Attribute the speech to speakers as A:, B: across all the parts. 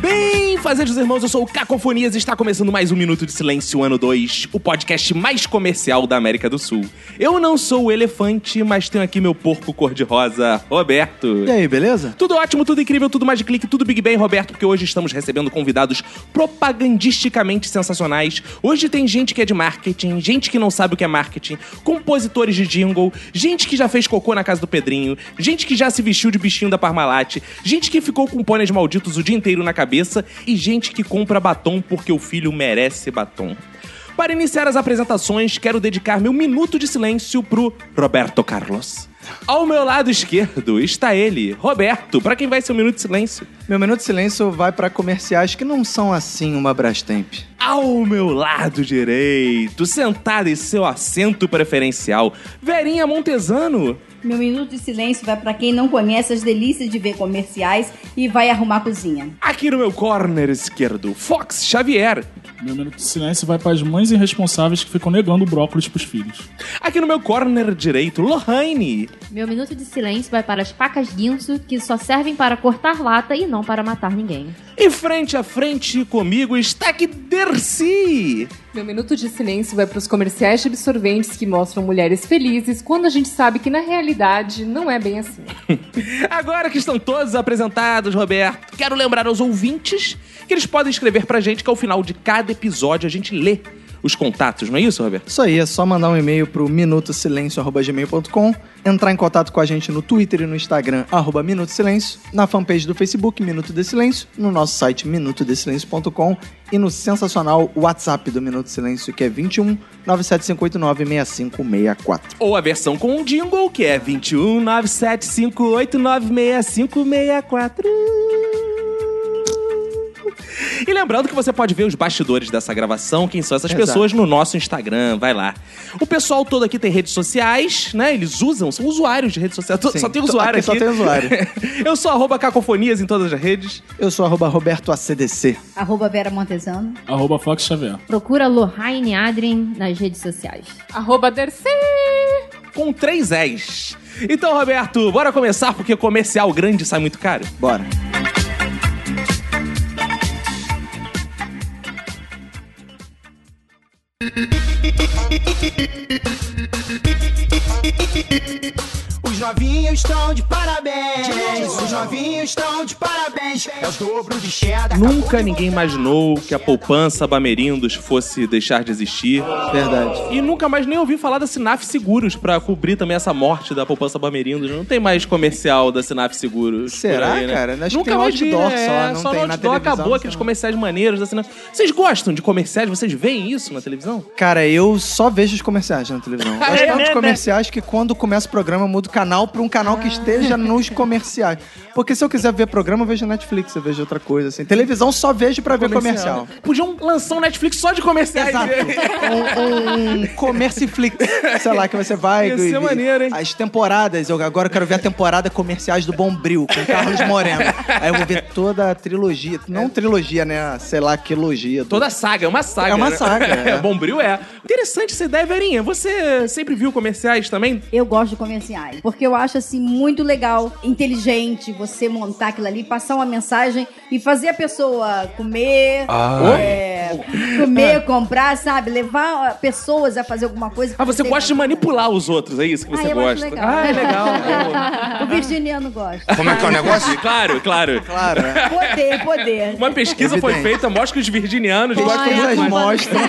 A: Bem, fazejos irmãos, eu sou o Cacofonias e está começando mais um Minuto de Silêncio, ano 2, o podcast mais comercial da América do Sul. Eu não sou o elefante, mas tenho aqui meu porco cor-de-rosa, Roberto.
B: E aí, beleza?
A: Tudo ótimo, tudo incrível, tudo mais de clique, tudo Big Bang, Roberto, porque hoje estamos recebendo convidados propagandisticamente sensacionais. Hoje tem gente que é de marketing, gente que não sabe o que é marketing, compositores de jingle, gente que já fez cocô na casa do Pedrinho, gente que já se vestiu de bichinho da Parmalat, gente que ficou com pôneis malditos o dia inteiro na cabeça e gente que compra batom porque o filho merece batom. Para iniciar as apresentações, quero dedicar meu minuto de silêncio pro Roberto Carlos. Ao meu lado esquerdo está ele, Roberto, para quem vai ser o minuto de silêncio.
B: Meu minuto de silêncio vai pra comerciais que não são assim uma Brastemp.
A: Ao meu lado direito, sentada em seu assento preferencial, Verinha Montesano.
C: Meu minuto de silêncio vai pra quem não conhece as delícias de ver comerciais e vai arrumar a cozinha.
A: Aqui no meu corner esquerdo, Fox Xavier.
D: Meu minuto de silêncio vai para as mães irresponsáveis que ficam negando o brócolis pros filhos.
A: Aqui no meu corner direito, Lohane.
E: Meu minuto de silêncio vai para as facas guinso, que só servem para cortar lata e não para matar ninguém.
A: E frente a frente comigo está aqui Dercy.
F: Meu minuto de silêncio vai para os comerciais de absorventes que mostram mulheres felizes quando a gente sabe que na realidade não é bem assim.
A: Agora que estão todos apresentados, Roberto, quero lembrar aos ouvintes que eles podem escrever pra gente que ao final de cada episódio a gente lê os contatos, não é isso, Roberto?
B: Isso aí, é só mandar um e-mail pro minutosilencio.gmail.com, entrar em contato com a gente no Twitter e no Instagram, arroba Minuto Silêncio, na fanpage do Facebook Minuto de Silêncio, no nosso site minutodesilencio.com e no sensacional WhatsApp do Minuto Silêncio, que é 21 97589 6564.
A: Ou a versão com um jingle, que é 21 975896564. E lembrando que você pode ver os bastidores dessa gravação, quem são essas
B: Exato.
A: pessoas, no nosso Instagram, vai lá. O pessoal todo aqui tem redes sociais, né? Eles usam, são usuários de redes sociais. Tô-
B: Sim,
A: Só tem
B: tô-
A: usuário
B: aqui
A: aqui.
B: só tem usuário.
A: Eu sou arroba cacofonias em todas as redes.
B: Eu sou arroba Roberto ACDC.
C: Arroba Vera Montesano.
D: Arroba Fox Xavier.
E: Procura Lohane Adrien nas redes sociais.
F: Arroba Dercy!
A: com três S. Então, Roberto, bora começar porque comercial grande sai muito caro.
B: Bora.
G: Os novinhos estão de parabéns. Os novinhos estão de parabéns. É o dobro de cheddar.
A: Nunca ninguém imaginou que a poupança Bamerindos fosse deixar de existir.
B: Verdade.
A: E nunca mais nem ouvi falar da Sinaf Seguros pra cobrir também essa morte da poupança Bamerindos. Não tem mais comercial da Sinaf Seguros. por
B: Será,
A: aí, né?
B: cara? Acho que
A: nunca
B: tem um
A: mais
B: outdoor
A: vi,
B: só,
A: é,
B: não
A: só
B: tem
A: no
B: na
A: outdoor
B: televisão,
A: acabou aqueles
B: sei lá.
A: comerciais maneiros da Sinaf. Vocês gostam de comerciais? Vocês veem isso na televisão?
B: Cara, eu só vejo os comerciais na televisão. Eu
A: É,
B: acho
A: né,
B: tantos
A: né?
B: comerciais que quando começa o programa, eu mudo o canal pra um canal que esteja nos comerciais. Porque se eu quiser ver programa, eu vejo Netflix, eu vejo outra coisa, assim. Televisão só vejo pra ver comercial.
A: Podiam lançar um Netflix só de comerciais.
B: Exato.
A: né?
B: Um, um Comerciflix, sei lá, que você vai...
A: Ia ser
B: e-
A: maneiro, hein?
B: As temporadas, eu agora quero ver a temporada comerciais do Bombril, com Carlos Moreno. Aí eu vou ver toda a trilogia, não trilogia, né? Sei lá, quilogia. do-
A: Toda saga, é uma saga.
B: É uma
A: né?
B: saga, é.
A: Bombril é. Interessante essa ideia, Verinha. Você sempre viu comerciais também?
C: Eu gosto de comerciais, porque eu acho assim muito legal, inteligente você montar aquilo ali, passar uma mensagem e fazer a pessoa comer,
A: Ah.
C: é, comer, comprar, sabe? Levar ah, pessoas a fazer alguma coisa.
A: Ah, você gosta de manipular os outros, é isso que você
C: ah, eu
A: gosta.
C: Acho legal.
A: Ah, é legal.
C: o virginiano gosta.
H: Como é que é o negócio?
A: claro, claro.
B: Claro, é.
C: Poder, poder.
A: Uma pesquisa foi
B: Evidente.
A: feita, mostra que os virginianos
B: Eu gosto
A: gostam
B: das
A: muito mais.
B: mostras.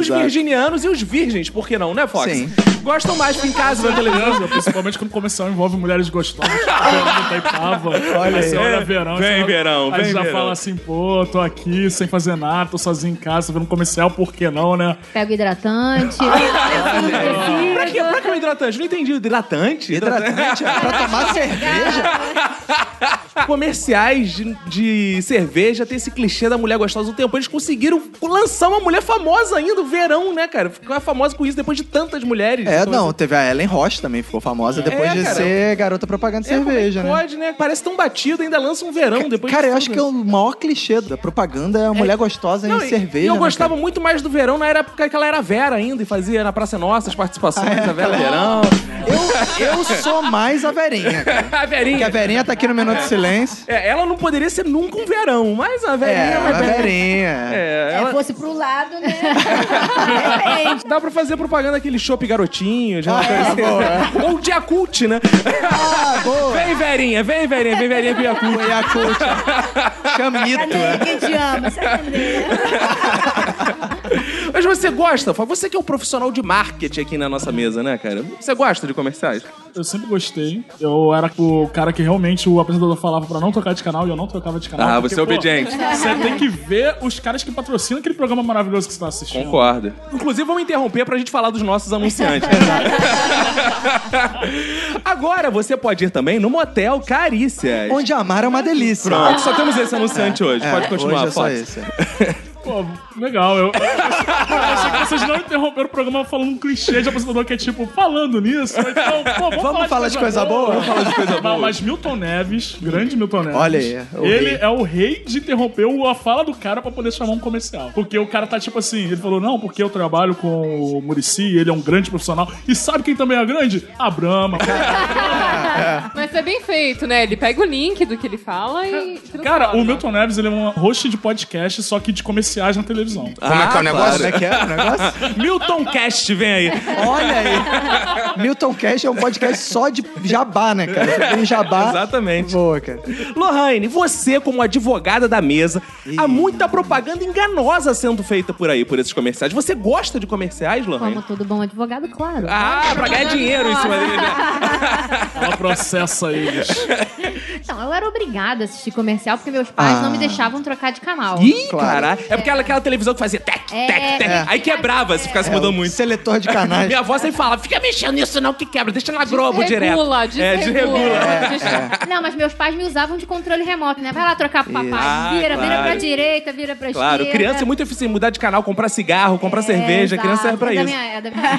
A: Os
B: Exato.
A: virginianos e os virgens, por que não, né, Fox?
B: Sim.
A: Gostam mais que em casa na televisão.
D: Principalmente quando o comercial envolve mulheres gostosas. verão, Itaipava.
B: Olha
D: Aí você
B: aí.
D: olha verão.
A: Vem
D: você olha-
A: verão,
D: Aí
A: vem
D: você já
A: verão.
D: fala assim, pô, tô aqui sem fazer nada, tô sozinho em casa, tô vendo um comercial, por que não, né?
E: Pega o hidratante.
A: Ah, Pra que, pra que o hidratante? Não entendi. Hidratante?
B: Hidratante? é pra tomar cerveja?
A: Comerciais de, de cerveja tem esse clichê da mulher gostosa o tempo. Eles conseguiram lançar uma mulher famosa ainda, o verão, né, cara? Ficou famosa com isso depois de tantas mulheres.
B: É,
A: Então,
B: não,
A: assim,
B: teve a Ellen Roche também, ficou famosa depois
A: É,
B: de
A: cara.
B: ser garota propaganda de
A: é, como é que
B: cerveja, né?
A: Pode, né? Parece tão batido, ainda lança um verão depois
B: Cara,
A: de
B: eu acho que é um
A: tudo.
B: o maior clichê da propaganda é a mulher gostosa
A: Não,
B: em
A: e-
B: cerveja.
A: E eu
B: né,
A: gostava
B: cara?
A: muito mais do verão na época que ela era Vera ainda e fazia na Praça Nossa as participações
B: Ah,
A: da
B: é,
A: Vera Verão.
B: Eu, eu sou mais a Verinha, cara.
A: a
B: Porque a
A: Verinha.
B: Verinha tá aqui no Minuto de Silêncio.
A: É, ela não poderia ser nunca um verão, mas a Verinha
B: É,
A: ela
B: a
A: é-
B: Verinha.
A: É,
C: É,
A: ela-
C: fosse pro lado, né? De repente.
A: Dá pra fazer propaganda daquele chopp garotinho, de uma coisa assim. Ou de Yakult, né?
B: Ah, boa.
A: Vem, Verinha, vem, Verinha, vem, Verinha, pro Yakult.
B: E a coach. Chamito. é.
C: Cadê quem te ama? Sacanagem.
A: Mas você gosta, Fábio? você que é um profissional de marketing aqui na nossa mesa, né, cara? Você gosta de comerciais?
D: Eu sempre gostei. Eu era o cara que realmente o apresentador falava pra não tocar de canal e eu não tocava de canal.
A: Ah,
D: porque,
A: você é
D: pô,
A: obediente.
D: Você tem que ver os caras que patrocinam aquele programa maravilhoso que você tá assistindo.
A: Concordo. um- Inclusive, vamos interromper pra gente falar dos nossos anunciantes. Agora você pode ir também no Motel Carícias.
B: Onde amar é uma delícia.
A: Pronto, só temos esse anunciante hoje.
B: É,
A: pode continuar,
B: hoje é só
A: Fox.
B: esse.
D: Pô, legal. Eu, eu achei que vocês não interromperam o programa falando um clichê de apresentador que é tipo, falando nisso. Então, pô, vamos,
B: Vamos falar de coisa boa? Vamos falar de coisa boa.
D: Mas Milton Neves, grande Milton Neves.
B: Olha aí, é o
D: ele
B: rei.
D: é o rei de interromper o- a fala do cara pra poder chamar um comercial. Porque o cara tá tipo assim, ele falou: "Não, porque eu trabalho com o Murici, ele é um grande profissional". E sabe quem também é grande? A Brahma.
F: Mas é bem feito, né? Ele pega o link do que ele fala e.
D: Cara,
F: transforma.
D: o Milton Neves, ele é um host de podcast, só que de comerciais na televisão.
H: Como é que é o negócio?
B: Como é que é o negócio?
A: Milton Cast, vem aí.
B: Olha aí. Milton Cash é um podcast só de jabá, né, cara? Você tem jabá.
A: Exatamente.
B: Boa, cara.
A: Lohane, você, como advogada da mesa, há muita propaganda enganosa sendo feita por aí, por esses comerciais. Você gosta de comerciais,
E: Como
A: Lohane?
E: todo bom advogado, claro.
A: Ah, pra ganhar dinheiro em cima dele, né?
D: Ela processa eles.
E: Então, eu era obrigada a assistir comercial porque meus pais
B: Ah.
E: não me deixavam trocar de canal.
A: Ih,
B: Claro.
A: caralho. É porque ela, aquela televisão que fazia tec,
E: É,
A: tec, tec.
E: é.
A: Aí quebrava se ficasse mudando
D: É
A: muito.
B: Seletor de canais.
A: Minha avó sempre fala, fica mexendo nisso não que quebra, deixa na Globo direto.
F: Desregula,
A: É, desregula. É,
F: desregula.
E: Não, mas meus pais me usavam de controle remoto, né? Vai lá trocar pro papai.
A: Ah,
E: vira, vira pra
A: claro.
E: direita, vira pra
A: Claro,
E: esquerda.
A: criança é muito eficiente, mudar de canal, comprar cigarro, comprar cerveja, criança serve pra
E: É da
A: isso.
E: minha- é da minha-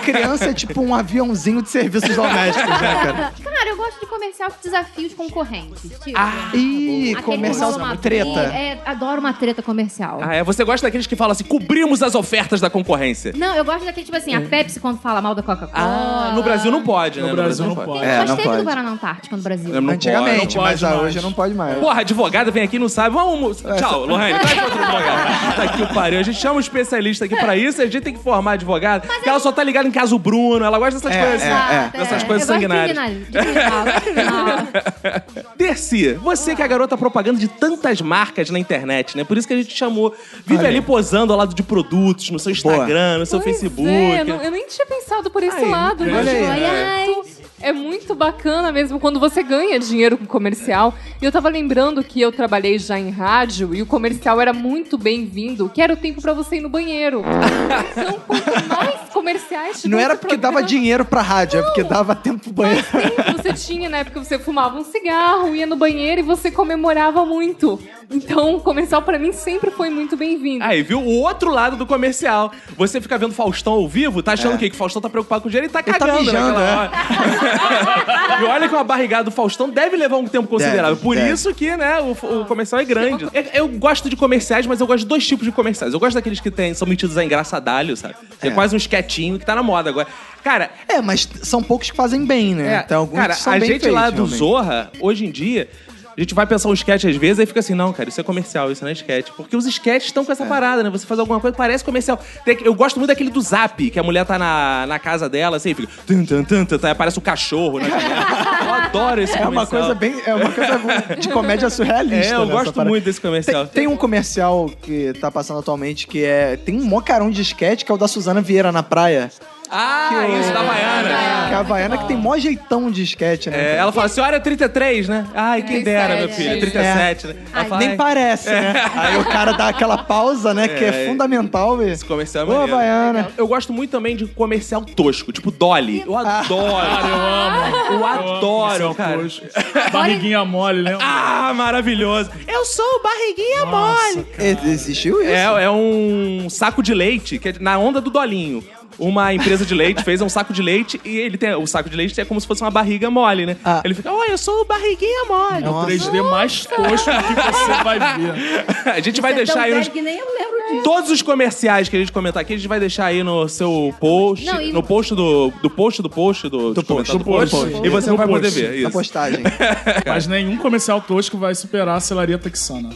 B: Cri- Criança é tipo um aviãozinho de serviços domésticos, né, cara?
E: Cara, eu gosto de comercial que desafia os concorrentes. Tipo,
B: Ih,
E: aquele que
B: comercial
E: rola uma briga.
B: treta.
E: É, adoro uma treta comercial.
A: Ah, é, você gosta daqueles que falam assim, cobrimos as ofertas da concorrência.
E: Não, eu gosto daquele, tipo assim, a Pepsi quando fala mal da Coca-Cola.
A: É. Ah, no Brasil não pode, né?
D: No Brasil não pode.
B: É,
E: Mas
B: não
E: teve
B: pode.
E: do Guaraná Antártica no Brasil.
A: Não
B: Antigamente,
D: não
B: mas
D: pode
B: ah,
D: mais.
B: hoje não pode mais.
A: Porra, advogado vem aqui e não sabe. Vamos.
D: É,
A: Tchau, Lohane, traz pra outro advogado. Tá aqui o pariu. A gente chama um especialista aqui pra isso, a gente tem que formar advogado. Porque
E: é
A: ela só tá ligada em caso Bruno, ela gosta dessas
B: É,
A: coisas assim.
E: Exato,
B: é,
E: é.
A: Essas coisas
E: eu gosto
A: sanguinárias.
E: De criminal, de criminal, eu gosto de criminal.
A: Terci, você que é a garota propaganda de tantas marcas na internet, né? Por isso que a gente te chamou. Vive ali posando ao lado de produtos, no seu
B: Boa.
A: Instagram, no seu
F: Pois
A: Facebook.
F: é, eu, não- eu nem tinha pensado por esse
A: Aí,
F: lado. né?
B: olha aí.
E: ah,
F: Muito- É muito bacana mesmo quando você ganha dinheiro com comercial. E eu tava lembrando que eu trabalhei já em rádio e o comercial era muito bem-vindo, que era o tempo pra você ir no banheiro. Então, quanto mais comerciais
B: Não era
F: tivesse
B: porque dava
F: programa,
B: dinheiro pra rádio, é porque dava tempo pro banheiro.
F: tempo você tinha, né? Porque você fumava um cigarro, ia no banheiro e você comemorava muito. Então, o comercial pra mim sempre foi muito bem-vindo.
A: Aí, viu? O outro lado do comercial. Você fica vendo Faustão ao vivo, tá achando o quê? Que o Faustão tá preocupado com o dinheiro e tá
B: É. tá
A: cagando
B: mijando,
A: naquela hora. e olha que uma barrigada do Faustão deve levar um tempo considerável. Por
B: deve.
A: isso que, né, o, o comercial é grande. Eu, eu gosto de comerciais, mas eu gosto de dois tipos de comerciais. Eu gosto daqueles que tem, são metidos a engraçadalho, sabe? Que é. quase um esquetinho que tá na moda agora. Cara,
B: É, mas são poucos que fazem bem, né?
A: é,
B: Tem alguns
A: cara,
B: que são
A: a
B: bem
A: gente
B: feitos,
A: lá do
B: realmente.
A: Zorra, hoje em dia, a gente vai pensar um sketch às vezes e fica assim, não, cara, isso é comercial, isso não é sketch. Porque os sketches estão
B: É.
A: com essa parada, né? Você faz alguma coisa, parece comercial. Tem aqu- eu gosto muito daquele do Zap, que a mulher tá na, na casa dela, assim, fica... Tum, tum, tum, tum, tá, aparece o cachorro, né? Eu adoro esse
B: É uma coisa bem. É uma coisa de comédia surrealista.
A: É, eu
B: né,
A: gosto
B: essa parada.
A: muito desse comercial.
B: Tem, tem um comercial que tá passando atualmente que é. Tem um mocarão de esquete que é o da Suzana Vieira na praia.
A: Ah, isso, da Baiana.
B: Que é a Havaiana que tem mó jeitão de esquete, né?
A: É, ela fala, a senhora é 33, né? Ai, quem dera, meu filho. É 37, né? Ela fala,
B: Nem
A: "Ai,
B: parece, né? Aí o cara dá aquela pausa, né? que é,
A: É.
B: fundamental, velho.
A: Esse comercial é
B: Ô,
A: maneiro.
B: Havaiana.
A: Eu gosto muito também de comercial tosco, tipo Dolly. Eu
B: Ah.
A: adoro. eu adoro,
D: Marcel
A: cara.
D: Coxo. Barriguinha mole, né? lembra?
A: Ah, maravilhoso. Eu sou o barriguinha mole.
B: Ex- Existiu isso?
A: É, é um saco de leite, que é na onda do Dolinho. Uma empresa de leite fez um saco de leite e ele tem. O saco de leite é como se fosse uma barriga mole, né?
B: Ah.
A: Ele fica, olha, eu sou o barriguinha mole.
D: É o 3D mais tosco que você vai ver.
A: A gente vai
C: Você é tão
A: deixar aí
C: velho
A: nos.
C: que nem eu lembro disso.
A: Todos os comerciais que a gente comentar aqui, a gente vai deixar aí no seu post.
E: Não, e-
A: No post do, do post do post do,
B: Do
A: de comentar
B: post, do post.
A: E você
D: Do
A: não vai poder
D: post.
A: ver.
B: Na
A: Isso.
B: postagem.
D: Mas nenhum comercial tosco vai superar a celaria texana.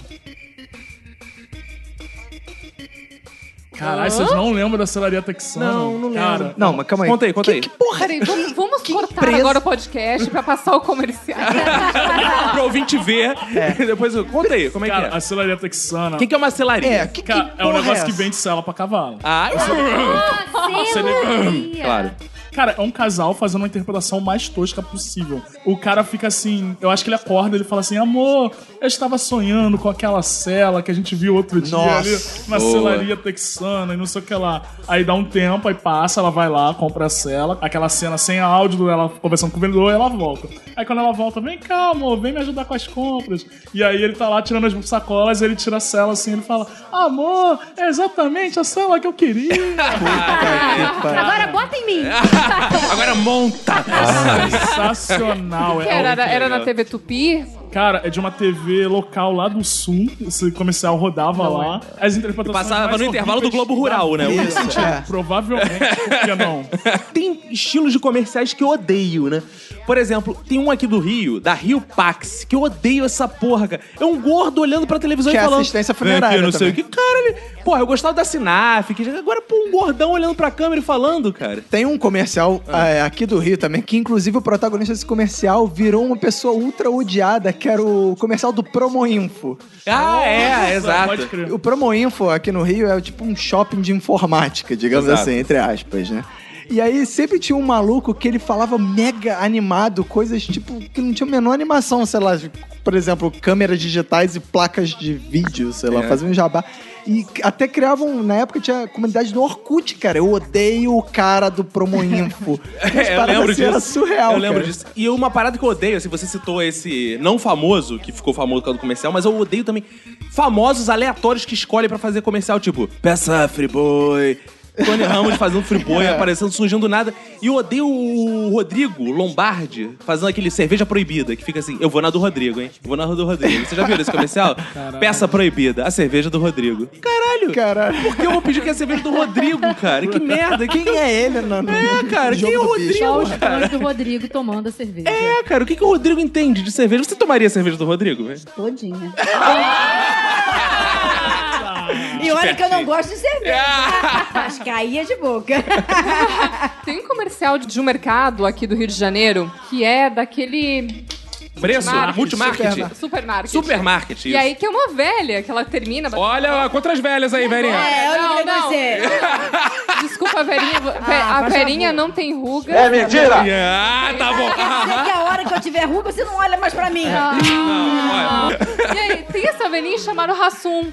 D: Caralho, vocês não lembram da celaria texana?
A: Não, não lembro.
D: Cara,
B: Não, mas calma aí.
A: Conta aí, conta aí.
F: Peraí, vamos, vamos cortar
B: empresa?
F: agora o podcast pra passar o comercial.
A: Pro ouvinte ver. Depois eu- conta aí, como é
D: cara,
A: que é?
D: a celaria texana
A: O que, que é uma celaria?
B: É, que, que
D: cara, é um
B: porra
D: negócio
B: essa?
D: que vende cela pra cavalo.
A: Ah,
E: Celaria.
A: Claro.
D: Cara, é um casal fazendo uma interpretação mais tosca possível. O cara fica assim, eu acho que ele acorda, ele fala assim: "Amor, eu estava sonhando com aquela cela que a gente viu outro dia
B: Nossa.
D: ali, uma
A: Boa.
D: celaria texana e não sei o que lá". Aí dá um tempo, aí passa, ela vai lá, compra a cela, aquela cena sem áudio, ela conversando com o vendedor, ela volta. Aí quando ela volta, vem cá, amor, vem me ajudar com as compras. E aí ele tá lá tirando as sacolas, ele tira a cela assim, ele fala: "Amor, é exatamente a cela que eu queria".
E: Agora bota em mim.
A: Agora monta!
B: Ah.
D: Sensacional, é
F: Era, era, era na TV Tupi?
D: Cara, é de uma TV local lá do sul. Esse comercial rodava lá. As interpretações.
A: Passava
D: mais
A: no intervalo do
D: horríveis
A: Globo
D: da-
A: Rural, né?
B: Isso, é.
D: Provavelmente, por que não?
A: tem estilos de comerciais que eu odeio, né? Por exemplo, tem um aqui do Rio, da Rio Pax, que eu odeio essa porra, cara. É um gordo olhando pra televisão
B: Que
A: e
B: é
A: falando.
B: assistência
A: "Vem aqui,
B: funerária
A: não sei o que.
B: também.
A: Cara, ele... Porra, eu gostava da Sinaf. que- Agora, pô, um gordão olhando pra câmera e falando, cara.
B: Tem um comercial
D: Ah.
B: é, aqui do Rio também, que inclusive o protagonista desse comercial virou uma pessoa ultra odiada, que era o comercial do Promoinfo.
A: Ah, é,
D: Pode
A: exato.
D: crer.
B: O Promoinfo aqui no Rio é tipo um shopping de informática, digamos
A: Exato.
B: assim, entre aspas, né? E aí sempre tinha um maluco que ele falava mega animado, coisas tipo que não tinha a menor animação, sei lá, por exemplo, câmeras digitais e placas de vídeo, sei lá,
A: É.
B: fazia um jabá. E até criavam, na época tinha comunidade do Orkut, cara. Eu odeio o cara do Promoinfo. As
A: É, eu
B: paradas
A: lembro
B: assim,
A: disso.
B: Era surreal.
A: Eu lembro
B: cara.
A: disso. E uma parada que eu odeio, assim, você citou esse não famoso, que ficou famoso por causa do comercial, mas eu odeio também famosos aleatórios que escolhem pra fazer comercial, tipo, peça Friboi. Tony Ramos fazendo Friboi, É. aparecendo, surgindo do nada. E eu odeio o Rodrigo Lombardi fazendo aquele cerveja proibida, que fica assim, eu vou na do Rodrigo, hein? Vou na do Rodrigo. Você já viu esse comercial? Peça proibida, a cerveja do Rodrigo. Caralho!
B: Caralho.
A: Por que eu vou pedir que é a cerveja do Rodrigo, cara? Que merda!
B: Quem é ele, mano?
A: É, cara, quem é o Rodrigo?
E: Só os fãs do Rodrigo tomando a cerveja.
A: É, cara, o que, que o Rodrigo entende de cerveja? Você tomaria a cerveja do Rodrigo? velho?
C: Todinha. E olha que eu não gosto de cerveja. né? Mas caía é de boca.
F: Tem um comercial de de um mercado aqui do Rio de Janeiro que é daquele
A: Preço?
F: Marketing,
A: Multimarket?
F: supermarket.
A: Supermarket. isso.
F: E aí que é uma velha que ela termina.
A: Olha quantas velhas aí, velhinha.
C: É, eu
F: Não,
C: lembrei de
F: não.
C: você.
F: Desculpa, a velhinha.
C: Ah,
F: a
C: faz
F: velhinha
C: favor.
F: não tem ruga.
A: É, Ah, tá bom.
C: Quer dizer que
A: Ah,
C: a hora que eu tiver ruga, você não olha mais pra mim.
A: não, olha.
F: E aí, tem essa velhinha chamada Rassum.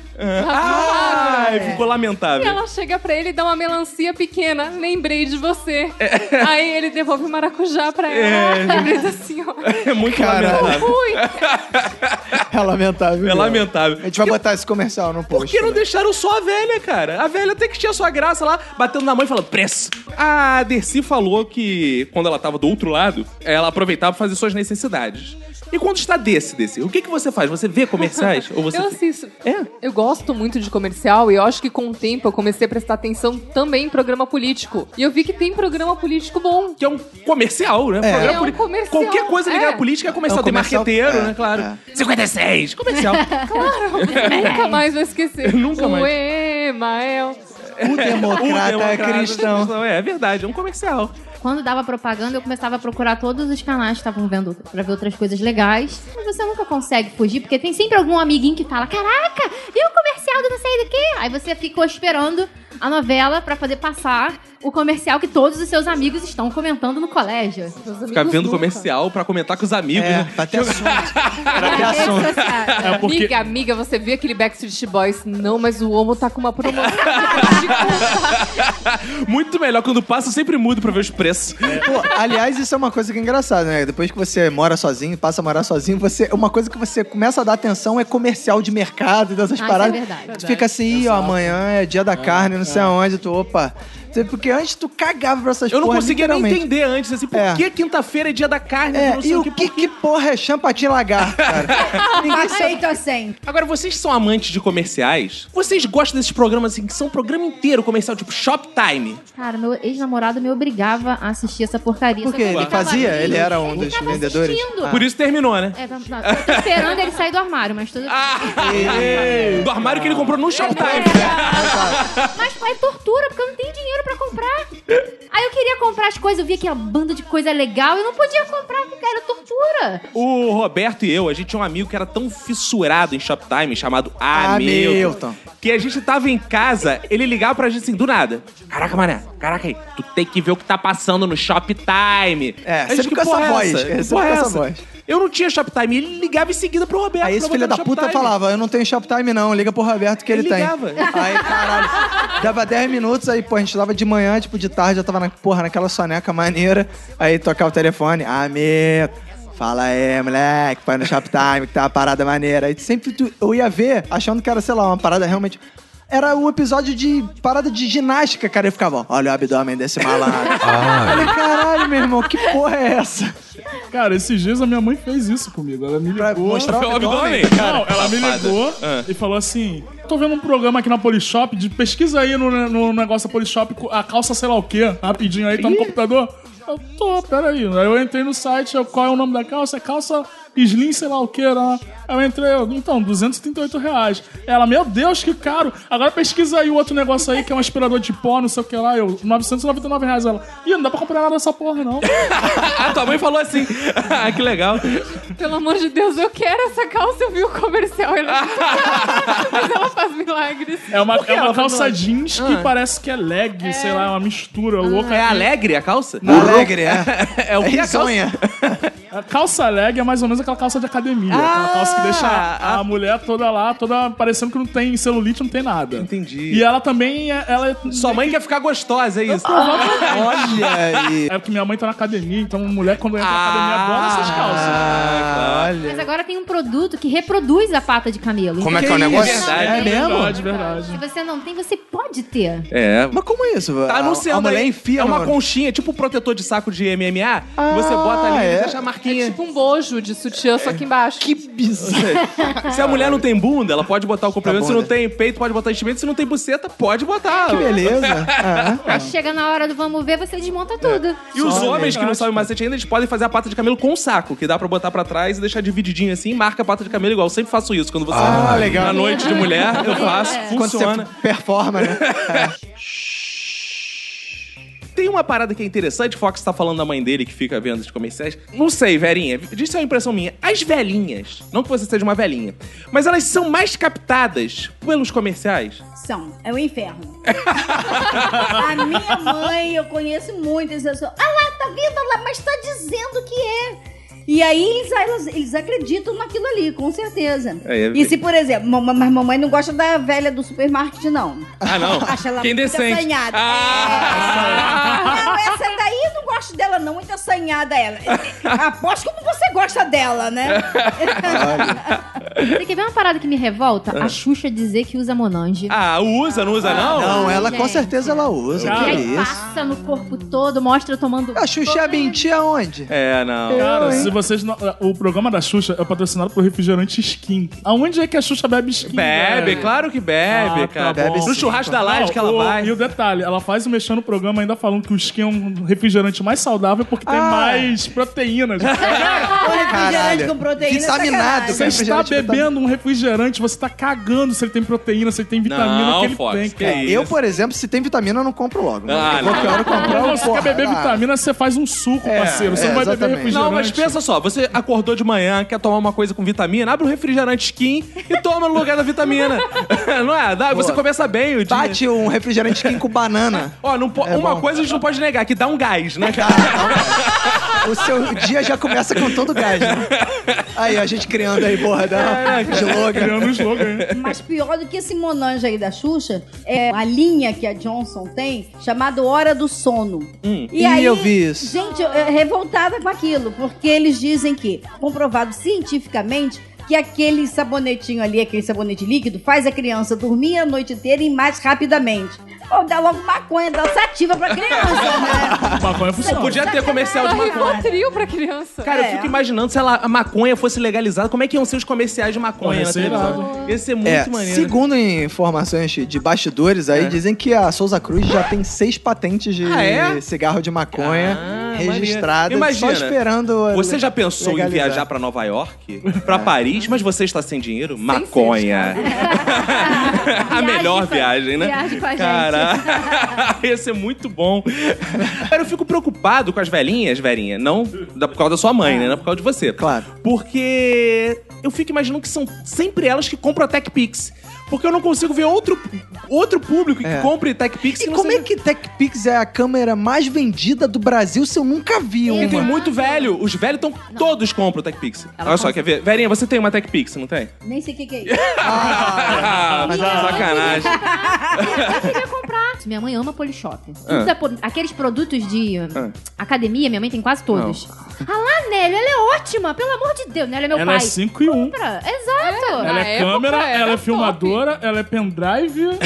A: Ai, ficou
F: E
A: lamentável.
F: ela chega pra ele e dá uma melancia pequena. Lembrei de você.
A: É.
F: Aí ele devolve o maracujá pra ela. Lembrei da senhora.
A: É muito
B: Caralho.
A: lamentável.
F: Fui.
B: É lamentável.
A: É
B: mesmo.
A: lamentável.
B: A gente vai botar esse comercial no
A: Por
B: post.
A: que não
B: né?
A: deixaram só a velha, cara? A velha até que tinha sua graça lá, batendo na mão e falando, preço. A Dercy falou que quando ela tava do outro lado, ela aproveitava pra fazer suas necessidades. E quando está desse, desse, o que, que você faz? Você vê comerciais? Ou você
F: Eu assisto.
A: É?
F: Eu gosto muito de comercial e eu acho que com o tempo eu comecei a prestar atenção também em programa político. E eu vi que tem programa político bom.
A: que é um comercial, né? Programa
F: É um
A: poli-
F: comercial,
A: Qualquer coisa ligada
F: é.
A: à política é comercial.
B: É um
A: Tem
B: comercial,
A: marqueteiro,
B: é,
A: né? Claro.
B: é.
A: 56, comercial.
F: Nunca mais vou esquecer.
A: Nunca mais.
F: O Emael.
B: O democrata, é cristão.
A: É, é verdade, é um comercial.
E: Quando dava propaganda, eu começava a procurar todos os canais que estavam vendo pra ver outras coisas legais. Mas você nunca consegue fugir, porque tem sempre algum amiguinho que fala: Caraca, viu o comercial do não sei do quê? Aí você ficou esperando a novela pra poder passar. o comercial que todos os seus amigos estão comentando no colégio. Seus
A: Ficar
E: amigos
A: vendo
E: nunca.
A: comercial pra comentar com os amigos.
B: É,
A: né?
B: tá até assunto.
C: assim,
D: É porque
F: Amiga, amiga, você viu aquele Backstreet Boys? Não, mas o Omo tá com uma promoção. de
A: Muito melhor. Quando passa, eu sempre mudo pra ver os preços.
B: Pô, aliás, isso é uma coisa que é engraçada, né? Depois que você mora sozinho, passa a morar sozinho, você uma coisa que você começa a dar atenção é comercial de mercado, dessas
E: Ah, isso
B: paradas.
E: é verdade.
B: Tu fica assim, "Ih, ó, amanhã é dia da carne, não sei aonde, tu, opa. Porque antes tu cagava pra essas
A: Eu não
B: porras,
A: conseguia nem
B: é, literalmente.
A: entender antes, assim, por
B: É.
A: que quinta-feira é dia da carne?
B: É,
A: não sei
B: e o
A: que
B: que, que porra é champatim lagarto, cara? Ninguém sabe.
C: Feito assim.
A: Agora, vocês são amantes de comerciais? Vocês gostam desses programas assim, que são um programa inteiro comercial, tipo Shoptime?
E: Cara, meu ex-namorado me obrigava a assistir essa porcaria.
B: Por
E: só
B: quê?
E: que eu
B: Ele
E: ficava
B: fazia?
E: ali,
B: Ele era um
E: ele
B: dos
E: ficava
B: vendedores?
E: assistindo.
A: Por isso terminou, né?
E: É, não, não, eu tô esperando ele sair do armário, mas tudo
B: Ah!
A: Ah, Do armário que ele comprou no Shoptime.
E: Mas é tortura, porque eu não tenho dinheiro pra comprar. Aí eu queria comprar as coisas, eu via que a banda de coisa é legal eu não podia comprar, porque era tortura.
A: O Roberto e eu, a gente tinha um amigo que era tão fissurado em Shoptime, chamado Hamilton.
B: Ah, Hamilton.
A: Que a gente tava em casa, ele ligava pra gente assim, do nada. Caraca, mané, caraca aí, tu tem que ver o que tá passando no Shoptime.
B: É,
A: A gente,
B: sempre
A: "Que
B: com essa
A: porra
B: voz,
A: essa?
B: é,
A: Que
B: sempre
A: porra
B: com
A: é
B: essa voz.
A: Eu não tinha Shoptime, ele ligava em seguida pro Roberto.
B: Aí esse
A: pra
B: filho
A: botar
B: da
A: no
B: puta
A: Shoptime.
B: falava, eu não tenho Shoptime não, liga pro Roberto que ele,
A: Ele
B: tem.
A: ligava.
B: Aí, caralho, dava 10 minutos, aí, pô, a gente dava de manhã, tipo, de tarde, eu tava na, porra, naquela soneca maneira, aí tocava o telefone, amê, fala aí, moleque, põe no Shoptime que tá uma parada maneira. Aí sempre tu- eu ia ver, achando que era, sei lá, uma parada realmente... Era um episódio de parada de ginástica, cara. Eu ficava, ó, olha o abdômen desse malandro. Falei, caralho, meu irmão, que porra é essa?
D: Cara, esses dias a minha mãe fez isso comigo. Ela me um ligou.
B: Pra mostrar
A: Foi o abdômen?
D: Não, ela me
A: safada.
D: ligou
A: Ah.
D: e falou assim: tô vendo um programa aqui na Polishop, de pesquisa aí no, no negócio da Polishop, a calça sei lá o quê, rapidinho aí, tá no computador. Eu tô, peraí. Aí eu entrei no site, eu, qual é o nome da calça? É calça Slim, sei lá o que, né? Aí eu entrei, eu, então, 238 reais. Ela, meu Deus, que caro. Agora pesquisa aí o outro negócio aí, que é um aspirador de pó, não sei o que lá. Eu, 999 reais. Ela, ih, não dá pra comprar nada dessa porra, não.
A: Ah, tua mãe falou assim. ah, que legal.
F: Pelo amor de Deus, eu quero essa calça. Eu vi o comercial. Ela... Mas ela faz milagres.
D: É uma, é uma
F: ela tá
D: calça
F: falando?
D: jeans que parece que é leg, sei lá, é uma mistura louca.
A: É alegre a calça?
B: Alegre, é.
A: É o que a calça?
B: Risonha.
D: A calça leg é mais ou menos aquela calça de academia. aquela calça que deixa a,
A: ah.
D: mulher toda lá, toda parecendo que não tem celulite, não tem nada.
A: Entendi.
D: E ela também, é- ela é...
A: Sua mãe quer ficar gostosa, é isso?
B: Ah. Olha aí.
D: É porque minha mãe tá na academia, então mulher quando entra na academia adora essas calças.
B: Ah,
A: calças.
E: Mas agora tem um produto que reproduz a pata de camelo.
H: Como é
E: Então,
H: que é o negócio?
A: Verdade.
B: É mesmo?
D: Verdade, verdade.
E: Se você não tem, você pode ter.
A: É.
B: Mas como é isso?
A: Tá
B: A-
A: anunciando
B: A mulher
A: aí.
B: enfia
A: é uma
B: no-
A: conchinha, tipo um protetor de saco de MMA. que você bota ali e
B: é?
A: deixa a marquinha.
F: É tipo um bojo de sutiã, só que embaixo. Que
A: Se a mulher não tem bunda, ela pode
B: Tá
A: botar o complemento. Se não
B: bunda.
A: tem peito, pode botar enchimento. Se não tem buceta, pode botar.
B: né? Que beleza. Ah,
E: Aí chega na hora do vamos ver, você desmonta tudo.
A: E os
D: Só
A: homens
D: verdade.
A: que não sabem macete ainda, eles podem fazer a pata de camelo com o saco, que dá pra botar pra trás e deixar divididinho assim, e marca a pata de camelo igual. Eu sempre faço isso. Quando você.
B: Ah, legal.
A: Na noite de mulher, eu faço.
E: É.
B: quando
A: Funciona.
B: você performa, né?
A: Tem uma parada que é interessante, Fox tá falando da mãe dele que fica vendo os comerciais. Não sei, velhinha, diz se é uma impressão minha. As velhinhas, não que você seja uma velhinha, mas elas são mais captadas pelos comerciais.
C: São. É o inferno. a minha mãe, eu conheço muitas pessoas. Ah lá, tá vendo? Ah lá, mas tá dizendo que é. E aí eles, elas- eles acreditam naquilo ali, com certeza.
A: É, é-
C: E se, por exemplo, mam- mas mamãe não gosta da velha do supermarket, não.
A: Ah, não.
C: Acha ela
A: Quem
C: muito
A: decente.
C: assanhada.
A: Ah!
C: É, não, essa daí eu não gosto dela, não. Muito assanhada ela. É, Aposto como você gosta dela, né?
E: Você quer ver uma parada que me revolta?
B: Ah.
E: A Xuxa dizer que usa Monange.
A: Ah, usa, não usa, não?
D: Ah.
A: é
B: Não, ela com
E: gente.
B: certeza ela usa.
E: E
B: Que
D: Cara.
E: aí
B: isso?
E: passa no corpo todo, mostra eu tomando.
B: A Xuxa é a mentir aonde?
A: É, não.
D: Cara,
B: hein?
D: se vocês não... O programa da Xuxa é patrocinado por refrigerante Skin. Aonde é que a Xuxa bebe Skin?
A: Bebe,
D: velho?
A: claro que bebe,
D: Ah, tá
A: cara.
D: bom.
A: no churrasco da laje
D: Não,
A: que ela
D: o-
A: vai.
D: E o detalhe, ela faz o mexendo no programa ainda falando que o skin é um refrigerante mais saudável porque tem
B: Ah.
D: mais proteínas.
C: Ou refrigerante
B: Caralho.
C: com proteína. é
B: Vitaminado,
C: sacanagem.
D: Você está
B: Refrigerante
D: bebendo um refrigerante, você tá cagando se ele tem proteína, se ele tem vitamina,
A: Não,
D: que ele
A: Fox,
D: tem,
A: que
D: cara.
A: é
B: Eu,
A: isso.
B: por exemplo, se tem vitamina, eu não compro logo. mano.
A: Ah,
B: Qualquer
A: não.
B: hora eu comprar, eu
D: Não, você
B: porra,
D: quer beber
B: dá.
D: vitamina, você faz um suco,
B: É,
D: parceiro. Você
B: é,
D: não vai beber
B: exatamente.
D: refrigerante.
A: Não, mas pensa só, você acordou de manhã, quer tomar uma coisa com vitamina, abre o refrigerante skin e toma no lugar da vitamina. não é? Dá- Você começa bem o dia.
B: Bate um refrigerante Kim com banana.
A: Ó, não po-
B: É
A: uma
B: bom.
A: coisa a gente não pode negar, que dá um gás, né, cara?
B: então O seu dia já começa com todo gás, né? Aí, a gente criando aí, porra, né? da slogan.
D: Criando um slogan, hein?
C: Mas pior do que esse monange aí da Xuxa é a linha que a Johnson tem chamada Hora do Sono.
A: Hum,
B: Ih, eu vi isso.
C: Gente, eu- é revoltada com aquilo, porque eles dizem que, comprovado cientificamente, que aquele sabonetinho ali, aquele sabonete líquido, faz a criança dormir a noite inteira e mais rapidamente. Ou dá logo maconha, dá sativa pra criança, né?
D: Maconha funciona.
A: Podia ter comercial de
F: Dá
A: maconha.
F: Rivotril é um pra criança.
A: Cara, eu
C: É.
A: fico imaginando se ela- a maconha fosse legalizada, como é que iam ser os comerciais de maconha
D: Porra,
A: na
D: sei lá.
A: televisão? Ia ser muito
B: É,
A: maneiro.
B: segundo informações de bastidores aí, dizem que a Souza Cruz já tem seis patentes de
A: Ah, é?
B: cigarro de maconha
A: Ah,
B: registradas,
A: maneiro.
B: só
A: Imagina,
B: esperando...
A: Você já pensou
B: né? legalizar. É.
A: em viajar pra Nova York, pra Paris, mas você está sem dinheiro? Maconha. a
E: Viagem
A: melhor
E: com-
A: viagem, né?
E: viagem com a gente.
A: Cara, ia ser muito bom. Cara, eu fico preocupado com as velhinhas, velhinha. Não da- por causa da sua mãe, né? Não por causa de você.
B: Claro.
A: Porque eu fico imaginando que são sempre elas que compram a TechPix. Porque eu não consigo ver outro, outro público
B: É.
A: que compre TechPix.
B: E
A: que não
B: como é
A: seja-
B: que TechPix é a câmera mais vendida do Brasil se eu nunca vi
A: Porque tem
B: uma?
A: muito velho. Os velhos estão. Todos compram o TechPix. Olha só, quer ver? Verinha, você tem uma TechPix, não tem?
C: Nem sei o que, que é isso.
A: Ah,
E: mas é.
A: sacanagem.
E: Eu queria comprar. Minha mãe ama Polishop.
B: Ah.
E: Tudo da Poli- Aqueles produtos de hum, academia, minha mãe tem quase todos. Ah lá, Nélio, ela é ótima, pelo amor de Deus. Nélio é meu
D: Ela
E: pai.
D: é 5 e 1. Um.
E: Compra. Exato.
D: Ela
F: Na
D: é
F: época,
D: câmera,
F: era
D: ela é
F: top.
D: filmadora, ela é pendrive.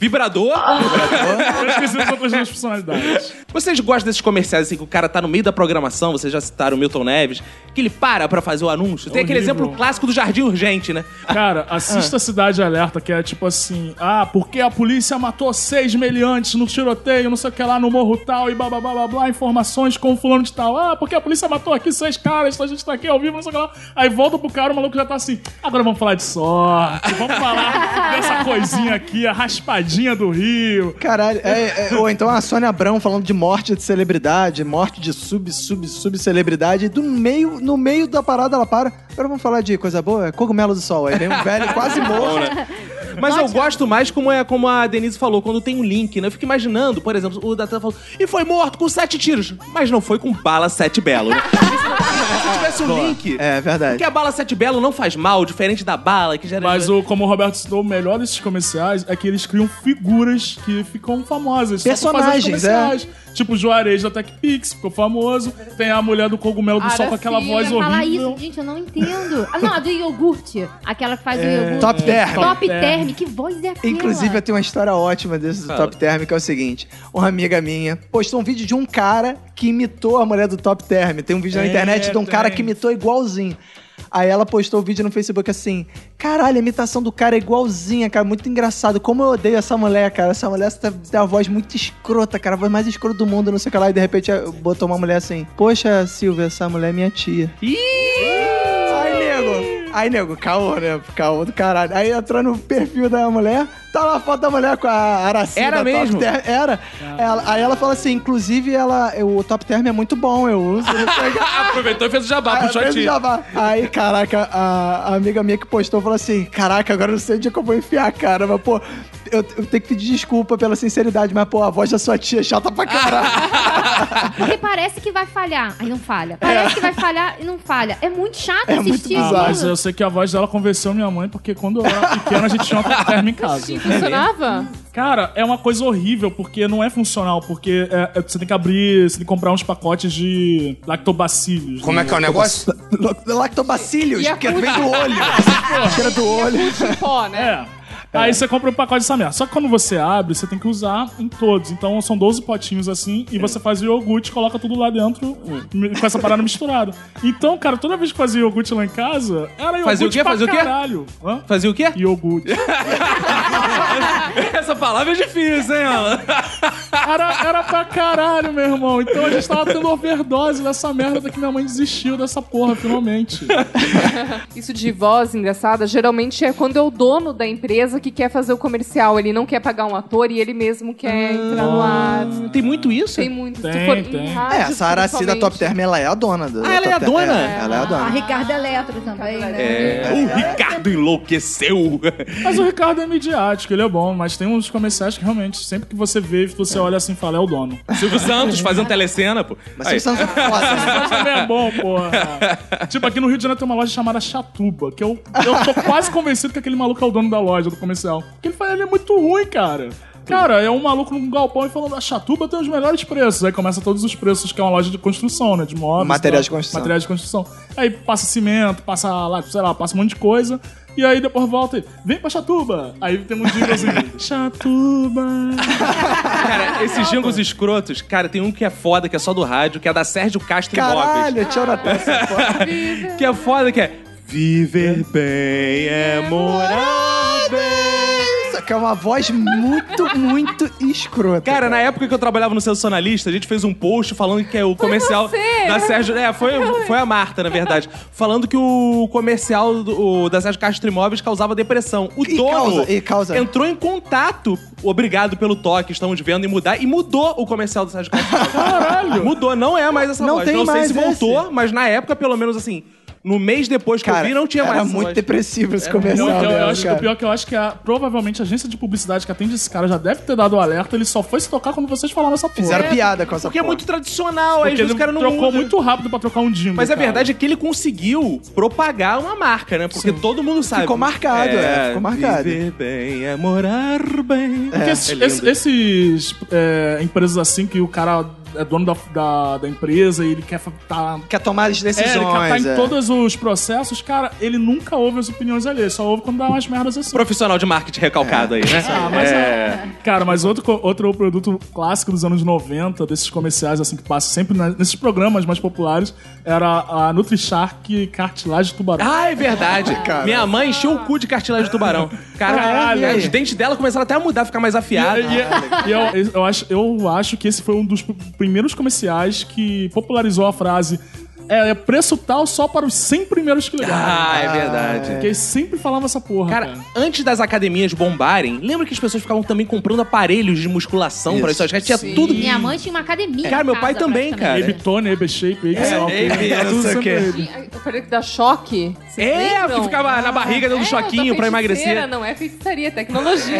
A: Vibrador.
D: Eu esqueci as outras duas funcionalidades.
A: Vocês gostam desses comerciais assim que o cara tá no meio da programação, vocês já citaram o Milton Neves, que ele para pra fazer o anúncio. Tem aquele
D: Horrível.
A: exemplo clássico do Jardim Urgente, né?
D: Cara, assista Cidade Alerta, que é tipo assim: ah, porque a polícia matou seis meliantes no tiroteio, não sei o que lá, no morro tal, e blá blá blá blá blá, informações com fulano de tal. Ah, porque a polícia matou aqui seis caras, a gente tá aqui ao vivo, não sei o que lá. Aí volta pro cara, o maluco já tá assim: agora vamos falar de sorte, vamos falar dessa coisinha aqui, a raspadinha do Rio.
B: Caralho, é, é, ou então a Sônia Abrão falando de morte de celebridade, morte de sub, sub, sub celebridade, e do meio, no meio da parada ela para. Agora vamos falar de coisa boa, é cogumelo do sol. Aí vem um velho quase morto.
A: Mas eu gosto mais como é como a Denise falou, quando tem um link, né? Eu fico imaginando, por exemplo, o Datan falou, e foi morto com sete tiros, mas não foi com bala sete belo, né? Se tivesse um link.
B: É verdade.
A: Porque a bala sete belo não faz mal, diferente da bala que gera.
D: Mas o, como o Roberto citou, o melhor desses comerciais é que eles criam figuras que ficam famosas. só pra fazer os
B: Personagens,
D: comerciais. Tipo o Juarez da TechPix, ficou famoso. Tem a mulher do cogumelo do sol com aquela
F: Aracilha,
D: voz
E: Falar
D: horrível.
E: isso, gente, eu não entendo. Ah, não, a do iogurte. Aquela que faz o iogurte.
B: Top Term.
E: Top
D: É, Term.
E: Term. Que voz é aquela?
B: Inclusive, eu tenho uma história ótima desse do Top Term, que é o seguinte: uma amiga minha postou um vídeo de um cara que imitou a mulher do Top Term. Tem um vídeo na
D: É,
B: internet de um cara
D: tem.
B: que imitou igualzinho. Aí ela postou o vídeo no Facebook assim: caralho, a imitação do cara é igualzinha, cara, muito engraçado. Como eu odeio essa mulher, cara. Essa mulher tá- tem uma voz muito escrota, cara, a voz mais escrota do mundo, não sei o que lá. E de repente botou uma mulher assim: Poxa, Silvia, essa mulher é minha tia. Aí, nego. Aí, nego, caô, né? Caô do caralho. Aí entrou no perfil da mulher, tá lá a foto da mulher com a Aracida.
A: Era
B: Top
A: mesmo?
B: Term. Era. Ela- aí ela fala assim, inclusive, ela, eu- o Top Term é muito bom, eu uso. não sei o que.
A: Ah, Aproveitou e fez o jabá,
B: Aí,
A: puxou a
B: mesmo
A: tia.
B: Ah, jabá. Aí, caraca, a, a amiga minha que postou falou assim: Caraca, agora eu não sei onde é que eu vou enfiar a cara, mas, pô, eu, eu tenho que pedir desculpa pela sinceridade, mas, pô, a voz da sua tia é chata pra caralho.
E: Porque parece que vai falhar. Aí não falha. Parece que vai falhar e não falha. É muito chato
B: É muito
E: assistir.
D: Ah,
B: bizarro.
D: mas eu sei que a voz dela convenceu minha mãe, porque quando eu era pequena a gente tinha uma termo em casa.
F: E funcionava?
D: Cara, é uma coisa horrível, porque não é funcional, porque é- é- você tem que abrir, você tem que comprar uns pacotes de né? lactobacilhos.
G: Como é que é o negócio?
B: Lactobacilhos,
F: E a
B: porque
F: cu-
B: vem do olho. Tira do olho.
F: De pó, né?
D: É. Aí você compra um pacote dessa merda. Só que quando você abre, você tem que usar em todos. Então são 12 potinhos assim,
A: É.
D: e você faz o iogurte, coloca tudo lá dentro mi- com essa parada misturada. Então, cara, toda vez que fazia iogurte lá em casa, era iogurte
A: Fazia o quê?
D: pra
A: Fazia o quê?
D: caralho. Hã?
A: Fazia o quê?
D: Iogurte.
A: Essa palavra é difícil, hein, Alan?
D: Era, era pra caralho, meu irmão. Então a gente tava tendo overdose dessa merda até que minha mãe desistiu dessa porra, finalmente.
F: Isso de voz engraçada geralmente é quando é o dono da empresa que quer fazer o comercial. Ele não quer pagar um ator e ele mesmo
A: Ah.
F: quer entrar no ar.
A: Tem muito isso?
F: Tem muito.
D: Tem, tem.
B: É, a Saraci da Top Term, ela é a dona. Da,
A: Ah, ela
B: da
A: é a
B: Top Term.
A: dona?
B: É, ela é a
C: A
B: dona.
C: Ricardo Eletro também, né?
A: É, o Ricardo enlouqueceu.
D: Mas o Ricardo é midiático, ele é bom, mas tem uns comerciais que realmente, sempre que você vê, você olha assim e fala, é o dono.
A: Silvio Santos
F: Uhum.
A: fazendo telecena, pô.
B: Mas
A: Aí.
B: vocês são foda.
D: Mas também é bom, porra. tipo, aqui no Rio de Janeiro tem uma loja chamada Chatuba, que eu, eu tô quase convencido que aquele maluco é o dono da loja, do comercial. Porque ele fala, ele é muito ruim, cara. Cara, é um maluco num galpão e falando, a Chatuba tem os melhores preços. Aí começa todos os preços, que é uma loja de construção, né? De móveis.
B: Materiais
D: tal,
B: de construção.
D: Materiais de construção. Aí passa cimento, passa lá, sei lá, passa um monte de coisa. E aí depois volta e, vem pra Chatuba. Aí tem um jingle assim, Chatuba.
A: Cara, esses jingles escrotos, cara, tem um que é foda, que é só do rádio, que é da Sérgio Castro Imóveis.
B: Caralho, tira na testa.
A: Que é foda, que é. Viver bem é morar bem.
B: Isso aqui é uma voz muito, muito escrota.
A: Cara, na época que eu trabalhava no Sensacionalista, a gente fez um post falando que é o comercial
F: você!
A: da Sérgio. É, foi, foi a Marta, na verdade. Falando que o comercial do- o- da Sérgio Castro Imóveis causava depressão. O
B: E
A: dono
B: causa, e causa.
A: entrou em contato, obrigado pelo toque, estamos vendo, e mudar, e mudou o comercial do Sérgio Castro Imóveis. Caralho! Mudou, não é mais essa
B: Não
A: voz.
B: tem
A: não sei
B: mais
A: se voltou,
B: esse.
A: mas na época, pelo menos assim, no mês depois que eu vi, não tinha
B: era
A: mais essa
B: muito
A: voz.
B: depressivo esse
D: Eu,
B: comercial.
D: eu,
B: dela,
D: acho que
B: cara.
D: o pior é que eu acho que a, provavelmente a agência de publicidade que atende esse cara já deve ter dado o alerta, ele só foi se tocar quando vocês falaram essa porra.
B: Fizeram piada com essa
A: Porque é
B: porra.
A: muito tradicional, aí às
D: Porque
A: vezes
D: ele
A: o cara não
D: trocou
A: muda.
D: muito rápido pra trocar um jingle.
A: Mas a
D: cara.
A: verdade é que ele conseguiu propagar uma marca, né? Porque todo mundo sabe.
B: Ficou marcado, é, ficou marcado.
A: Viver bem é morar bem.
D: Porque esses,
A: lindo.
D: esses- esses, é, empresas assim que o cara é dono da, da, da empresa e ele quer fa- tá.
B: Quer tomar as
D: É, ele quer tá
B: decisões.
D: em
B: é.
D: todos os processos, cara, ele nunca ouve as opiniões alheias, só ouve quando dá umas merdas assim.
A: Profissional de marketing recalcado aí, né?
D: Ah, mas é. Cara, mas outro, co- outro produto clássico dos anos 90, desses comerciais assim que passa sempre na- nesses programas mais populares, era a NutriShark cartilagem de tubarão.
A: Ah, é verdade. Minha mãe encheu o cu de cartilagem de tubarão. Caralho,
D: Caralho.
A: os dentes dela começaram até a mudar, ficar mais afiado.
D: E- e- e eu, eu acho, eu acho que esse foi um dos pr- primeiros comerciais que popularizou a frase é, é preço tal só para os 100 primeiros que ligarem.
A: Ah, é verdade.
D: Porque sempre falava essa
B: Ah.
D: porra. Cara,
A: Cara, antes das academias bombarem, lembra que as pessoas ficavam também comprando aparelhos de musculação para isso? Acho que tinha tudo.
E: Minha mãe tinha uma academia.
A: Cara,
E: em
A: meu
E: casa,
A: pai também,
E: praticamente.
D: Ebitone, Ebeshape, é,
A: Abe, eu não sei o quê.
F: Eu falei que dá choque. Vocês
A: É,
F: lembram?
A: porque ficava na barriga dando
F: É,
A: choquinho
F: da
A: pra
F: feiticeira,
A: emagrecer.
F: Não é feitiçaria, é tecnologia.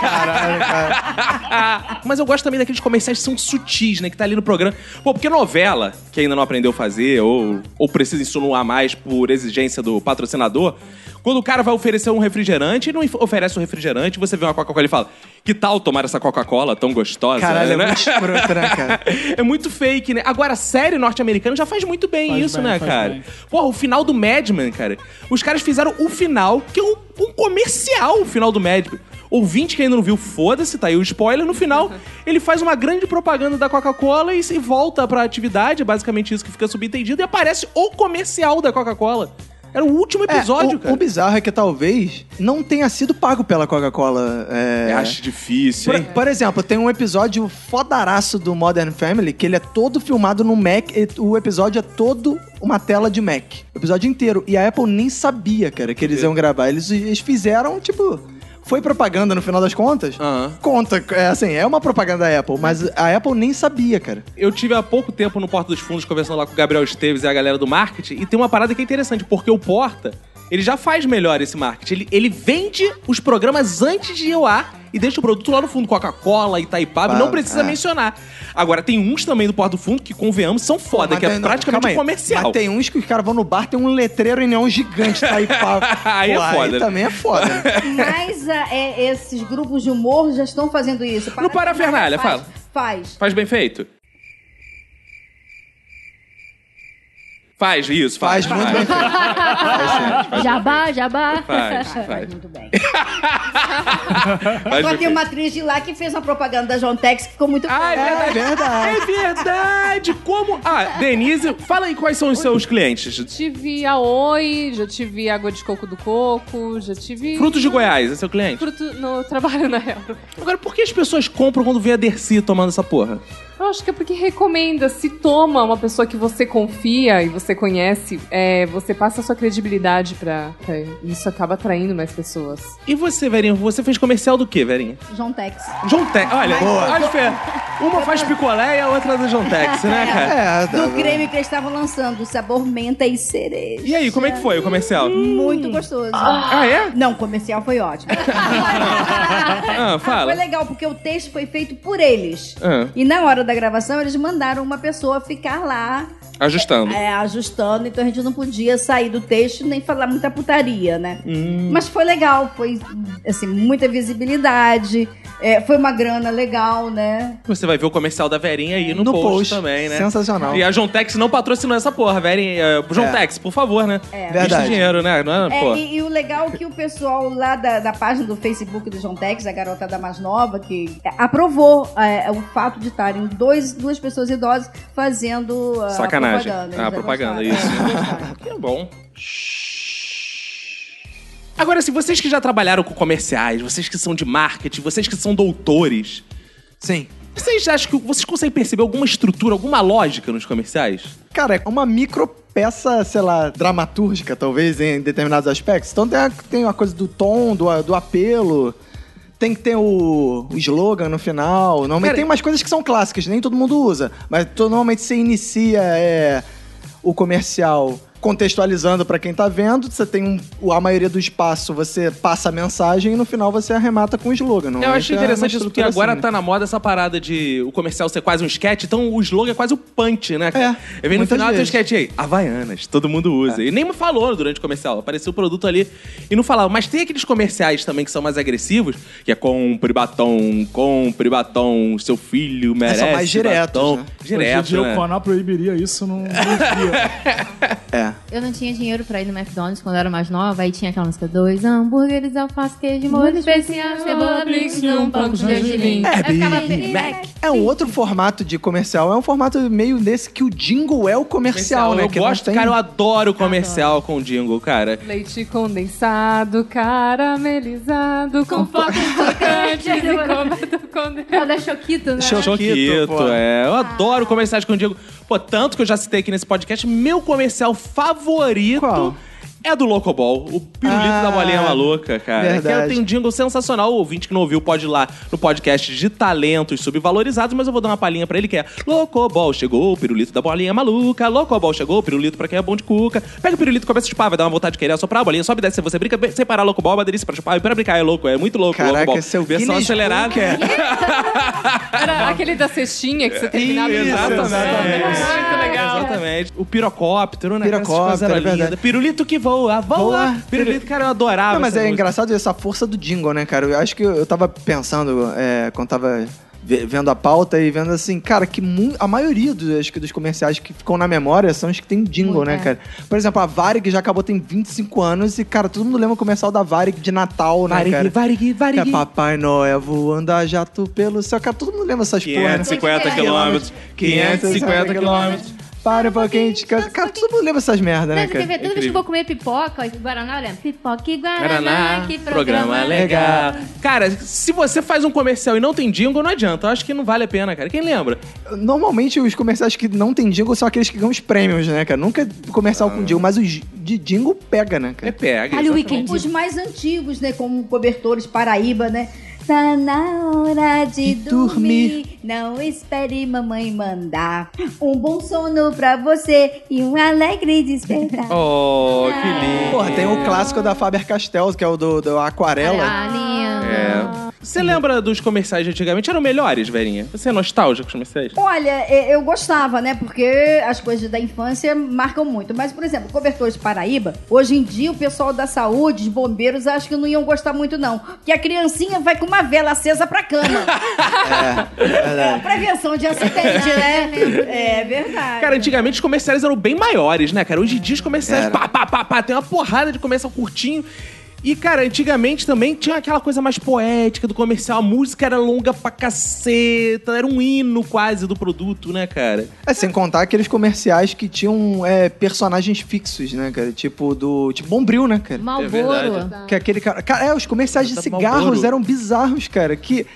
B: Caralho, cara.
A: Mas eu gosto também daqueles comerciais que são sutis, né? Que tá ali no programa. Pô, porque novela, que ainda não aprendeu a fazer, ou, ou precisa insinuar mais por exigência do patrocinador, quando o cara vai oferecer um refrigerante e não inf- oferece o refrigerante, você vê uma Coca-Cola e fala: Que tal tomar essa Coca-Cola tão gostosa?
B: Caralho, é
A: né?
B: muito escroto, né, cara?
A: É muito fake, né? Agora, a série norte-americana já faz muito bem
D: Faz
A: isso,
D: bem,
A: né,
D: faz
A: cara?
D: bem.
A: Porra, o final do Madman, cara. Os caras fizeram o final, que é um, um comercial, o final do Madman. Ouvinte que ainda não viu, foda-se, tá aí o spoiler. No final, ele faz uma grande propaganda da Coca-Cola e, se volta pra atividade, basicamente isso que fica subentendido, e aparece o comercial da Coca-Cola. Era o último
B: É,
A: episódio,
B: o,
A: cara.
B: o bizarro é que talvez não tenha sido pago pela Coca-Cola. é.
A: Eu Acho difícil,
B: Por,
A: hein?
B: por exemplo, tem um episódio fodaraço do Modern Family que ele é todo filmado no Mac. e o episódio é todo uma tela de Mac. O episódio inteiro. E a Apple nem sabia, cara, que eles iam gravar. Eles, eles fizeram, tipo. Foi propaganda no final das contas?
A: Aham.
B: Conta, é assim, é uma propaganda da Apple, mas a Apple nem sabia, cara.
A: Eu tive há pouco tempo no Porta dos Fundos conversando lá com o Gabriel Esteves e a galera do marketing, e tem uma parada que é interessante, porque o Porta, ele já faz melhor esse marketing. Ele, ele vende os programas antes de ir ao ar e deixa o produto lá no fundo, Coca-Cola, Itaipava,
B: Claro,
A: não precisa
B: é.
A: mencionar. Agora, tem uns também do Porta do Fundo que, convenhamos, são foda,
B: Mas
A: que é
B: tem- não,
A: praticamente
B: calma aí.
A: comercial.
B: Mas tem uns que os caras vão no bar, tem um letreiro em neon gigante, tá aí pá.
A: Aí é
B: Pô,
A: foda, né?
B: Aí também é foda. né?
C: Mas ah, é, esses grupos de humor já estão fazendo isso.
A: No Parafernália,
C: faz-
A: fala.
C: Faz.
A: Faz bem feito? Faz isso, faz.
B: Faz muito bem
E: Jabá, jabá.
A: Faz, faz.
C: Faz muito bem.
A: Faz
C: Agora
A: bem
C: tem
A: feito.
C: uma atriz de lá que fez uma propaganda da João Tex que ficou muito
A: Ah, é
C: boa.
B: É
A: verdade.
B: verdade.
A: É verdade. Como. Ah, Denise, fala aí quais são os seus clientes.
F: Tive a Oi, já tive água de coco do coco, já tive.
A: Frutos de Goiás, é seu cliente?
F: Fruto no trabalho na real.
A: Agora, por que as pessoas compram quando vê a Dercy tomando essa porra?
F: Eu acho que é porque recomenda, se toma uma pessoa que você confia e você conhece, é, você passa a sua credibilidade pra, pra e isso acaba atraindo mais pessoas.
A: E você, Verinha? Você fez comercial do quê, Verinha?
C: João Tex.
A: John Tex. Olha, olha, Fê. Uma faz picolé e a outra é da John Tex, né, cara?
B: É, tá.
C: Do creme que eles estavam lançando, o sabor menta e cereja.
A: E aí, como é que foi o comercial?
C: Muito gostoso.
A: Ah, é?
C: Não, o comercial foi ótimo.
A: Ah,
C: Foi
A: fala.
C: legal, porque o texto foi feito por eles.
A: Ah.
C: E na hora da gravação, eles mandaram uma pessoa ficar lá
A: Ajustando.
C: é, ajustando, então a gente não podia sair do texto nem falar muita putaria, né?
A: Hum.
C: Mas foi legal, foi assim, muita visibilidade, é, foi uma grana legal, né?
A: Você vai ver o comercial da Verinha aí no,
B: No
A: post,
B: post.
A: também, né?
B: Sensacional.
A: E a John Tex não patrocinou essa porra, Verinha. eh, John
B: É.
A: Tex, por favor, né? É.
B: Verdade.
A: dinheiro, né? Não é,
C: É,
A: pô.
C: e, e o legal é que o pessoal lá da, da página do Facebook do João Tex, a garotada mais nova, que aprovou é, o fato de estarem dois, duas pessoas idosas fazendo a
A: Sacanagem.
C: propaganda.
A: Ah,
C: Eles
A: propaganda,
C: gostaram.
A: isso.
C: É, eles gostaram.
A: Que bom. Agora, se vocês que já trabalharam com comerciais, vocês que são de marketing, vocês que são doutores,
B: Sim.
A: vocês acham que vocês conseguem perceber alguma estrutura, alguma lógica nos comerciais?
B: Cara, é uma micro peça, sei lá, dramatúrgica, talvez, em determinados aspectos. Então tem a, tem a coisa do tom, do, a- do apelo. Tem que ter o, o slogan no final. Normalmente
A: Cara,
B: tem umas coisas que são clássicas, nem todo mundo usa. Mas to- normalmente você inicia é, o comercial contextualizando pra quem tá vendo. Você tem um- o- a maioria do espaço, você passa a mensagem e no final você arremata com o slogan.
A: Eu
B: Normalmente
A: acho
B: é uma
A: interessante isso, porque
B: estrutura
A: agora
B: assim, né?
A: tá na moda essa parada de o comercial ser quase um sketch, então o slogan é quase o punch, né? cara?
B: É,
A: Eu venho no
B: muitas
A: final tem um
B: vezes.
A: sketch aí, Havaianas, todo mundo usa.
B: É.
A: E nem falou durante o comercial, apareceu o produto ali e não falava. Mas tem aqueles comerciais também que são mais agressivos, que é compre batom, compre batom, seu filho merece
B: É, são mais diretos,
A: batom.
B: né?
D: Hoje em
A: Direto,
D: dia
A: né?
D: o Conar proibiria isso num num dia.
B: É.
E: Eu não tinha dinheiro pra ir no McDonald's quando eu era mais nova, aí tinha aquela música: dois hambúrgueres, alface, queijo, molho especial, cebola, blitz, um pão com gergelim.
B: É,
E: Aí eu ficava
B: Big
E: feliz.
B: É um outro formato de comercial. É um formato meio desse que o jingle é o comercial, né?
A: Eu
B: que não
A: gosto,
B: tem-
A: cara, eu adoro comercial com jingle, cara.
F: Leite condensado, caramelizado, com flocos crocantes e coberto com...
E: É da Choquito, né?
A: Choquito,
B: um pô.
A: é. Eu adoro comerciais com o Diego. Pô, tanto que eu já citei aqui nesse podcast, meu comercial favorito
B: Qual?
A: é do Locobol, o pirulito
B: Ah,
A: da bolinha maluca, cara.
B: verdade.
A: Que tem um jingle sensacional. O ouvinte que não ouviu pode ir lá no podcast de talentos subvalorizados, mas eu vou dar uma palhinha pra ele que é Locobol chegou, o pirulito da bolinha maluca. Locobol chegou, o pirulito pra quem é bom de cuca. Pega o pirulito, começa a chupar, vai dar uma vontade de querer assoprar a bolinha, sobe, desce, você brinca, be- separar Locobol, baderista pra chupar e pra brincar. É louco, é muito louco.
B: Caraca,
A: Locobol.
B: esse é o
A: Versão
B: Guinness
A: acelerada.
B: Book, é.
F: Era aquele da cestinha que você terminava
B: Isso,
E: Ah,
F: Era
B: exatamente.
F: Muito legal.
A: Exatamente. O pirocóptero, né?
B: Pirocóptero,
A: Essas coisas eram
B: é verdade.
A: lindas. Pirulito que voa, voa.
B: Voa.
A: Pirulito, cara, eu adorava.
B: Não, mas
A: essa
B: é
A: música.
B: engraçado essa força do jingle, né, cara? Eu acho que eu eu tava pensando é, quando tava ve- vendo a pauta e vendo assim, cara, que mu- a maioria dos, acho que dos comerciais que ficam na memória são os que tem jingle, né,
E: é.
B: cara? Por exemplo, a Varig já acabou tem 25 anos e, cara, todo mundo lembra o comercial da Varig de Natal, né,
A: Varigui,
B: cara?
A: varigui,
B: Que é
A: varigui.
B: Papai Noel voando a jato pelo céu. Cara, todo mundo lembra essas porra, né?
A: 550 quilômetros. 550 quilômetros.
B: Para um pouquinho, descansa. Cara, todo mundo lembra essas merda, né,
E: Mas
B: cara?
E: você vê, toda vez que eu vou comer pipoca e Guaraná, olha, pipoca e Guaraná,
A: Paraná,
E: que programa legal.
A: Cara, se você faz um comercial e não tem jingle, não adianta. Eu acho que não vale a pena, cara. Quem lembra?
B: Normalmente os comerciais que não tem jingle são aqueles que ganham os prêmios, né, cara? Nunca comercial com jingle, mas os de jingle pega, né,
A: É
B: cara?
A: pega.
E: Olha o
A: exatamente.
E: weekend.
C: Os mais antigos, né? Como cobertores Paraíba, né? Tá na hora
B: De
C: de
B: dormir.
C: dormir. Não espere mamãe mandar. Um bom sono pra você e um alegre despertar.
A: Oh, que lindo.
B: um Porra, tem o clássico da Faber Castell, que é o do, do Aquarela.
E: Ah, lindo.
A: É. Você lembra dos comerciais de antigamente? Eram melhores, velhinha? Você é nostálgica com os comerciais?
C: Olha, é, eu gostava, né? Porque as coisas da infância marcam muito. Mas, por exemplo, cobertores de Paraíba, hoje em dia o pessoal da saúde, os bombeiros, acho que não iam gostar muito, não. Porque a criancinha vai com uma vela acesa pra cama. É, prevenção de acidente, né? É verdade.
A: Cara, antigamente os comerciais eram bem maiores, né, cara? Hoje em dia os comerciais, pá, pá, pá, pá, tem uma porrada de comercial curtinho. E, cara, antigamente também tinha aquela coisa mais poética do comercial. A música era longa pra caceta, era um hino quase do produto, né, cara?
B: É, sem contar aqueles comerciais que tinham é, personagens fixos, né, cara? Tipo do. Tipo Bombril, né,
E: é
B: cara?
E: Malboro.
B: Que aquele cara. Cara, é, os comerciais de
A: Tá
B: cigarros
A: Marlboro.
B: eram bizarros, cara. Que.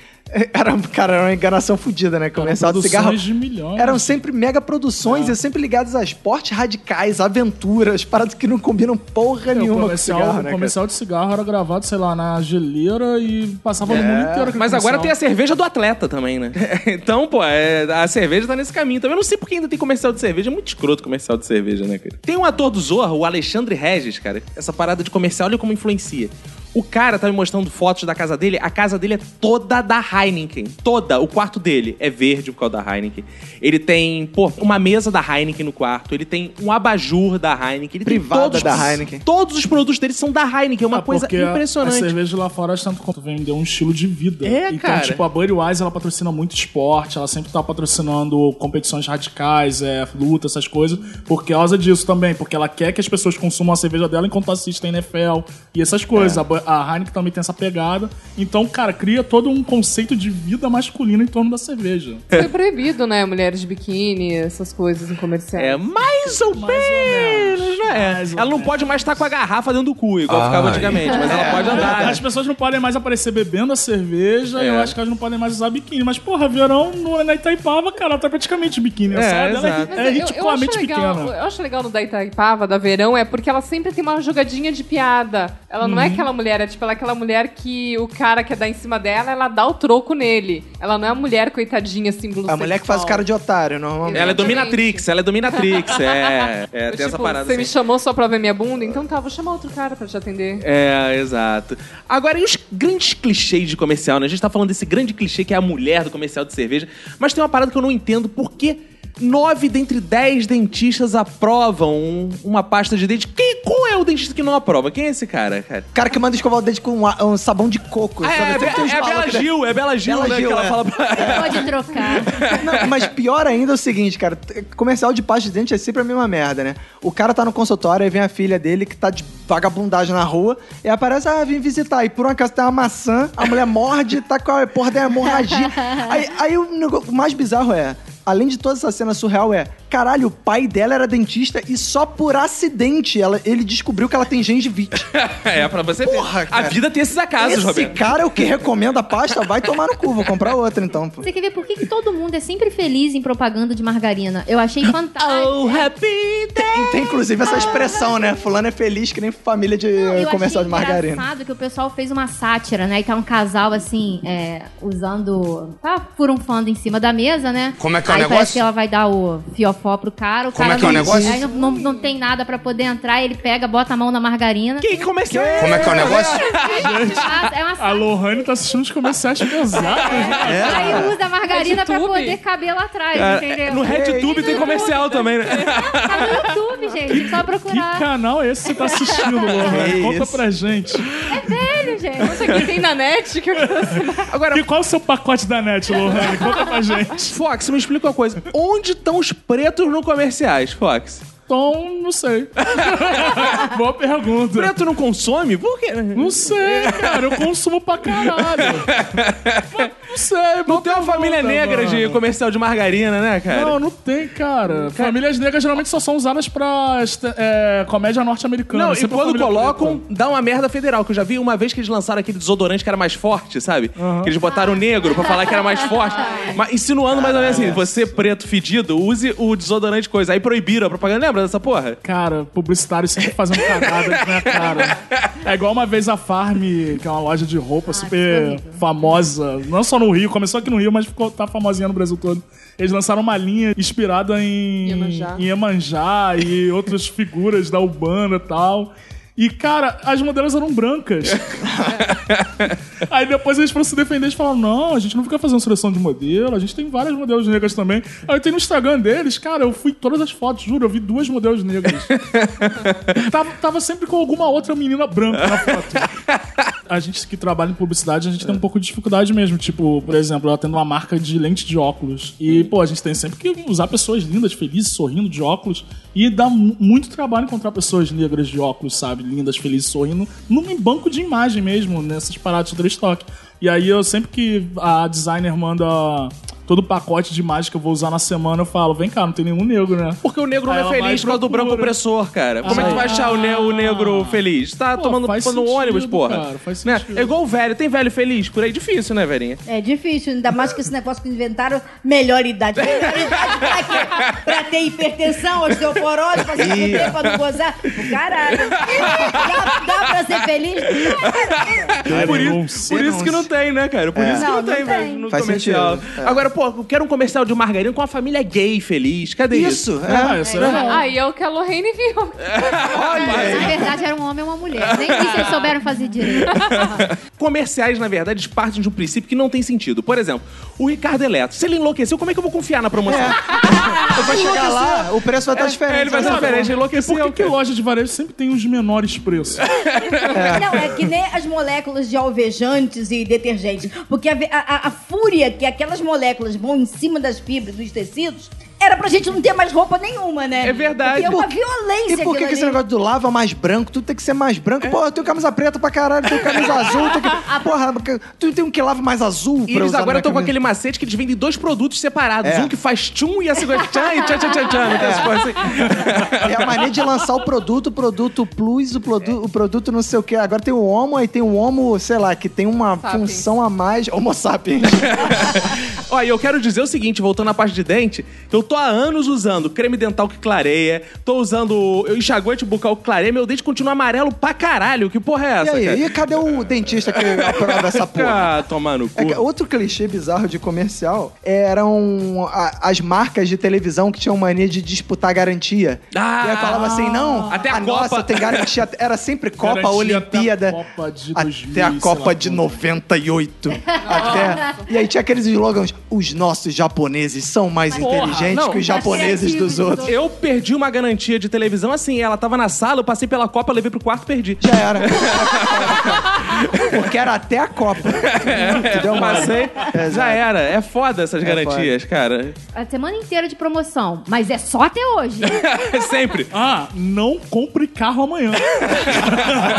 B: Era, cara, era uma enganação fodida, né? Comercial de cigarro.
D: Produções de milhões.
A: um
B: Eram sempre mega
A: É.
B: produções e sempre ligados a esportes radicais, aventuras, paradas que não combinam porra
D: É, o
B: nenhuma com
D: comercial,
A: um
B: cigarro,
D: o
B: né?
D: comercial de cigarro era gravado, sei lá, na geleira e passava
B: É.
D: no mundo inteiro. aquele
A: Mas agora
D: comercial.
A: tem a cerveja do atleta também, né? Então, pô, é, a cerveja tá nesse caminho também. Eu não sei porque ainda tem comercial de cerveja. É muito escroto comercial de cerveja, né, cara? Tem um ator do Zorra, o Alexandre Regis, cara. Essa parada de comercial, olha como influencia. O cara tá me mostrando fotos da casa dele. A casa dele é toda da Heineken. Toda. O quarto dele é verde por causa da Heineken. Ele tem, pô, uma mesa da Heineken no quarto. Ele tem um abajur da Heineken. Ele
B: Privada
A: tem todos,
B: da Heineken.
A: Todos os produtos dele são da Heineken. É uma
D: Ah,
A: coisa
D: porque a- A
A: impressionante.
D: cerveja lá fora, tanto quanto vender um estilo de vida.
A: É,
D: então,
A: cara.
D: tipo, a Budweiser, ela patrocina muito esporte, ela sempre tá patrocinando competições radicais, é, luta, essas coisas, por causa disso também, porque ela quer que as pessoas consumam a cerveja dela enquanto assistem NFL e
B: É.
D: essas coisas. A, Bu- a Heineken também tem essa pegada. Então, cara, cria todo um conceito de vida masculina em torno da cerveja.
F: Foi proibido, né? Mulheres de biquíni, essas coisas em comercial.
A: É, mais ou
D: Mais ou
A: menos,
D: menos,
A: né?
D: mais ou
A: Ela não
D: menos.
A: pode mais estar com a garrafa dentro do cu, igual ficava antigamente, mas ela pode andar. né?
D: As pessoas não podem mais aparecer bebendo a cerveja,
A: É.
D: eu acho que elas não podem mais usar biquíni. Mas, porra, verão no, na Itaipava, cara, ela tá praticamente biquíni.
A: É,
D: É, sabe? Ela
A: exato.
D: é, é ridiculamente
F: acho legal,
D: pequena.
F: Eu acho legal no da Itaipava, da Verão, é porque ela sempre tem uma jogadinha de piada. Ela não é aquela mulher, é tipo, ela é aquela mulher que o cara quer dar em cima dela, ela dá o troco nele. Ela não é a mulher coitadinha, assim, símbolo
B: A mulher que faz cara de otário, normalmente.
A: Ela é
F: Exatamente.
A: dominatrix, ela é dominatrix, é. é, tem essa parada.
F: tipo, Você me
A: assim.
F: chamou só pra ver minha bunda? Então tá, vou chamar outro cara pra te atender.
A: É, exato. Agora, e os grandes clichês de comercial, né? A gente tá falando desse grande clichê que é a mulher do comercial de cerveja, mas tem uma parada que eu não entendo, por que nove dentre dez dentistas aprovam um- uma pasta de dente? Quem, qual é o dentista que não aprova? Quem é esse cara, cara?
B: O cara que manda escovar o dedo com a- um sabão de coco.
A: Ah,
B: sabe?
A: é, é,
B: Sempre tem uns
A: é a Bela
B: malucos, né?
A: Gil, é a Bela Gil,
B: Bela
A: né?
B: Gil,
A: que ela
B: é.
A: fala pra...
E: Pode trocar.
B: Não, mas pior ainda é o seguinte, cara. t- Comercial de pasta de dente é sempre a mesma merda, né? O cara tá no consultório, aí vem a filha dele que tá de vagabundagem na rua, e aparece, ah, vim visitar. E por um acaso tem uma maçã, a mulher morde, tá com a porra da hemorragia. Aí, aí o, nego- o mais bizarro é. Além de toda essa cena surreal, é caralho, o pai dela era dentista e só por acidente ela- ele descobriu que ela tem gengivite.
A: É, pra você ver.
B: Porra,
A: A
B: cara.
A: vida tem esses acasos,
B: Esse
A: Roberto.
B: cara é o que recomenda a pasta, vai tomar no cu, vou comprar outra então, pô.
E: Você quer ver por que, que todo mundo é sempre feliz em propaganda de margarina? Eu achei fantástico.
A: Oh, happy day.
B: E tem inclusive
A: Ah,
B: essa expressão, né? Fulano é feliz que nem família de
E: Não,
B: eh,
E: eu
B: comercial de
E: achei
B: margarina.
E: engraçado que o pessoal fez uma sátira, né? E tá um casal, assim, é, usando... Tá furunfando em cima da mesa, né?
G: Como é que é o
E: Aí
G: negócio?
E: parece que ela vai dar o fiofó pro cara. O
G: Como
E: cara
G: é que é o
E: não-
G: negócio?
E: Aí não, não, não tem nada pra poder entrar. Ele pega, bota a mão na margarina.
A: Que comercial
G: Como é que é o negócio?
E: É uma
D: A Lohane tá assistindo os comerciais pesados. né?
B: É,
E: Aí usa a margarina pra
F: RedTube.
E: poder caber lá atrás,
D: É,
E: entendeu?
A: É, No RedTube tem comercial também, né?
E: Tá no YouTube, gente. é Só
D: Que
E: procurar.
D: canal é esse que você tá assistindo,
B: É
D: Lohane? Conta
B: isso.
D: pra gente.
E: Velho, gente.
F: Isso aqui tem na net que eu Tipo,
D: E qual é o seu pacote da net, Lohane? Conta pra gente.
A: Fox, me explica uma coisa. Onde estão os pretos no comerciais, Fox?
D: Tom, não sei. Boa pergunta.
A: Preto não consome? Por quê?
D: Não sei, cara. Eu consumo pra caralho. Não sei,
A: Não tem uma família
D: pergunta,
A: negra né? de
D: mano.
A: comercial de margarina, né, cara?
D: Não, não tem, cara. Famílias negras geralmente só são usadas pra esta- é, comédia norte-americana.
A: Não, e
D: Sempre
A: quando
D: é família
A: colocam,
D: preta.
A: dá uma merda federal. Que eu já vi uma vez que eles lançaram aquele desodorante que era mais forte, sabe? Que eles botaram negro pra falar que era mais forte. Mas insinuando mais ou menos assim: você, preto fedido, use o desodorante coisa. Aí proibiram a propaganda. Lembra dessa porra?
D: Cara, publicitário sempre fazendo cagada na minha cara. É igual uma vez a Farm, que é uma loja de roupa super famosa, não só no Rio, começou aqui no Rio, mas ficou, tá famosinha no Brasil todo. Eles lançaram uma linha inspirada em
F: Iemanjá.
D: em Iemanjá e outras figuras da Umbanda e tal. E, cara, as modelos eram brancas. Aí depois eles foram se defender e falaram: não, a gente não fica fazendo seleção de modelo, a gente tem várias modelos negras também. Aí eu tenho no Instagram deles, cara, eu fui todas as fotos, juro, eu vi duas modelos negras. tava, tava sempre com alguma outra menina branca na foto. A gente que trabalha em publicidade, a gente tem um pouco de dificuldade mesmo. Tipo, por exemplo, ela tendo uma marca de lente de óculos. E, pô, a gente tem sempre que usar pessoas lindas, felizes, sorrindo de óculos. E dá mu- muito trabalho encontrar pessoas negras de óculos, sabe? Lindas, felizes, sorrindo. Num banco de imagem mesmo, nessas paradas de estoque. E aí eu sempre que a designer manda todo o pacote de imagem que eu vou usar na semana, eu falo, vem cá, não tem nenhum negro, né?
A: Porque o negro não
D: Aí
A: é
D: ela
A: feliz
D: mais
A: por causa do branco
D: procura.
A: opressor, cara. Como é que tu vai
D: Ah.
A: achar o, ne- o negro feliz? Tá
D: Pô,
A: tomando
D: faz
A: faz no
D: sentido,
A: ônibus, porra.
D: cara, faz
A: Né?
D: sentido.
A: É igual o velho. Tem velho feliz? Por aí difícil, né, velhinha?
C: É difícil, ainda mais que esse negócio que inventaram, melhor idade. Melhor idade pra quê? Pra ter hipertensão, osteoporose, pra se comer, pra não gozar. O Caralho. Dá, dá pra ser feliz?
A: por
D: não
A: isso, por isso que não tem, né, cara? Por isso que não,
C: É. Não,
A: tem,
C: não tem.
A: velho, no
B: Faz
A: comercial.
B: sentido,
A: Agora, pô, eu quero um comercial de margarina com a família gay feliz. Cadê isso?
B: Isso, é.
D: Ah, isso é legal.
F: Aí é o que a Lorraine viu.
E: Na verdade, era um homem e uma mulher. Nem isso eles souberam fazer direito.
A: Comerciais, na verdade, partem de um princípio que não tem sentido. Por exemplo, o Ricardo Eletro. Se ele enlouqueceu, como é que eu vou confiar na promoção?
B: Tu vai chegar lá, o preço vai estar diferente.
A: É, ele vai ser
B: Sabe?
A: diferente, ele enlouqueceu.
D: Por que, que
A: cara.
D: loja de varejo sempre tem os menores preços?
C: Não, é que nem as moléculas de alvejantes e detergentes. Porque a, ve- a- a- a fúria que aquelas moléculas vão em cima das fibras dos tecidos era pra gente não ter mais roupa nenhuma, né?
A: É verdade.
C: Porque é uma
A: Por-
C: violência
B: E por que,
C: aquilo
B: que esse
C: ali.
B: negócio do lava mais branco? Tudo tem que ser mais branco. Porra, eu tenho camisa preta pra caralho, tenho camisa azul. Tenho que... Porra, tu tem um que lava mais azul pra
A: E eles
B: usar
A: agora
B: na
A: estão com
B: camisa.
A: aquele macete que eles vendem dois produtos separados.
B: É.
A: Um que faz tchum e a segunda tchan e tchan tchan tchan tchan. Então, tipo assim,
B: É a mania de lançar o produto, o produto plus, o, produ o produto não sei o quê. Agora tem o homo, aí tem o homo, sei lá, que tem uma
F: Sapiens.
B: função a mais. Homo sapiens.
A: Ó, e eu quero dizer o seguinte, voltando à parte de dente, que eu tô há anos usando creme dental que clareia, tô usando o enxaguante bucal que clareia, meu dente continua amarelo pra caralho. Que porra é
B: e
A: essa,
B: aí?
A: cara?
B: E cadê o dentista que aprova essa porra?
A: Ah, tomar no cu.
B: É que outro clichê bizarro de comercial eram a- as marcas de televisão que tinham mania de disputar garantia.
A: Ah!
B: e aí falava assim, não,
A: Até a
B: nossa
A: Copa.
B: tem garantia. Era sempre Copa,
D: Garantia
B: Olimpíada.
D: até a Copa de 2000,
B: até a
D: sei
B: Copa
D: lá
B: de
D: quando.
B: 98. até, e aí tinha aqueles slogans, os nossos japoneses são mais inteligentes
A: não,
B: que os
E: mais
B: japoneses dos
E: criativos dos
B: outros.
A: Eu perdi uma garantia de televisão assim, ela tava na sala, eu passei pela copa, levei pro quarto e perdi.
B: Já era. Porque era até a Copa. Entendeu,
A: Eu
B: mano?
A: passei, já era. É foda essas garantias, cara.
E: A semana inteira de promoção, mas é só até hoje.
A: Sempre.
D: Ah, não compre carro amanhã.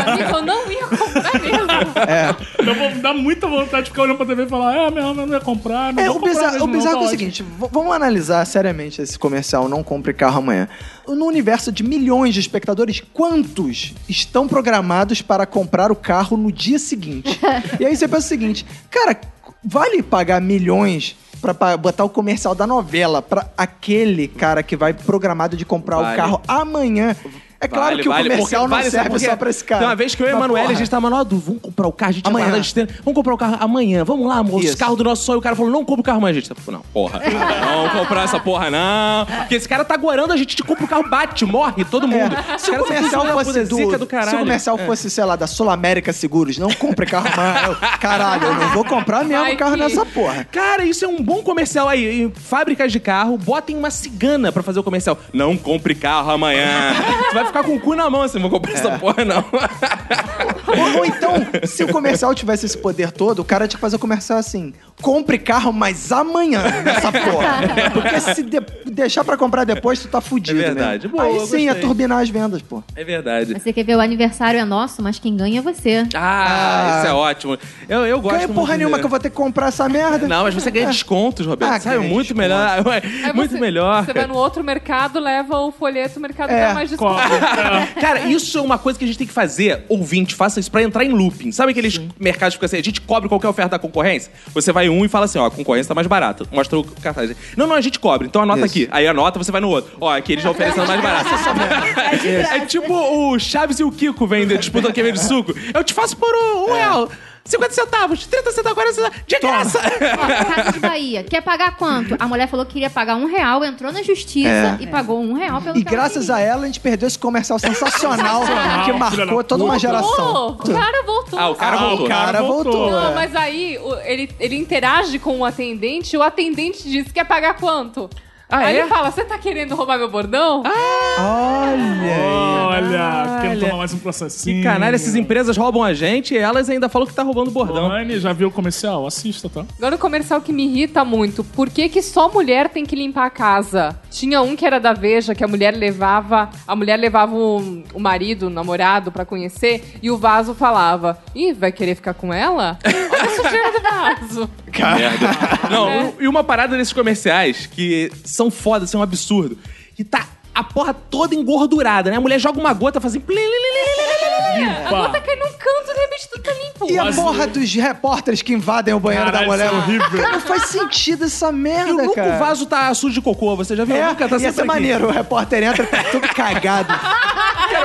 F: Amigo, eu não ia comprar mesmo.
D: Eu vou dar muita vontade de ficar olhando pra TV e falar, é, minha mãe não ia comprar, não
B: É,
D: vou
B: o
D: comprar
B: bizarro,
D: mesmo,
B: o
D: não,
B: bizarro
D: tá
B: é o
D: ótimo."
B: seguinte: v- vamos analisar seriamente esse comercial Não Compre Carro Amanhã. No universo de milhões de espectadores, quantos estão programados para comprar o carro no dia seguinte? e aí você pensa o seguinte, cara, vale pagar milhões pra pa- botar o comercial da novela pra aquele cara que vai programado de comprar
A: Vale.
B: o carro amanhã? É claro
A: Vale,
B: que o
A: vale,
B: comercial
A: porque-
B: não
A: vale, sabe
B: serve
A: por quê?
B: só pra esse cara.
A: Tem uma vez que eu e a
B: Mas,
A: Emanuele, a
B: porra,
A: gente tava no Adu, vamos comprar o carro, a gente é
B: Amanhã.
A: amanhã. vamos comprar o carro amanhã, vamos lá, amor, esse
B: Isso.
A: carro do nosso sonho. O cara falou, não compra o carro amanhã, a gente. tá, Não, porra, não vou comprar essa porra não. Porque esse cara tá gorando, a gente te compra o carro, bate, morre, todo mundo.
B: É.
A: Esse
B: Se o
A: cara
B: comercial
A: filho da puta,
B: fosse do,
A: zica é do
B: se o
A: caralho.
B: comercial fosse, sei lá, da Sul América Seguros, não compre carro amarelo. Caralho, eu não vou comprar mesmo
F: Vai
B: carro
F: que-
B: nessa porra.
A: Cara, isso é um bom comercial aí. E Fábricas de carro, botem uma cigana pra fazer o comercial. Não compre carro amanhã. tu vai ficar com o cu na mão assim, não vou
B: É.
A: comprar essa porra não.
B: Ou, ou então, se o comercial tivesse esse poder todo, o cara tinha que fazer o comercial assim: compre carro, mas amanhã nessa porra. Porque se de- deixar pra comprar depois, tu tá fudido.
A: É verdade.
B: Mesmo.
A: Boa,
B: Aí
A: eu
B: sim ia
A: gostei.
B: turbinar as vendas, pô.
A: é verdade.
E: Você quer ver o aniversário é nosso, mas quem ganha é você.
A: Ah,
B: Ah.
A: isso é ótimo. Eu, eu gosto
B: Ganha
A: muito
B: porra nenhuma
A: de-
B: que eu vou ter que comprar essa merda.
A: Não, mas você ganha descontos, Roberto.
B: Ah,
A: Sai
B: ganha
A: muito
B: desconto.
A: melhor.
F: Aí
A: muito
F: você-
A: melhor.
F: Você vai no outro mercado, leva o folheto, o mercado
B: É,
F: dá mais desconto.
A: Cara, isso é uma coisa que a gente tem que fazer, ouvinte, faça isso pra entrar em looping. Sabe aqueles mercados que ficam assim, a gente cobre qualquer oferta da concorrência? Você vai em um e fala assim, ó, a concorrência tá mais barata. Mostra o cartaz. Não, não, a gente cobre, então anota
B: Isso.
A: aqui. Aí anota, você vai no outro. Ó, aqui eles já oferecendo mais barato.
C: É de graça.
A: É tipo o Chaves e o Kiko vendem disputa queimei de suco. Eu te faço por um, um real. 50 centavos, 30 centavos, 40 centavos, de graça!
E: Ó, Casa de Bahia, quer pagar quanto? A mulher falou que queria pagar um real, entrou na justiça e pagou um real pelo
B: É. E
E: que ela
B: graças
E: queria.
B: a ela a gente perdeu esse comercial sensacional que
D: Sensacional,
B: marcou
D: filha
B: toda uma
F: Pô,
B: geração.
F: o cara voltou.
A: Ah, o cara
D: Ah,
A: voltou.
D: o cara,
B: Cara,
D: voltou.
B: voltou.
F: Não,
B: é.
F: mas aí o- ele, ele interage com o atendente e o atendente diz: quer pagar quanto?
A: Ah,
F: aí
A: é? Ah.
F: ele fala: você tá querendo roubar meu bordão?
B: Olha!
D: Olha,
A: Olha.
D: querendo tomar mais um processinho.
A: Que canalha, essas empresas roubam a gente e elas ainda falam que tá roubando bordão.
D: Lorraine, já viu o comercial? Assista, tá?
F: Agora o comercial que me irrita muito, por que, que só mulher tem que limpar a casa? Tinha um que era da Veja, que a mulher levava, a mulher levava o, o marido, o namorado pra conhecer, e o vaso falava: "Ih, vai querer ficar com ela?" Olha a sujeira do vaso.
A: Não,
F: É.
A: e uma parada desses comerciais que são foda, são um absurdo. Que tá a porra toda engordurada, né? A mulher joga uma gota fazendo. plim, lim, lim, lim, lim, lim, lim.
F: A gota cai num canto, de repente tudo tá limpo.
B: E a porra dos repórteres que invadem o banheiro da
D: Caralho,
B: mulher?
D: isso é horrível.
B: Cara, não faz sentido essa
A: E
B: merda,
A: nunca
B: cara.
A: o vaso tá sujo de cocô, você já viu?
B: É,
A: nunca tá
B: ia ser
A: sempre aqui.
B: maneiro. O repórter entra tá todo cagado.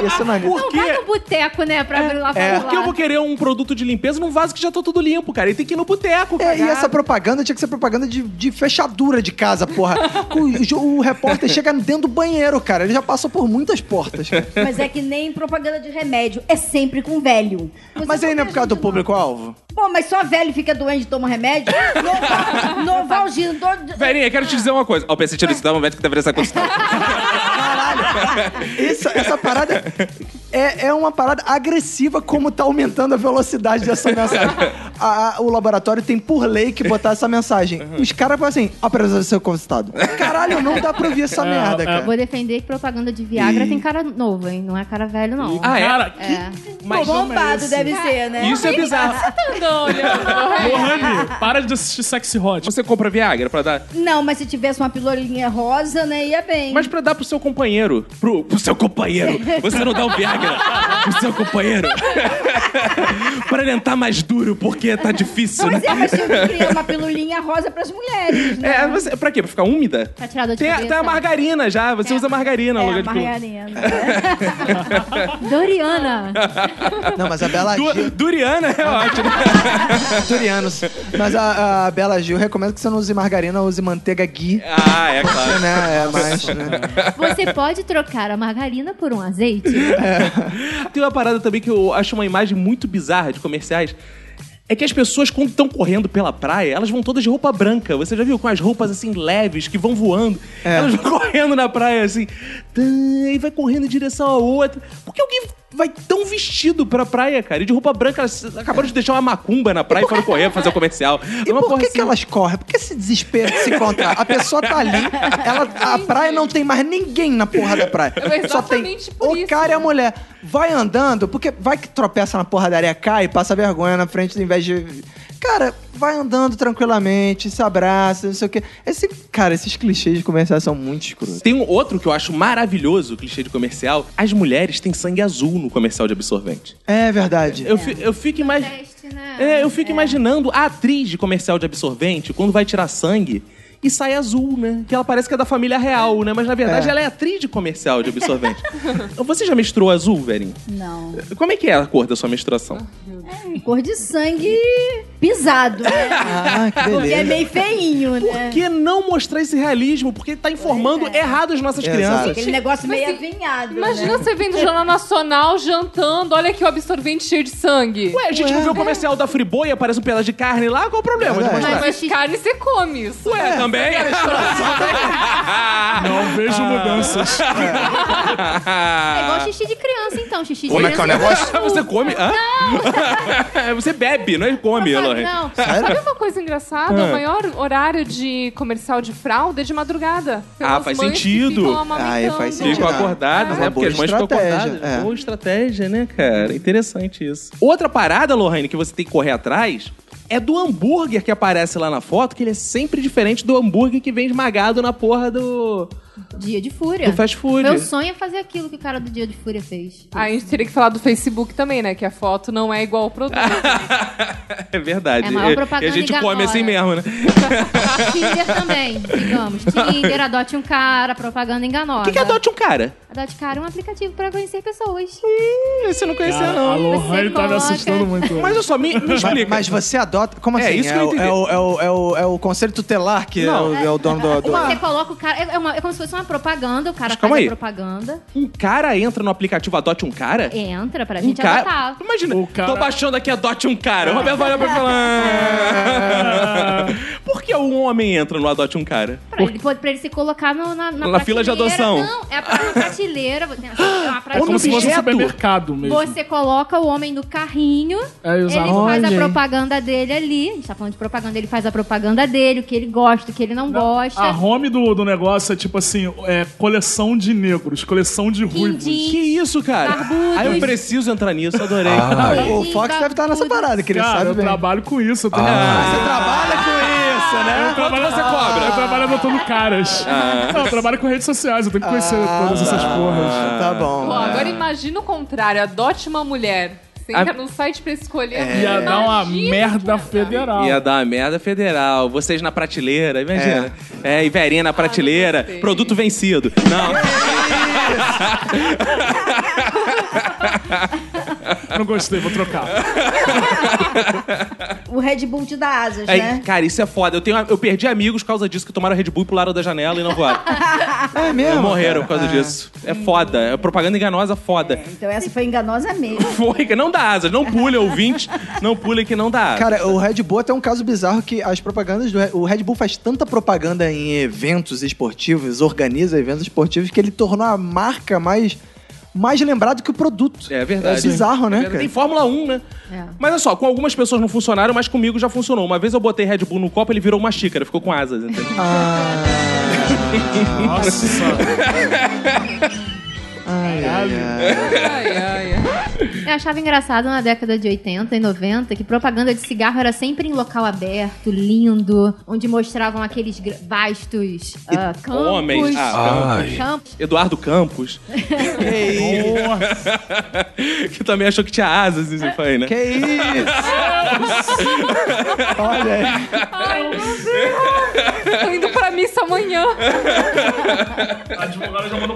B: ia ser maneiro.
E: Não vai no boteco, né, pra abrir lá
B: é.
E: pra
A: Por que eu vou querer um produto de limpeza num vaso que já tá tudo limpo, cara? E tem que ir no boteco, cara.
B: É, e essa propaganda tinha que ser propaganda de, de fechadura de casa, porra. O, jo- o repórter chega dentro do banheiro, cara. Ele já passou por muitas portas. cara.
C: Mas é que nem propaganda de remédio. É sempre com velho. Você
B: Mas aí não é por causa do
C: ajuda, não.
B: público-alvo?
C: Pô, mas só velho fica doente e toma remédio? Noval- Novalgina. do-
A: Verinha, quero te dizer uma coisa. Ó, o PC tirou esse momento que deveria ser acostumado.
B: Caralho! Essa, essa parada é, é uma parada agressiva, como tá aumentando a velocidade dessa mensagem. A- a- o laboratório tem por lei que botar essa mensagem.
D: Uhum.
B: Os caras falam assim: apresenta seu consultado. Caralho, não dá pra ouvir essa merda,
D: é.
B: cara.
E: Vou defender que propaganda de Viagra tem cara novo, hein? Não é cara velho, não.
A: Ah, é?
D: Cara,
E: É.
A: Mas
C: Bombado deve ser, né?
A: isso é bizarro.
F: Não, olhando.
D: Lohane, para de assistir Sexy Hot.
A: Você compra Viagra pra dar.
C: Não, mas se tivesse uma pilolinha rosa, né, ia bem.
A: Mas pra dar pro seu companheiro. Pro, pro seu companheiro. Você não dá o Viagra pro seu companheiro. pra lentar mais duro, porque tá difícil, né?
C: Pois é, mas tinha que criar uma pilulinha rosa pras mulheres, né?
A: É, você, pra quê? Pra ficar úmida?
E: Pra tirar dor de
A: Tem, a-
E: cabeça.
A: tem a margarina já. Você usa margarina no
C: É,
A: lugar de pílula.
C: margarina.
E: Doriana.
B: Não, mas a Bela
A: Du-
B: Gil.
A: Duriana é ótimo.
B: Turianos. Mas a, a Bela Gil recomenda que você não use margarina, use manteiga ghee.
A: Ah, é claro.
B: Né? É mais. Né?
E: Você pode trocar a margarina por um azeite?
A: Tem uma parada também que eu acho uma imagem muito bizarra de comerciais. É que as pessoas, quando estão correndo pela praia, elas vão todas de roupa branca. Você já viu? Com as roupas assim leves que vão voando.
B: É.
A: Elas vão correndo na praia assim. tã, E vai correndo em direção à outra. Por que alguém vai tão vestido pra praia, cara? E de roupa branca, elas acabaram de deixar uma macumba na praia e foram correr pra fazer o comercial.
B: E
A: Uma
B: por
A: porra
B: que,
A: assim.
B: que elas correm? Por que esse desespero de se encontrar? A pessoa tá ali, ela, a praia não tem mais ninguém na porra da praia.
F: É
B: Só tem
F: exatamente por
B: o
F: isso.
B: cara e a mulher. Vai andando, porque vai que tropeça na porra da areia, cai, passa vergonha na frente, ao invés de. Cara, vai andando tranquilamente, se abraça, não sei o quê. Esse, cara, esses clichês de comercial são muito escrotos.
A: Tem um outro que eu acho maravilhoso, clichê de comercial. As mulheres têm sangue azul no comercial de absorvente.
B: É verdade.
A: Eu, fi- eu fico imaginando.
E: Teste, né?
A: É, eu fico imaginando a atriz de comercial de absorvente quando vai tirar sangue e sai azul, né? Que ela parece que é da família real, né? Mas na verdade
B: É.
A: ela é atriz de comercial de absorvente. Você já menstruou azul, Verin?
C: Não.
A: Como é que é a cor da sua menstruação?
C: Cor de sangue pisado, né?
B: Ah, que
C: Porque é
B: beleza.
C: meio feinho,
A: Por
C: né?
A: que não mostrar esse realismo? Porque tá informando errado as nossas
B: Exato.
A: crianças.
C: Aquele negócio meio
F: assim,
C: avinhado, né?
F: Imagina você vendo o Jornal Nacional jantando, olha aqui o absorvente cheio de sangue.
A: Ué, É, a gente não vê o comercial da Friboi, aparece um pedaço de carne lá, qual o problema de
B: Verdade.
A: mostrar?
F: mas carne você come isso. né?
A: Ué, também? Ah.
D: Não vejo mudanças.
E: É igual xixi de criança, então. Xixi de
H: Como é que é o
E: criança.
H: negócio?
A: Ah, Você come? Hã? Você bebe, não é come,
H: né?
A: Elohim.
E: Não,
F: Sabe uma coisa engraçada?
A: É.
F: O maior horário de comercial de fralda é de madrugada. Tem
A: Ah,
F: umas
A: faz
F: mães que
A: sentido. é,
F: ficam amamentando.
B: Ah, faz sentido.
A: Ficam acordadas,
B: É
A: né?
B: uma
A: Porque
B: boa
A: as mães ficam
B: estratégia,
A: acordadas.
B: é.
A: Boa estratégia, né, cara? Interessante isso. Outra parada, Lohane, que você tem que correr atrás é do hambúrguer que aparece lá na foto, que ele é sempre diferente do hambúrguer que vem esmagado na porra do.
E: Dia de Fúria.
A: Do fast food.
E: Meu sonho é fazer aquilo que o cara do Dia de Fúria fez.
F: Ah, A gente teria que falar do Facebook também, né? Que a foto não é igual ao produto.
A: É verdade.
E: É a maior
A: E-
E: propaganda
A: e a gente
E: enganosa.
A: come assim mesmo, né?
E: Tinder também, digamos. Tinder, adote um cara, propaganda enganosa.
A: O que, que adote um cara?
E: Adote cara é um aplicativo pra conhecer pessoas.
A: Ih, Você não conhecia,
D: Cara, a
A: não.
D: Lohane tá me
E: coloca-
D: assustando muito.
A: Mas eu só me, me
B: Mas,
A: explica.
B: mas você adota. Como
A: É,
B: assim?
A: isso que eu
B: o-
A: entendi.
B: é, o, é, o, é, o, é o conselho tutelar que é,
A: Não.
B: o, é o dono do. do-
E: Você coloca o cara. É, é uma- é como se fosse uma propaganda, o cara
A: Mas
E: faz
A: calma
E: a
A: aí.
E: propaganda,
A: Um cara entra no aplicativo Adote um cara?
E: entra pra
A: Um
E: gente
A: cara.
E: adotar.
A: Imagina,
D: O cara-
A: tô baixando aqui Adote um cara. O Roberto vai olhar pra mim e falar. "Ah." Por que um homem entra no Adote um cara?
E: Pra ele, pô- pra ele se colocar no- na, na
A: Na fila de
E: prateleira.
A: adoção.
E: Não, é pra- na prateleira. você- É
D: É como
E: uma
D: se
E: prateleira.
D: fosse um
A: Objeto.
D: supermercado mesmo.
E: Você coloca o homem no carrinho,
D: É,
E: ele
D: exato.
E: faz
B: Olha aí.
E: a propaganda dele ali. A gente tá falando de propaganda, ele faz a propaganda dele, o que ele gosta, o que ele não, gosta.
D: A home do, do negócio é tipo assim, é coleção de negros, coleção de ruivos.
E: Quindim.
A: Que isso, cara?
E: Barbudos.
A: Aí eu preciso entrar nisso, adorei.
B: o Fox deve estar nessa parada, que ele
D: Cara,
B: sabe
D: eu
B: bem.
D: trabalho com isso. Eu
A: Ah.
D: tenho...
B: Você trabalha com isso, né?
D: Eu trabalho você cobra. Eu trabalho botando caras.
A: Ah.
D: Não, eu trabalho com redes sociais, eu tenho que conhecer todas essas porras.
A: Ah.
B: Tá bom.
F: Pô, agora imagina o contrário. Adote uma mulher. Você
A: A- É.
F: entra no site pra escolher.
D: Ia dar um uma
F: Imagina,
D: merda
F: cara.
D: federal.
A: Ia dar uma merda federal. Vocês na prateleira, imagina. É, Iverinha na prateleira.
F: gostei.
A: produto vencido. Não.
D: Não gostei, vou trocar.
C: O Red Bull te dá asas,
A: Aí,
C: né?
A: Cara, isso é foda. Eu, tenho, eu perdi amigos por causa disso que tomaram Red Bull e pularam da janela e não voaram.
B: É mesmo?
A: Morreram por causa disso. É foda. É propaganda enganosa foda.
C: Então essa foi enganosa mesmo.
A: Foi, que não dá asa. Não pule, ouvinte. Não pule que não dá asa.
B: Cara, o Red Bull até é um caso bizarro que as propagandas do Re- o Red Bull faz tanta propaganda em eventos esportivos, organiza eventos esportivos que ele tornou a marca mais mais lembrada que o produto.
A: É verdade.
B: É bizarro, né,
A: Tem
B: cara?
A: Fórmula 1, né? Mas olha só, com algumas pessoas não funcionaram, mas comigo já funcionou. Uma vez eu botei Red Bull no copo, ele virou uma xícara, ficou com asas. entendeu?
B: Ah.
D: Nossa.
F: Ai, ai, ai.
E: Eu achava engraçado na década de 80 e 90 que propaganda de cigarro era sempre em local aberto, lindo, onde mostravam aqueles gra- vastos ah, campos.
A: Homens. Ah,
E: campos.
A: Eduardo Campos,
D: Porra.
B: É.
A: que também achou que tinha asas, isso foi, né?
B: Que isso? Olha, aí.
F: Tô indo pra missa amanhã.
D: A advogada já mandou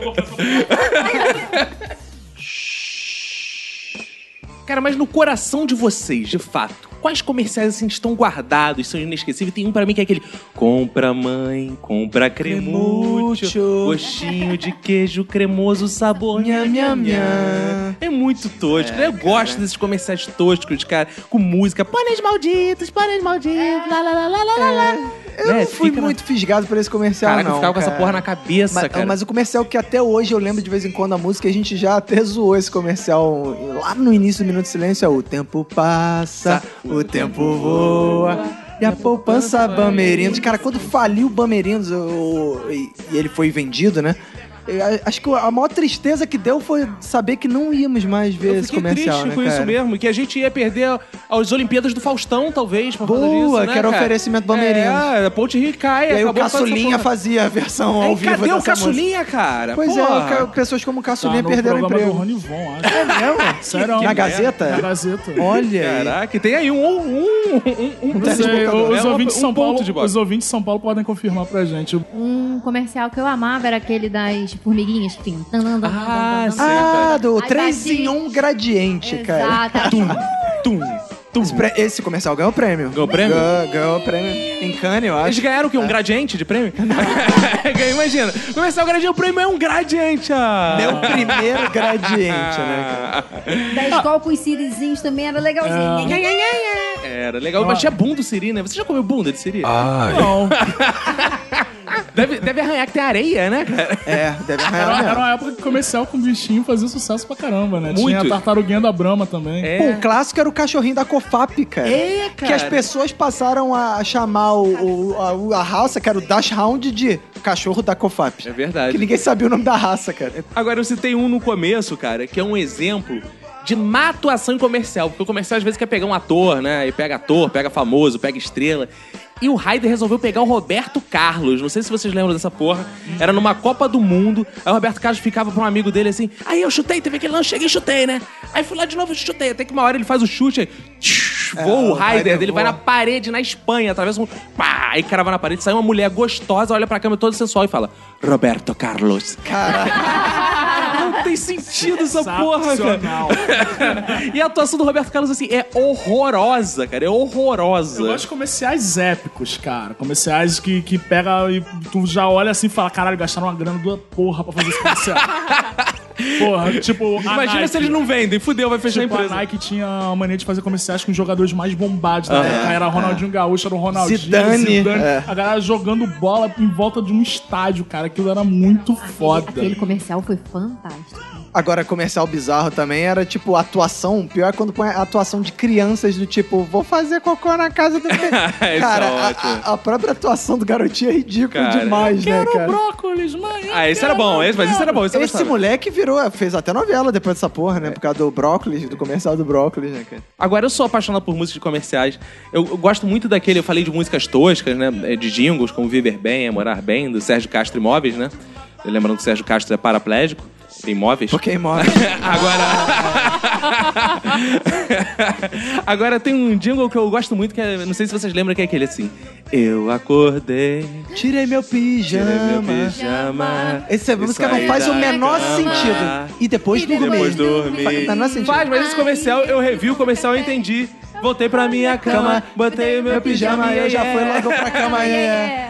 A: Cara, mas no coração de vocês, de fato, quais comerciais assim estão guardados, são inesquecíveis? Tem um pra mim que é aquele compra mãe, compra cremúcio,
B: Cremúcio.
A: gostinho de queijo cremoso, sabor nham, nham, nham. É muito tosco. Eu gosto desses comerciais toscos, cara, com música, pôneis malditos, pôneis malditos, lá, lá, lá, lá, lá, lá, lá.
B: É. eu
A: Né?
B: não fui
A: Fica na-
B: muito fisgado por esse comercial,
A: Caraca, eu
B: não.
A: ficava com essa
B: cara.
A: porra na cabeça,
B: Mas,
A: cara.
B: mas o comercial que até hoje eu lembro de vez em quando a música, a gente já até zoou esse comercial lá no início do Minuto de Silêncio, é o tempo passa, o tempo voa. E a poupança Bamerindos. Cara, quando faliu o Bamerindos eu- eu- e, e ele foi vendido, né? Eu a- acho que a maior tristeza que deu foi saber que não íamos mais ver
A: Eu
B: esse
A: fiquei
B: comercial,
A: triste
B: né,
A: com isso
B: cara?
A: mesmo, que a gente ia perder as Olimpíadas do Faustão, talvez, por causa
B: Boa,
A: disso, né,
B: que era
A: cara?
B: oferecimento Palmeirense.
A: É, a Ponte Rio cai,
B: E aí o
A: acabou de fazer
B: Caçulinha
A: essa porra.
B: fazia a versão
A: Aí,
B: ao vivo
A: cadê o
B: dessa música.
A: Caçulinha, cara?
B: Pois
A: Porra.
B: é, ca- pessoas como o Caçulinha
D: Tá no
B: perderam o
D: programa do
B: emprego.
D: Rony Von, acho. É mesmo? Sério.
B: Na
D: Na
B: Gazeta?
D: Gazeta.
B: Olha aí.
A: Caraca, e tem aí um... um, um, um, um
D: Não sei,
B: Telespectador.
D: os,
A: É um-
D: ouvintes tá de
A: um
D: São
A: ponto
D: Paulo,
A: de bola.
D: os ouvintes de São Paulo podem confirmar pra gente.
E: Um comercial que eu amava era aquele das formiguinhas. Enfim.
A: Ah, sim.
B: Ah, do
E: Aí
B: 3
E: bati-
B: em 1 gradiente, cara.
E: Exato.
A: Tum, tum.
B: Esse, pre- esse comercial ganhou prêmio.
A: Ganhou prêmio?
B: Gan- Ganhou prêmio. Em Cannes, eu
A: Eles
B: acho. é.
A: ganharam o quê? Um gradiente de prêmio? Ganhei, Imagina. Começar o gradiente, o prêmio é um gradiente. Ah.
B: É o primeiro gradiente, né,
C: Da escola com os sirizinhos também era
A: Ah.
C: legalzinho.
A: Era legal, mas tinha bunda do Siri, né? Você já comeu bunda de Siri?
D: Não.
A: Deve, deve arranhar que tem areia, né, cara?
B: cara? É, deve
D: Era,
B: arranhar
D: era
B: mesmo.
D: uma época que comercial com bichinho fazia sucesso pra caramba, né? Tinha
A: Muito.
D: a tartaruguinha da Brahma também.
A: É.
B: Pô, o clássico era o cachorrinho da Cofap, cara.
A: É, cara.
B: Que as pessoas passaram a chamar o, o- a, o- a raça, que era o Dash Hound, de cachorro da Cofap.
A: É verdade.
B: Que ninguém sabia o nome da raça, cara.
A: Agora eu citei um no começo, cara, que é um exemplo de má atuação em comercial. Porque o comercial às vezes quer pegar um ator, né? E pega ator, pega famoso, pega estrela. E o Raider resolveu pegar o Roberto Carlos. Não sei se vocês lembram dessa porra. Era numa Copa do Mundo. Aí o Roberto Carlos ficava pra um amigo dele assim: Aí eu chutei, teve aquele lance, cheguei e chutei, né? Aí fui lá de novo e chutei. Até que uma hora ele faz o chute, aí, tsh, voa o
B: É, o Raider
A: Raider dele, vai
B: voa.
A: na parede, na Espanha, atravessa um. Pá! Aí crava na parede, sai uma mulher gostosa, olha pra câmera todo sensual e fala: Roberto Carlos. Não tem sentido essa porra, cara.
D: Sensacional.
A: E a atuação do Roberto Carlos, assim, é horrorosa, cara. É horrorosa.
D: Eu gosto de comerciais épicos, cara. Comerciais que, que pega e tu já olha assim e fala: caralho, gastaram uma grana da porra pra fazer esse comercial. porra, tipo. a
A: Imagina
D: Nike.
A: se eles não vendem, fudeu, vai fechar
D: Tipo,
A: a
D: a
A: empresa.
D: Nike tinha a mania de fazer comerciais com os jogadores mais bombados da época. Era Ronaldinho Gaúcho, era o Ronaldinho,
B: Zidane. É.
D: A galera jogando bola em volta de um estádio, cara. Aquilo era muito foda.
E: Aquele comercial foi fantástico.
B: Agora, comercial bizarro também era tipo atuação. Pior é quando põe a atuação de crianças do tipo, vou fazer cocô na casa do.
A: é
B: cara, a-
A: ótimo.
B: a, a própria atuação do garotinho é ridícula
A: Cara,
B: demais, né, cara?
D: brócolis, mãe.
A: Ah, esse era bom, esse, mas esse era bom. Esse, eu
B: Esse
A: gostava.
B: moleque virou, fez até novela depois dessa porra,
A: É.
B: né? Por causa do brócolis, do comercial do brócolis, né, cara?
A: Agora, eu sou apaixonado por músicas de comerciais. Eu, eu gosto muito daquele, eu falei de músicas toscas, né? é, De jingles, como Viver Bem, É Morar Bem, do Sérgio Castro Imóveis, né? Lembrando que o Sérgio Castro é paraplégico, tem imóveis.
B: Porque imóvel.
A: Agora. Agora tem um jingle que eu gosto muito, que é, não sei se vocês lembram, que é aquele assim. Eu acordei,
B: Tirei meu
A: tirei meu
B: pijama. é,
A: pijama.
B: Essa música não
A: saí
B: faz o
A: da
B: menor
A: cama.
B: sentido. E depois
E: E
B: do
A: Depois
E: Depois
A: dormi.
E: dormi.
B: Tá, não é sentido.
A: Faz, mas esse comercial, eu revi o comercial e entendi. Voltei pra minha cama, botei o meu pijama e
B: eu já fui logo pra cama. é, é.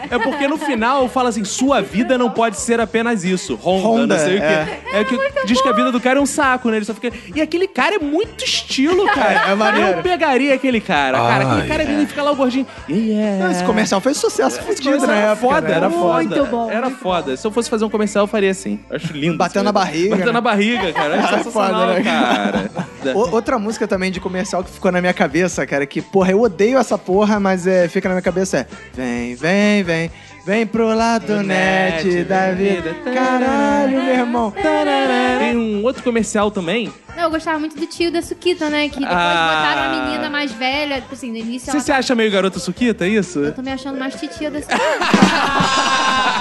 A: É porque no final fala assim: sua vida não pode ser apenas isso. Honda,
B: Honda,
A: não sei o
B: é.
A: quê. É, que diz que a vida do cara é um saco, né? Ele só fica. E aquele cara é muito estilo, cara.
B: É, é maneiro.
A: Eu pegaria aquele cara. cara, aquele
I: Ai,
A: cara ele fica lá o gordinho. Yeah.
B: Não, Esse comercial fez sucesso fudido,
A: Era
B: né?
A: foda, era foda.
C: Muito bom.
A: Era foda. Se eu fosse fazer um comercial, eu faria assim. Eu Acho lindo.
B: Bateu
A: esse
B: na
A: cara.
B: barriga,
A: Bateu
B: né?
A: na barriga, cara. É
B: Era
A: sensacional,
B: foda, né?
A: cara.
B: O- outra música também de comercial que ficou na minha cabeça, cara, que, porra, eu odeio essa porra, mas é, fica na minha cabeça é. Vem, vem, vem, vem pro lado net,
A: net
B: da
A: da
B: vida.
A: vida.
B: Caralho, meu irmão.
A: Tem um outro comercial também.
E: Não, eu gostava muito do tio da Suquita, né? Que depois
A: Ah.
E: botaram a menina mais velha. Tipo assim, no início
A: Você
E: ela
A: se acha meio garota suquita, é isso?
E: Eu tô me achando mais titia da Suquita.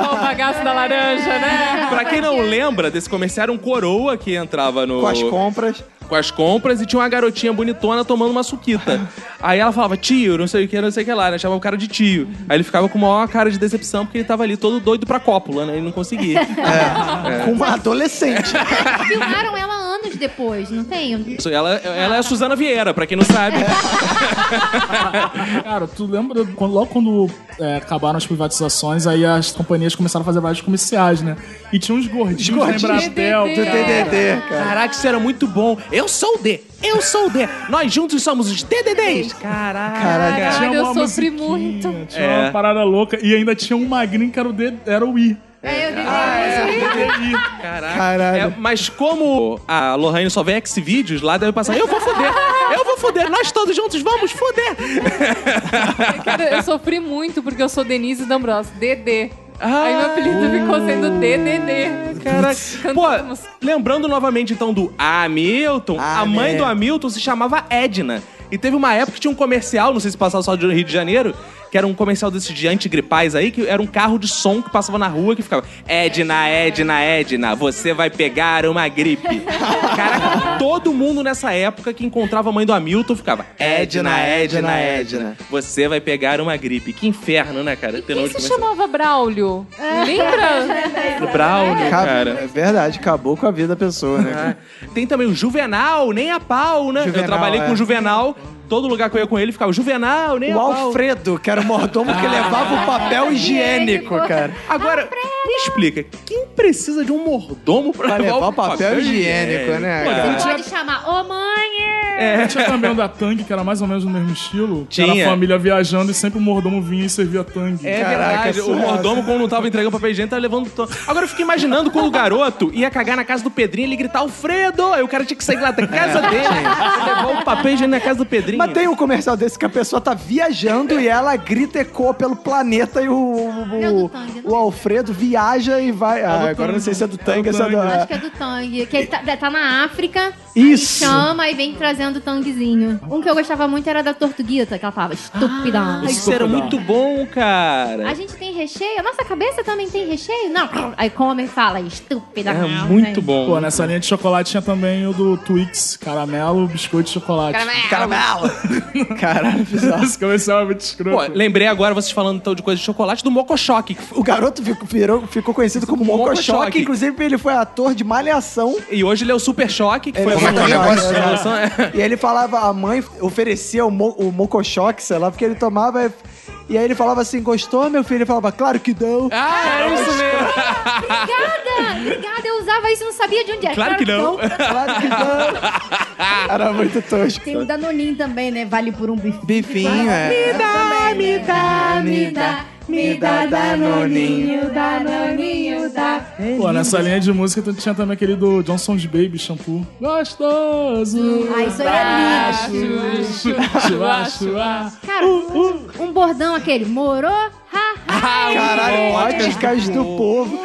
F: Só o bagaço da laranja, né?
A: Pra quem não lembra desse comercial, era um coroa que entrava no,
B: Com as compras.
A: com as compras e tinha uma garotinha bonitona tomando uma suquita. Aí ela falava, tio, não sei o que, não sei o que lá, né? Chamava o cara de tio. Aí ele ficava com a maior cara de decepção porque ele tava ali todo doido pra cópula, né? Ele não conseguia. é.
B: Com uma adolescente.
E: Filmaram ela anos depois, não tem?
A: Isso, Ela, ela é a Suzana Vieira, pra quem não sabe.
D: Cara, tu lembra quando- logo quando é, acabaram as privatizações, aí as companhias começaram a fazer vários comerciais, né? E tinha uns gordinhos,
B: gordinhos.
D: da Embratel.
B: Do DDD, cara.
A: Caraca, isso era muito bom. Eu sou o D, eu sou o D. Nós juntos somos os DDDs. Caraca.
B: Caraca.
F: Caralho, eu
D: uma
F: sofri
D: musiquinha,
F: muito.
D: Tinha
A: É.
D: uma parada louca. E ainda tinha um magrinho que era o, D, era o I.
E: É, eu digo,
A: Caraca.
B: Caralho.
A: É, mas como a Lohane só vê X-Vídeos, lá deve passar, eu vou foder, eu vou foder, nós todos juntos vamos foder.
F: Cara, eu sofri muito porque eu sou Denise D'Ambrosio, DD.
A: Ah.
F: Aí meu apelido ficou sendo DDD.
A: Caraca.
F: Cantamos.
A: Pô, lembrando novamente então do Hamilton, a mãe
B: né?
A: do Hamilton se chamava Edna. E teve uma época que tinha um comercial, não sei se passava só do Rio de Janeiro, que era um comercial desses de antigripais aí, que era um carro de som que passava na rua que ficava Edna, Edna, Edna, você vai pegar uma gripe. Caraca, todo mundo nessa época que encontrava a mãe do Hamilton ficava Edna, Edna, Edna, você vai pegar uma gripe. Que inferno, né, cara? Ter
F: Quem
A: nome
F: se
A: de comercial.
F: chamava Braulio? Lembra?
A: Do Braulio,
B: Ca-
A: né, cara.
B: É verdade, acabou com a vida da pessoa, né? cara?
A: É. Tem também o Juvenal, nem a pau, né?
B: Juvenal,
A: eu trabalhei
B: é.
A: com o Juvenal, todo lugar que eu ia com ele ficava Juvenal, nem
B: O
A: a pau. Ah.
B: Alfredo, que era o mordomo que levava o papel higiênico, cara.
A: Agora, me explica, quem precisa de um mordomo pra, um
B: Pra levar o papel higiênico, né? cara?
E: Pode chamar, ô mãe!
D: É. Tinha também o da Tang, que era mais ou menos do mesmo estilo. Que
A: Tinha.
D: era a família viajando e sempre o mordomo vinha e servia Tang.
A: É
B: Caraca,
A: verdade, o
B: surreal,
A: mordomo, quando não tava entregando papel higiênico, tava levando. to- Agora eu fiquei imaginando quando o garoto ia cagar na casa do Pedrinho e ele gritar Alfredo! Aí o cara tinha que sair lá da casa dele, levar o papel higiênico na casa do Pedrinho.
B: É, Mas tem um comercial desse que a pessoa tá viajando e ela grita ecoa pelo planeta e o,
E: É
B: o,
E: do Tang,
B: o,
E: não
B: o Alfredo viaja e vai. Ah, agora não sei se é do Tang,
D: É do
B: se é do.
D: Tang.
E: Acho que é do Tang, que ele tá, tá na África,
B: Isso!
E: Chama e vem trazendo tanguezinho. Um que eu gostava muito era da tortuguita, que ela falava estupidão.
A: Ah, Isso era muito bom, cara.
E: A gente tem recheio? A nossa cabeça também tem recheio? Não. Aí come e fala, estúpida.
A: Era É muito bom.
D: Pô, nessa linha de chocolate tinha também o do Twix, caramelo, biscoito e chocolate.
E: Caramelo.
B: Caralho, bizarro.
D: Esse comercial é muito escroto.
A: Pô, lembrei agora vocês falando então de coisa de chocolate do Mocochoque. que
B: O garoto ficou, virou- ficou conhecido como
A: Moco
B: Moco Choque.
A: Choque.
B: Inclusive, ele foi ator de Malhação.
A: E hoje ele é o Super Choque, que foi
B: Ele
A: a
B: foi
H: Como é que é o
B: Moco
H: negócio?
B: Choque,
A: Relação,
B: né?
A: é.
B: E aí ele falava, a mãe oferecia o, mo, o Moco Choque, sei lá, porque ele tomava... E aí ele falava assim, gostou, meu filho? Ele falava, claro que não.
A: Ah, é isso mesmo.
E: Obrigada, obrigada. Eu usava isso e não sabia de onde era.
A: Claro que não.
B: Claro que não. Era muito tosco.
C: Tem o Danoninho também, né? Vale por um bife.
B: Bifinho, é.
C: dá, me dá, me dá, me dá Danoninho, Danoninho, dá.
D: Pô, nessa linha de música tu tinha também aquele do Johnson's Baby Shampoo. Gostoso!
C: Ah, isso era lindo.
D: Chua, chua.
E: Cara,
H: Uh,
E: um bordão aquele. Morou, ha, ha.
B: Caralho, ótimas caras do povo.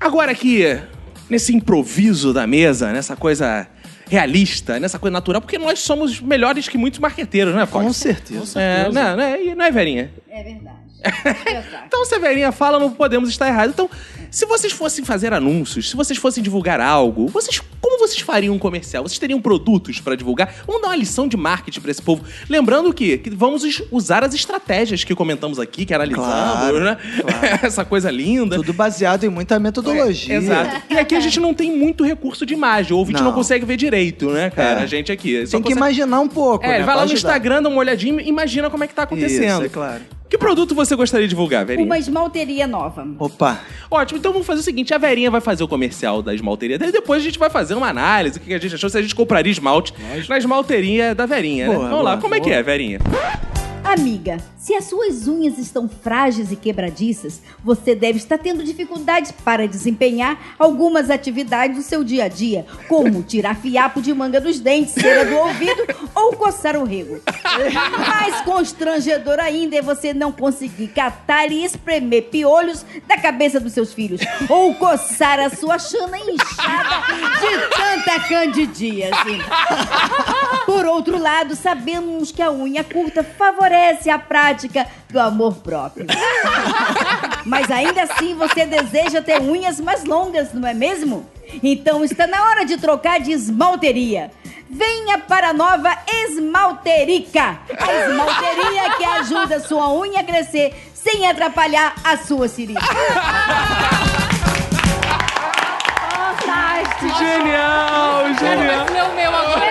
A: Agora aqui, nesse improviso da mesa, nessa coisa realista, nessa coisa natural, porque nós somos melhores que muitos marqueteiros, né, Fox?
B: Com certeza.
A: É, não, não é, não é Verinha?
C: É verdade. É verdade.
A: Então, se a Verinha fala, não podemos estar errados. Então, se vocês fossem fazer anúncios, se vocês fossem divulgar algo, vocês como vocês fariam um comercial? Vocês teriam produtos pra divulgar? Vamos dar uma lição de marketing pra esse povo. Lembrando que, que vamos us- usar as estratégias que comentamos aqui, que analisamos,
B: Claro,
A: né? Essa coisa linda.
B: Tudo baseado em muita metodologia.
A: Exato. E aqui a gente não tem muito recurso de imagem. O ouvinte não,
B: Não.
A: consegue ver direito, né, cara?
B: É.
A: A gente aqui. só
B: Tem que
A: consegue-
B: imaginar um pouco,
A: É,
B: né?
A: vai
B: pra
A: lá no
B: ajudar.
A: Instagram, dá uma olhadinha e imagina como é que tá acontecendo.
B: Isso, é claro.
A: Que produto você gostaria de divulgar, Verinha?
C: Uma esmalteria nova.
B: Opa.
A: Ótimo, então vamos fazer o seguinte: a Verinha vai fazer o comercial da esmalteria dela e depois a gente vai fazer uma análise, o que a gente achou, se a gente compraria esmalte na esmalteria da Verinha, né?
B: Boa,
A: Vamos lá,
B: boa,
A: como é que é, Verinha?
C: Amiga, se as suas unhas estão frágeis e quebradiças, você deve estar tendo dificuldades para desempenhar algumas atividades do seu dia a dia, como tirar fiapo de manga dos dentes, cera do ouvido ou coçar o rego. Mais constrangedor ainda é você não conseguir catar e espremer piolhos da cabeça dos seus filhos ou coçar a sua chana inchada de tanta candidíase. Por outro lado, sabemos que a unha curta favorece a prática do amor próprio. Mas ainda assim você deseja ter unhas mais longas, não é mesmo? Então está na hora de trocar de esmalteria. Venha para a nova Esmalterica. A esmalteria que ajuda sua unha a crescer sem atrapalhar a sua cirurgia.
A: Genial, genial!
F: Mas não, é meu, agora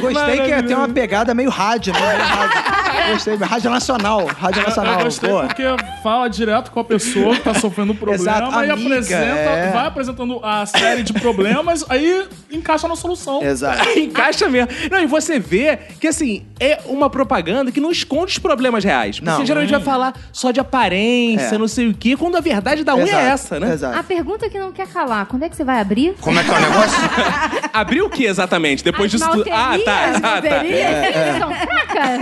B: Gostei que tem uma pegada meio rádio, né? Meio rádio. Gostei. Rádio Nacional. Rádio Nacional.
D: Eu gostei
B: Boa.
D: porque fala direto com a pessoa que tá sofrendo um problema
B: Exato,
D: e
B: amiga,
D: apresenta,
B: é.
D: vai apresentando a série de problemas, aí encaixa na solução.
B: Exato.
A: Encaixa mesmo. Não, e você vê que, assim, é uma propaganda que não esconde os problemas reais. Porque
B: Não.
A: geralmente vai falar só de aparência,
B: É.
A: não sei o quê, quando a verdade da unha é
B: Exato,
A: essa, né?
E: A
B: Exato.
E: pergunta que não quer calar, quando é que você vai abrir?
H: Como é que é o negócio?
A: Abrir o que exatamente? Depois
E: A
A: disso tudo. Ah,
E: esmalteria,
A: tá,
E: a
A: ah, tá.
C: esmalteria.
H: É.
E: Vocês são fracas?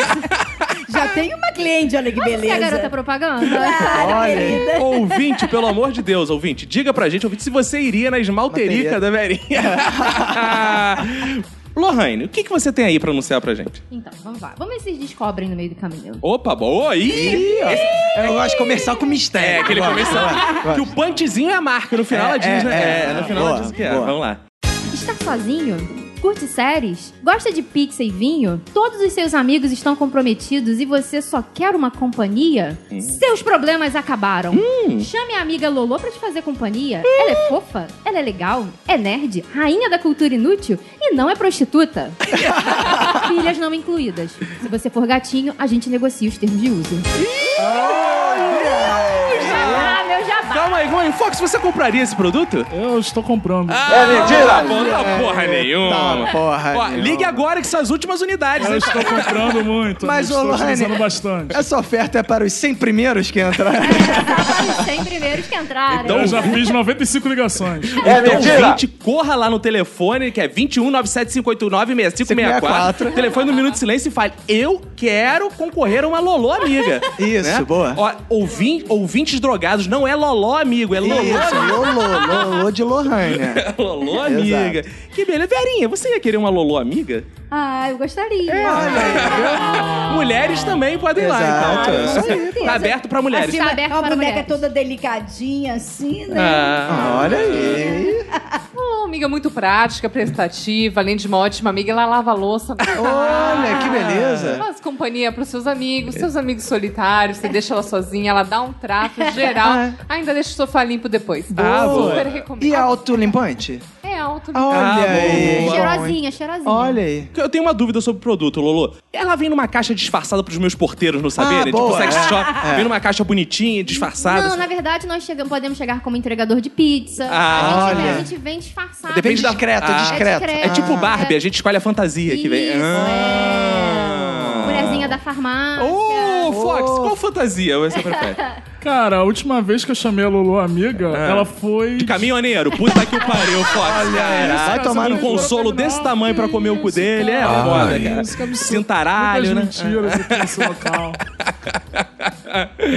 C: Já tem uma cliente, olha que
E: Você é a garota
C: beleza.
E: propaganda?
C: Claro,
B: Olha.
C: querida.
A: Ouvinte, pelo amor de Deus, ouvinte, diga pra gente, ouvinte, se você iria na esmalterica
B: Malteria.
A: da Verinha. Lohane, o que, que você tem aí pra anunciar pra gente?
E: Então, vamos lá. Vamos ver se vocês descobrem no meio do caminho.
A: Opa, boa! Ih!
B: Eu gosto de começar com
A: É,
B: mistério.
A: aquele
B: Vai,
A: comercial.
B: vai, vai.
A: Que o punchzinho é a marca, no final
B: É,
A: ela diz,
B: é,
A: né?
B: é,
A: no final
B: boa,
A: ela diz o que é.
B: boa.
A: Vamos lá.
E: Está sozinho? Curte séries? Gosta de pizza e vinho? Todos os seus amigos estão comprometidos e você só quer uma companhia? Seus problemas acabaram. Chame a amiga Lolo pra te fazer companhia. Ela é fofa, ela é legal, é nerd, rainha da cultura inútil e não é prostituta. Filhas não incluídas. Se você for gatinho, a gente negocia os termos de uso. Jabá, meu jabá.
A: Calma aí, calma aí. Fox, você compraria esse produto?
D: Eu estou comprando.
A: é mentira! Tá bom, tá porra nenhuma.
B: Tá, porra.
A: Ó,
B: nenhuma.
A: ligue agora que são as últimas unidades.
D: Eu
A: hein?
D: estou comprando muito.
B: Mas,
D: eu estou
B: ô, Lohane,
D: utilizando bastante.
B: Essa oferta é para os 100 primeiros que entrarem.
E: Os 100 primeiros que entrarem.
A: Então,
D: Eu já fiz 95 ligações.
A: É Então, gente, corra lá no telefone, que é 21 97589 6564. Telefone no Minuto de Silêncio e fale: Eu quero concorrer a uma Lolô amiga. Né?
B: Isso, boa.
A: Ó, ouvin- ouvintes drogados, não é Loló Lolô amigo, é Lolô.
B: Isso, Lolo, Lolo de Lohane.
A: Lolô amiga. Que beleza. Verinha, você ia querer uma Lolô amiga?
C: Ah, eu gostaria.
B: É.
A: Mulheres também podem ir lá,
B: Exato,
A: então.
B: é
C: isso aí.
A: Tá aberto pra mulheres.
E: Assim,
C: Uma-
E: Tá aberto
C: é uma
E: para
C: boneca
E: mulheres.
C: toda delicadinha, assim, né?
A: Ah,
B: Olha aí.
F: Uma amiga muito prática, prestativa, além de uma ótima amiga, ela lava a louça.
B: Olha, que beleza.
F: Faz companhia pros seus amigos, seus amigos solitários, você deixa ela sozinha, ela dá um trato geral, ainda deixa o sofá limpo depois.
A: Ah, boa.
F: Super recomendo.
B: E autolimpante?
F: É alto.
B: Olha
A: Ah,
B: aí.
A: boa.
E: Cheirosinha, cheirosinha.
B: Olha aí.
A: Eu tenho uma dúvida sobre o produto, Lolo. Ela vem numa caixa disfarçada pros meus porteiros não saberem? tipo
B: boa.
A: sex
B: É.
A: shop. Vem numa caixa bonitinha, disfarçada. assim.
E: Não, é na verdade, nós chegamos, podemos chegar como entregador de pizza.
A: Ah,
E: a, gente,
B: olha.
E: a gente vem disfarçado.
A: Depende da-
B: Discreto,
A: Ah.
B: discreto.
E: É
A: É tipo
E: Ah.
A: Barbie, a gente escolhe a fantasia que vem.
E: Isso,
A: Ah.
E: é. Mulherzinha da farmácia.
A: Ô, Fox, qual fantasia é você prefere?
D: Cara, a última vez que eu chamei a Lulu amiga, ela foi.
A: De caminhoneiro, puta que o pariu, Fox. Olha,
B: vai tomar
A: um
B: no cu.
A: consolo desse tamanho pra comer o cu dele. É foda, cara.
D: Isso que absurdo.
A: Cintaralho, né?
D: Muitas
B: Ah.
D: mentiras aqui nesse local.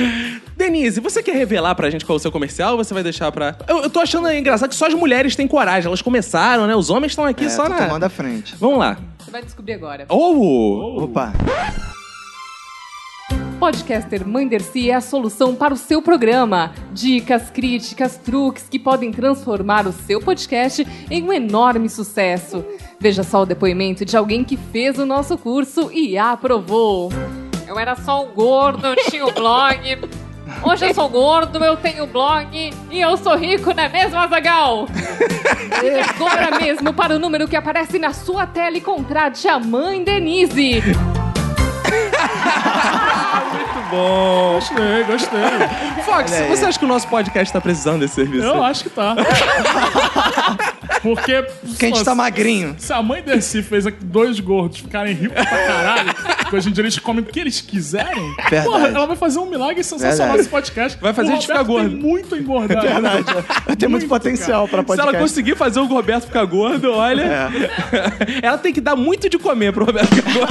A: Denise, você quer revelar pra gente qual é o seu comercial ou você vai deixar pra. Eu, eu tô achando engraçado que só as mulheres têm coragem. Elas começaram, né? Os homens estão aqui
B: É,
A: só
B: tô
A: na.
B: tomando a frente.
A: Vamos lá.
F: Você vai descobrir agora.
A: Ou.
B: Opa.
F: Podcaster Mãe Dercy é a solução para o seu programa. Dicas, críticas, truques que podem transformar o seu podcast em um enorme sucesso. Veja só o depoimento de alguém que fez o nosso curso e aprovou. Eu era só um gordo, eu tinha o blog. Hoje eu sou gordo, eu tenho blog e eu sou rico, não é mesmo, Azagal? E agora mesmo para o número que aparece na sua tela e contrate a mãe Denise.
A: Muito bom.
D: Gostei, gostei.
A: Fox, você acha que o nosso podcast tá precisando desse serviço?
D: Eu acho que tá. Porque.
B: Porque a gente
D: pô,
B: tá magrinho.
D: Se a mãe desse fez aqui dois gordos ficarem ricos pra caralho, que hoje em dia eles comem o que eles quiserem,
B: Verdade.
D: porra, ela vai fazer um milagre sensacional
B: Verdade.
D: nesse podcast.
A: Vai fazer
D: o
A: a gente ficar
D: Roberto tem
A: gordo.
D: muito a engordar. Verdade.
B: Tem muito potencial pra
A: Se
B: podcast.
A: ela conseguir fazer o Roberto ficar gordo, olha.
B: É.
A: ela tem que dar muito de comer pro Roberto ficar gordo.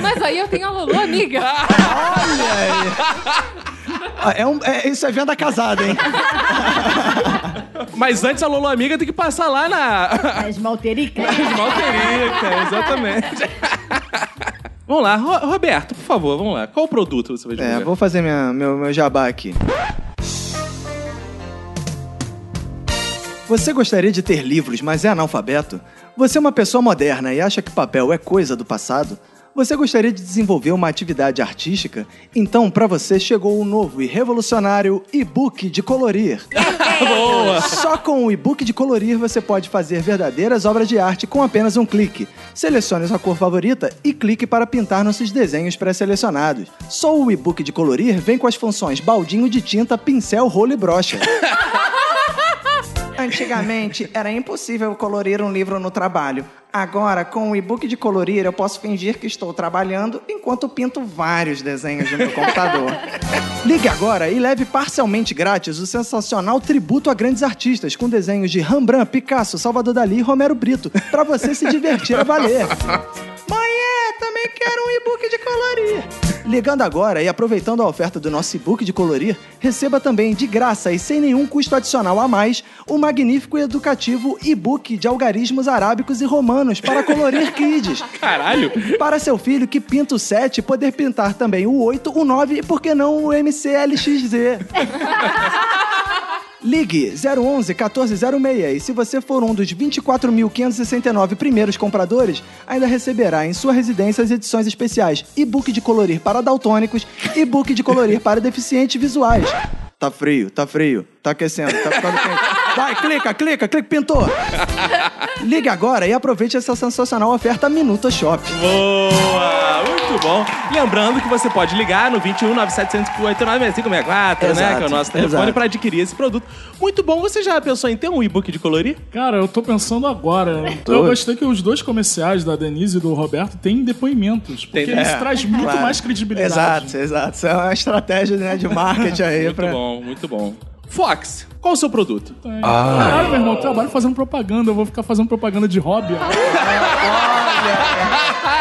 F: Mas aí eu tenho a Lulu, amiga.
B: Ah, é um- é- isso é venda casada, hein?
A: Mas antes a Lolo Amiga tem que passar lá na
C: As maltericas.
A: Esmalterica, exatamente. vamos lá, Ro- Roberto, por favor, vamos lá. Qual o produto você vai divulgar?
B: É, vou fazer minha- meu, meu jabá aqui. Você gostaria de ter livros, mas é analfabeto? Você é uma pessoa moderna e acha que papel é coisa do passado? Você gostaria de desenvolver uma atividade artística? Então, para você chegou o novo e revolucionário e-book de colorir. Só com o e-book de colorir você pode fazer verdadeiras obras de arte com apenas um clique. Selecione sua cor favorita e clique para pintar nossos desenhos pré-selecionados. Só o e-book de colorir vem com as funções baldinho de tinta, pincel, rolo e brocha. Antigamente era impossível colorir um livro no trabalho. Agora, com o e-book de colorir, eu posso fingir que estou trabalhando enquanto pinto vários desenhos no meu computador. Ligue agora e leve parcialmente grátis o sensacional tributo a grandes artistas com desenhos de Rembrandt, Picasso, Salvador Dali e Romero Brito, para você se divertir a valer. Mãe, é, também quero um e-book de colorir. Ligando agora e aproveitando a oferta do nosso e-book de colorir, receba também de graça e sem nenhum custo adicional a mais o magnífico e educativo e-book de algarismos arábicos e romanos para colorir kids.
A: Caralho.
B: Para seu filho que pinta o 7, poder pintar também o 8, o 9 e, por que não, o MCLXZ. Ligue 011 1406 e se você for um dos 24.569 primeiros compradores, ainda receberá em sua residência as edições especiais e-book de colorir para daltônicos e e-book de colorir para deficientes visuais. Tá frio, tá frio, tá aquecendo, tá ficando quente. Vai, clica, clica, clica, pintou. Ligue agora e aproveite essa sensacional oferta Minuta Shop.
A: Boa! Muito bom. Lembrando que você pode ligar no 21 97584, né?
B: Exato,
A: Que é o nosso telefone
B: exato.
A: pra adquirir esse produto. Muito bom. Você já pensou em ter um e-book de colorir?
D: Cara, eu tô pensando agora. Eu
B: Tô.
D: gostei que os dois comerciais da Denise e do Roberto têm depoimentos. Porque
A: Tem-
D: isso
A: é,
D: traz muito
B: claro.
D: mais credibilidade.
B: Exato, exato. Isso é uma estratégia né, de marketing aí
A: Muito
B: pra.
A: bom, muito bom. Fox, qual o seu produto?
B: Ah.
D: Caralho, meu irmão, eu trabalho fazendo propaganda. Eu vou ficar fazendo propaganda de hobby.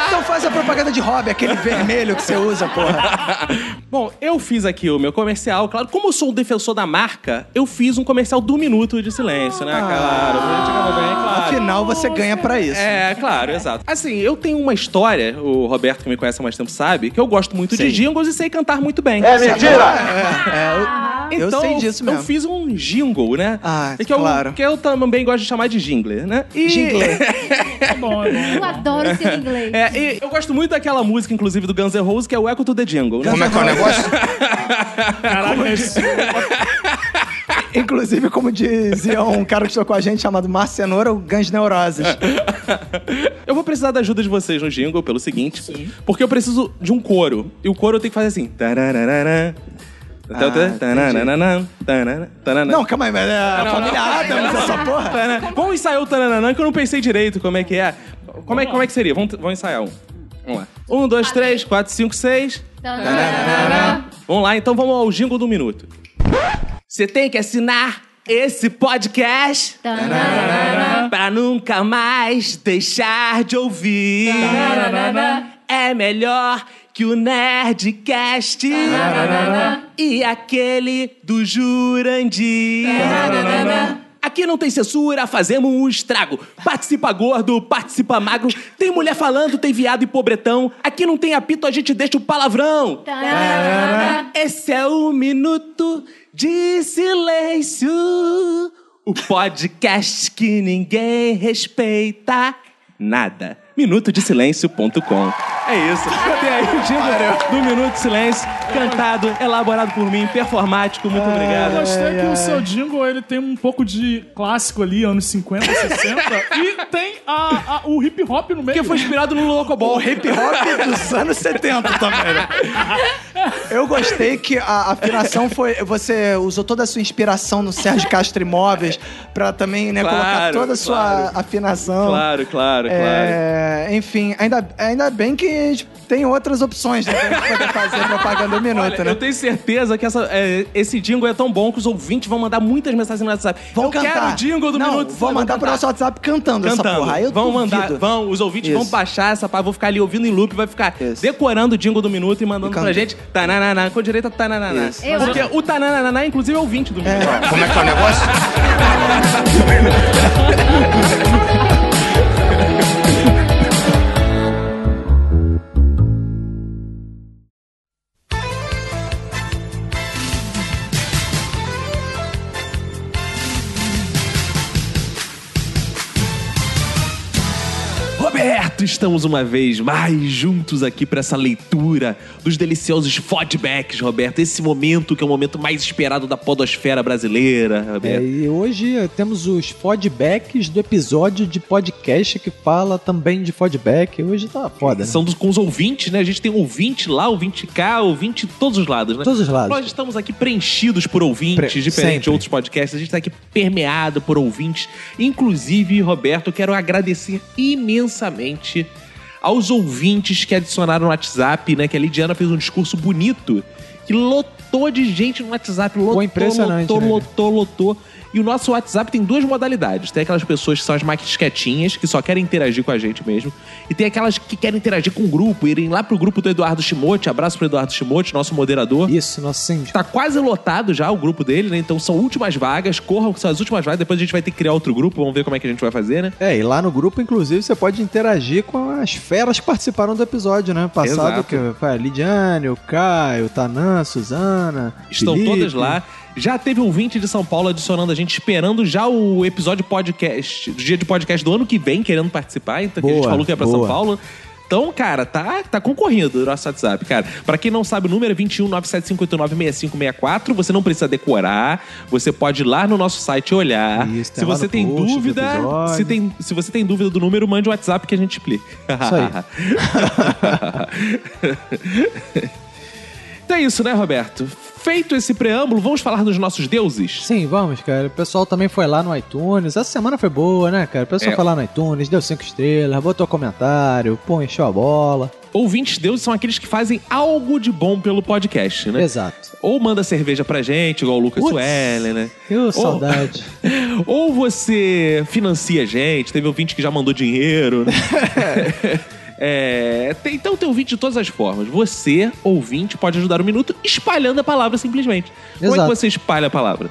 B: Então faz a propaganda de hobby, aquele vermelho que você usa, porra.
A: Bom, eu fiz aqui o meu comercial, claro. Como eu sou um defensor da marca, eu fiz um comercial do minuto de silêncio,
B: Ah.
A: né? Claro, a gente acabou bem, claro.
B: Afinal, você ganha pra isso.
A: É, claro, exato. Assim, eu tenho uma história, o Roberto que me conhece há mais tempo sabe, que eu gosto muito de jingles e sei cantar muito bem. É
B: É, eu, eu sei disso mesmo.
A: Eu fiz um jingle, né?
B: Ah,
A: que eu,
B: claro.
A: Que eu também gosto de chamar de jingle, né? E...
B: Jingle.
D: Tá bom, é bom.
E: Eu adoro seu inglês.
A: É, e eu gosto muito daquela música, inclusive, do Guns N' Roses, que é o Echo to the Jingle, né?
H: Como é que é o negócio?
D: Caraca, esse-
B: Inclusive, como dizia um cara que estou com a gente chamado Marcenoura, o Gans Neuroses.
A: É, né? Eu vou precisar da ajuda de vocês no jingle pelo seguinte, porque eu preciso de um coro. E o coro eu tenho que fazer assim. Tararararã. Tarararã, tarararã, tarararã, tarararã.
B: Ah, Não, calma aí, mas é a família
A: É.
B: Adams, essa porra.
A: Tararã. Vamos ensaiar o tarananã que eu não pensei direito como é que é. Como é, como é que seria? Vamos, vamos ensaiar um. Vamos lá. Um, dois, três, quatro, cinco, seis. Vamos lá, então vamos ao jingle do minuto. Você tem que assinar esse podcast pra nunca mais deixar de ouvir. É melhor que o Nerdcast e aquele do Jurandir. Aqui não tem censura, fazemos um estrago. Participa gordo, participa magro. Tem mulher falando, tem viado e pobretão. Aqui não tem apito, a gente deixa o palavrão. Esse é o Minuto de Silêncio. O podcast que ninguém respeita nada. Minutodesilêncio.com É isso. Tem aí o jingle do Minuto de Silêncio, cantado, elaborado por mim, performático. Muito
D: Eu
A: obrigado.
D: gostei que o seu jingle ele tem um pouco de clássico ali, anos 50, 60, e tem a- a- o hip hop no meio.
A: Porque foi inspirado no Locobol.
B: Hip hop dos anos 70 também. né? Eu gostei que a afinação foi. Você usou toda a sua inspiração no Sérgio Castro Imóveis pra também né,
A: Claro,
B: colocar toda a sua
A: claro.
B: afinação.
A: Claro, claro, claro.
B: É, enfim, ainda, ainda bem que a gente tem outras opções né, pra gente poder fazer propaganda um minuto,
A: Olha,
B: né?
A: eu tenho certeza que essa- é, esse jingle é tão bom que os ouvintes vão mandar muitas mensagens no WhatsApp.
B: Vão
A: eu
B: cantar.
A: quero o jingle do
B: Não,
A: Minuto.
B: Vão mandar pro nosso WhatsApp cantando, essa
A: cantando.
B: porra. Eu
A: vão
B: duvido.
A: mandar, vão, os ouvintes vão
B: Isso.
A: baixar essa pá, vão ficar ali ouvindo em loop, vai ficar
B: Isso.
A: decorando o jingle do minuto e mandando
B: E
A: pra
B: cantando.
A: gente tananana, com direito a tananana.
B: Isso.
E: Eu-
A: Porque o tananana, inclusive, é ouvinte do minuto.
H: Como é que é o negócio?
A: Roberto, estamos uma vez mais juntos aqui para essa leitura dos deliciosos feedbacks, Roberto. Esse momento que é o momento mais esperado da podosfera brasileira,
J: É,
A: Roberto.
J: e hoje temos os feedbacks do episódio de podcast que fala também de feedback. Hoje tá foda. Né?
A: São dos, com os ouvintes, né? A gente tem ouvinte lá, ouvinte cá, ouvinte de todos os lados, né?
J: Todos os
A: Nós
J: lados.
A: estamos aqui preenchidos por ouvintes,
J: Pre-
A: diferente de
J: sempre.
A: outros podcasts. A gente está aqui permeado por ouvintes. Inclusive, Roberto, eu quero agradecer imensamente aos ouvintes que adicionaram no WhatsApp, né? Que a Lidiana fez um discurso bonito que lotou de gente no WhatsApp. Lotou,
J: impressionante,
A: lotou,
J: né?
A: lotou, lotou. E o nosso WhatsApp tem duas modalidades. Tem aquelas pessoas que são as mais quietinhas, que só querem interagir com a gente mesmo. E tem aquelas que querem interagir com o grupo, irem lá pro grupo do Eduardo Chimote. Abraço pro Eduardo Chimote, nosso moderador.
J: Isso, nosso sim.
A: Tá quase lotado já o grupo dele, né? Então são últimas vagas, corram que são as últimas vagas, depois a gente vai ter que criar outro grupo, vamos ver como é que a gente vai fazer, né?
J: É, e lá no grupo, inclusive, você pode interagir com as feras que participaram do episódio, né? Passado,
A: Exato.
J: que foi a Lidiane, o Caio, o Tanã, a Suzana.
A: Estão
J: Felipe.
A: todas lá. Já teve ouvinte de São Paulo adicionando a gente, esperando já o episódio podcast, do dia de podcast do ano que vem, querendo participar, então que a gente
J: Boa,
A: falou que ia pra São
J: boa.
A: Paulo. Então, cara, tá, tá concorrendo o nosso WhatsApp, cara. Pra quem não sabe, o número é 21 975896564. Você não precisa decorar. Você pode ir lá no nosso site e olhar.
J: Isso, tem
A: se
J: lá
A: você
J: no
A: tem
J: post do
A: dúvida,
J: episódio.
A: se, tem, se você tem dúvida do número, mande o WhatsApp que a gente explica.
J: Isso aí.
A: Então é isso, né, Roberto? Feito esse preâmbulo, vamos falar dos nossos deuses?
J: Sim, vamos, cara. O pessoal também foi lá no iTunes. Essa semana foi boa, né, cara? O pessoal
A: É.
J: foi lá no iTunes, deu cinco estrelas, botou comentário, pô, encheu a bola.
A: Ouvintes deuses são aqueles que fazem algo de bom pelo podcast, né?
J: Exato.
A: Ou manda cerveja pra gente, igual o Lucas
J: Putz.
A: Suelen, né?
J: Eu, saudade.
A: Ou você financia a gente, teve ouvinte que já mandou dinheiro. né? É, tem- então tem ouvinte de todas as formas. Você, ouvinte, pode ajudar o Minuto espalhando a palavra simplesmente. Como é que
J: Exato.
A: você espalha a palavra?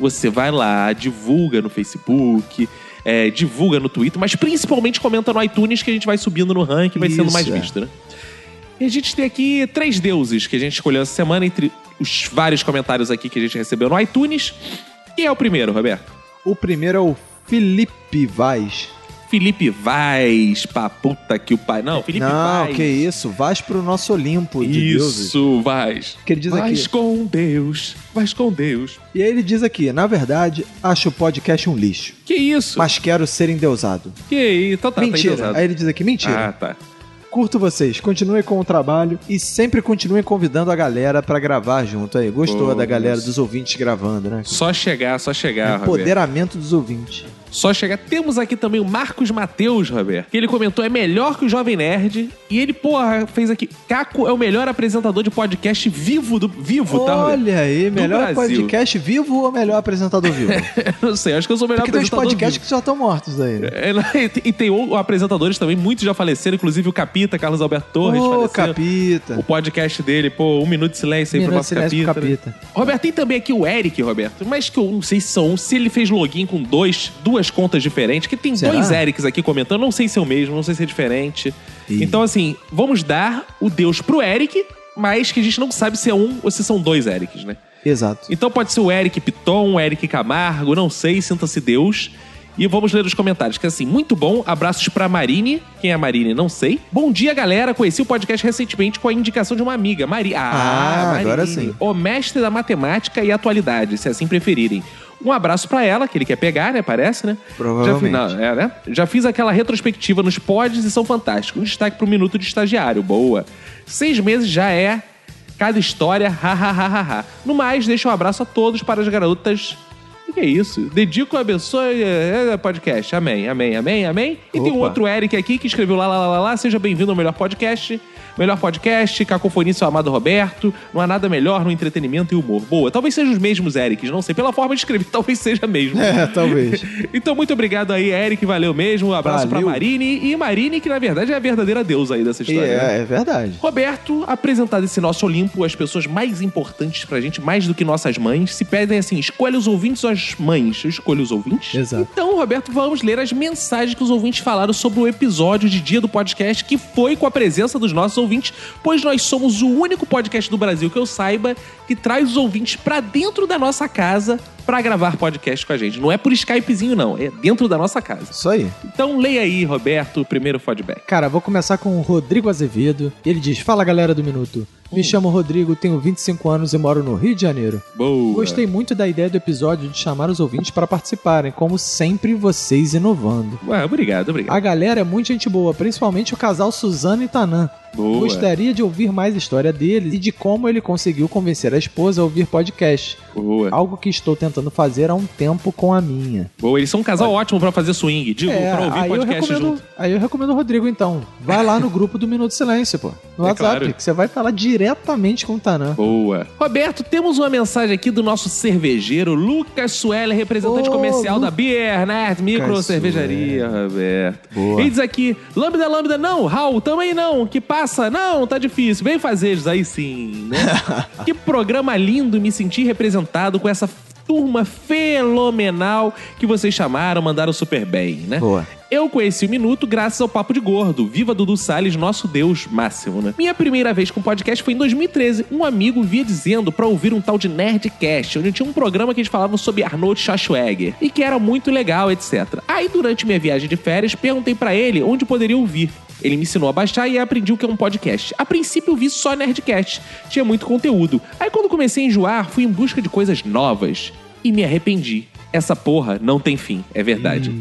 A: Você vai lá, divulga no Facebook, é, divulga no Twitter, mas principalmente comenta no iTunes que a gente vai subindo no ranking, vai sendo
J: Isso,
A: mais
J: é.
A: visto, né? E a gente tem aqui três deuses que a gente escolheu essa semana entre os vários comentários aqui que a gente recebeu no iTunes. Quem é o primeiro, Roberto?
J: O primeiro é o Felipe Vaz.
A: Felipe Vaz, pra puta que o pai. Não, Felipe
J: Não,
A: Vaz.
J: que isso. Vaz pro nosso Olimpo de deuses.
A: Isso, Vaz.
J: Que ele diz
A: Vaz
J: aqui.
A: com Deus. Vaz com Deus.
J: E aí ele diz aqui, na verdade, acho o podcast um lixo.
A: Que isso?
J: Mas quero ser endeusado.
A: Que isso? Então tá,
J: mentira.
A: tá
J: aí ele diz aqui, mentira.
A: Ah, tá.
J: Curto vocês, continuem com o trabalho e sempre continuem convidando a galera pra gravar junto aí. Gostou
A: Boa,
J: da galera
A: isso.
J: dos ouvintes gravando, né?
A: Só chegar, só
J: É
A: chegar, Roberto.
J: Empoderamento dos ouvintes.
A: Só chegar. Temos aqui também o Marcos Mateus, Roberto. Que ele comentou, é melhor que o Jovem Nerd. E ele, porra, fez aqui. Caco é o melhor apresentador de podcast vivo do. Vivo, tá, Roberto?
J: Olha aí, melhor
A: Brasil.
J: podcast vivo ou melhor apresentador vivo?
A: Não sei, acho que eu sou o melhor
J: Porque tem uns
A: apresentador.
J: podcasts
A: vivo.
J: que já estão mortos aí. Né?
A: É, né? e tem- e tem o- apresentadores também, muitos já faleceram, inclusive o Capita, Carlos Alberto Torres,
J: Ô,
A: faleceu.
J: capita.
A: O podcast dele, pô, um minuto de silêncio aí pro
J: Minuto de
A: nosso
J: silêncio
A: capita.
J: pro
A: né?
J: Capita.
A: Roberto, tem também aqui o Eric, Roberto, mas que eu não sei se são um, se ele fez login com dois, duas contas diferentes, que tem
J: Será?
A: dois Erics aqui comentando, não sei se é o mesmo, não sei se é diferente.
J: Ih.
A: Então, assim, vamos dar o Deus pro Eric, mas que a gente não sabe se é um ou se são dois Erics, né?
J: Exato.
A: Então pode ser o Eric Piton, o Eric Camargo, não sei, sinta-se Deus. E vamos ler os comentários, que assim, muito bom. Abraços pra Marine. Quem é a Marine? Não sei. Bom dia, galera. Conheci o podcast recentemente com a indicação de uma amiga, Mari.
J: Ah, agora sim.
A: O mestre da matemática e atualidade, se assim preferirem. Um abraço pra ela, que ele quer pegar, né? Parece, né?
J: Provavelmente.
A: Já fi- não, é, né? Já fiz aquela retrospectiva nos pods e são fantásticos. Um destaque pro minuto de estagiário. Boa. Seis meses já é cada história. Ha, ha, ha, ha, ha. No mais, deixo um abraço a todos para as garotas. O que é isso? Dedico, abençoe é, é, podcast. Amém, amém, amém, amém. E tem um
J: Opa.
A: outro Eric aqui que escreveu lá, lá, lá, lá, lá. Seja bem-vindo ao melhor podcast. Melhor podcast, Cacofonia, e seu amado Roberto. Não há nada melhor no entretenimento e humor. Boa. Talvez sejam os mesmos Erics, não sei. Pela forma de escrever, talvez seja mesmo.
J: É, talvez.
A: Então, muito obrigado aí, Eric. Valeu mesmo. Um abraço
J: Valeu.
A: pra Marine. E Marine, que na verdade é a verdadeira deusa aí dessa
J: E
A: história. né?
J: é, é verdade.
A: Roberto, apresentado esse nosso Olimpo, as pessoas mais importantes pra gente, mais do que nossas mães, se pedem assim: escolha os ouvintes ou as mães? Eu escolho os ouvintes?
J: Exato.
A: Então, Roberto, vamos ler as mensagens que os ouvintes falaram sobre o episódio de dia do podcast, que foi com a presença dos nossos ouvintes, pois nós somos o único podcast do Brasil que eu saiba que traz os ouvintes pra dentro da nossa casa pra gravar podcast com a gente. Não é por Skypezinho, não, é dentro da nossa casa.
J: Isso aí.
A: Então, leia aí, Roberto, o primeiro feedback.
J: Cara, vou começar com o Rodrigo Azevedo. Ele diz: Fala galera do Minuto.
A: Hum.
J: Me chamo Rodrigo, tenho 25 anos e moro no Rio de Janeiro.
A: Boa.
J: Gostei muito da ideia do episódio de chamar os ouvintes para participarem, como sempre vocês inovando.
A: Ué, obrigado, obrigado.
J: A galera é muito gente boa, principalmente o casal Suzano e Tanã.
A: Boa.
J: Gostaria de ouvir mais história dele e de como ele conseguiu convencer a esposa a ouvir podcast,
A: Boa.
J: algo que estou tentando fazer há um tempo com a minha.
A: Boa, eles são um casal ótimo pra fazer swing, digo, pra ouvir
J: É, aí eu
A: podcast
J: recomendo,
A: junto.
J: Aí eu recomendo o Rodrigo, então. Vai lá no grupo do Minuto Silêncio, pô. No
A: É
J: WhatsApp,
A: claro.
J: que você vai falar diretamente com o Tanã.
A: Boa. Roberto, temos uma mensagem aqui do nosso cervejeiro Lucas Sueli, representante
J: Ô,
A: comercial da Biernard Micro
J: Lucas
A: Cervejaria, Roberto.
J: Boa.
A: Ele diz aqui: Lambda, Lambda, não, Raul, também não, que passa, não, tá difícil, vem fazer isso aí sim. né? que programa lindo, me senti representado com essa turma fenomenal que vocês chamaram, mandaram super bem, né?
J: Boa.
A: Eu conheci o Minuto graças ao Papo de Gordo. Viva Dudu Salles, nosso Deus máximo, né? Minha primeira vez com podcast foi em 2013. Um amigo via dizendo pra ouvir um tal de Nerdcast, onde tinha um programa que eles falavam sobre Arnold Schwarzenegger e que era muito legal, etc. Aí, durante minha viagem de férias, perguntei pra ele onde poderia ouvir. Ele me ensinou a baixar e aprendi o que é um podcast. A princípio, eu vi só Nerdcast. Tinha muito conteúdo. Aí, quando comecei a enjoar, fui em busca de coisas novas. E me arrependi. Essa porra não tem fim, é verdade.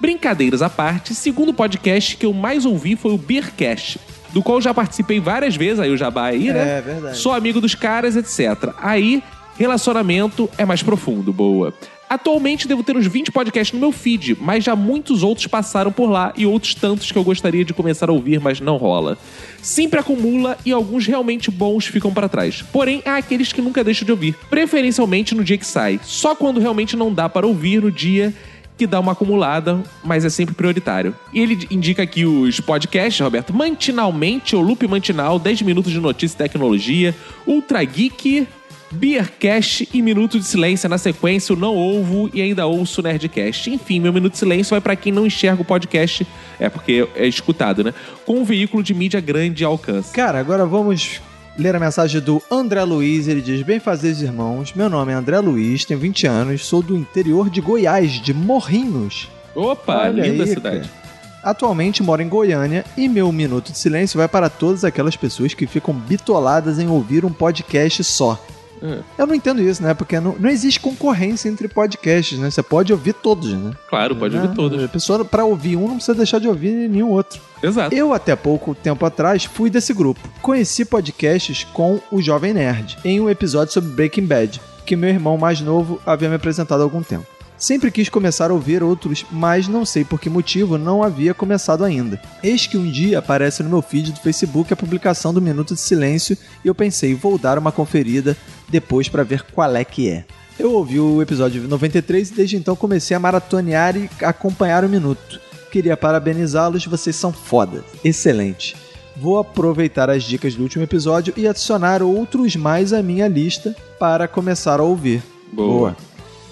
A: Brincadeiras à parte, segundo podcast que eu mais ouvi foi o Beercast, do qual eu já participei várias vezes, aí o Jabá aí, né?
J: É, verdade.
A: Sou amigo dos caras, etc. Aí, relacionamento é mais profundo, boa. Atualmente devo ter uns 20 podcasts no meu feed, mas já muitos outros passaram por lá e outros tantos que eu gostaria de começar a ouvir, mas não rola. Sempre acumula e alguns realmente bons ficam pra trás. Porém, há aqueles que nunca deixo de ouvir, preferencialmente no dia que sai, só quando realmente não dá para ouvir no dia que dá uma acumulada, mas é sempre prioritário. E ele indica aqui os podcasts, Roberto, Mantinalmente, o Loop Mantinal, 10 minutos de notícia e tecnologia, Ultra Geek, Beercast e Minuto de Silêncio. Na sequência, o Não Ovo e ainda ouço o Nerdcast. Enfim, meu Minuto de Silêncio vai para quem não enxerga o podcast, é porque é escutado, né? Com um veículo de mídia grande alcance.
J: Cara, agora vamos ler a mensagem do André Luiz. Ele diz: Bem fazer, irmãos. Meu nome é André Luiz, tenho 20 anos, sou do interior de Goiás, de Morrinhos.
A: Opa,
J: Olha
A: linda
J: aí,
A: cidade.
J: cara. Atualmente moro em Goiânia e meu minuto de silêncio vai para todas aquelas pessoas que ficam bitoladas em ouvir um podcast só.
A: É.
J: Eu não entendo isso, né? Porque não, não existe concorrência entre podcasts, né? Você pode ouvir todos, né?
A: Claro, pode ouvir
J: Né?
A: todas.
J: A pessoa, pra ouvir um, não precisa deixar de ouvir nenhum outro.
A: Exato.
J: Eu, até pouco tempo atrás, fui desse grupo. Conheci podcasts com o Jovem Nerd, em um episódio sobre Breaking Bad, que meu irmão mais novo havia me apresentado há algum tempo. Sempre quis começar a ouvir outros, mas não sei por que motivo não havia começado ainda. Eis que um dia aparece no meu feed do Facebook a publicação do Minuto de Silêncio e eu pensei, vou dar uma conferida depois pra ver qual é que é. Eu ouvi o episódio 93 e desde então comecei a maratonear e acompanhar o minuto. Queria parabenizá-los, vocês são foda. Excelente. Vou aproveitar as dicas do último episódio e adicionar outros mais à minha lista para começar a ouvir.
A: Boa.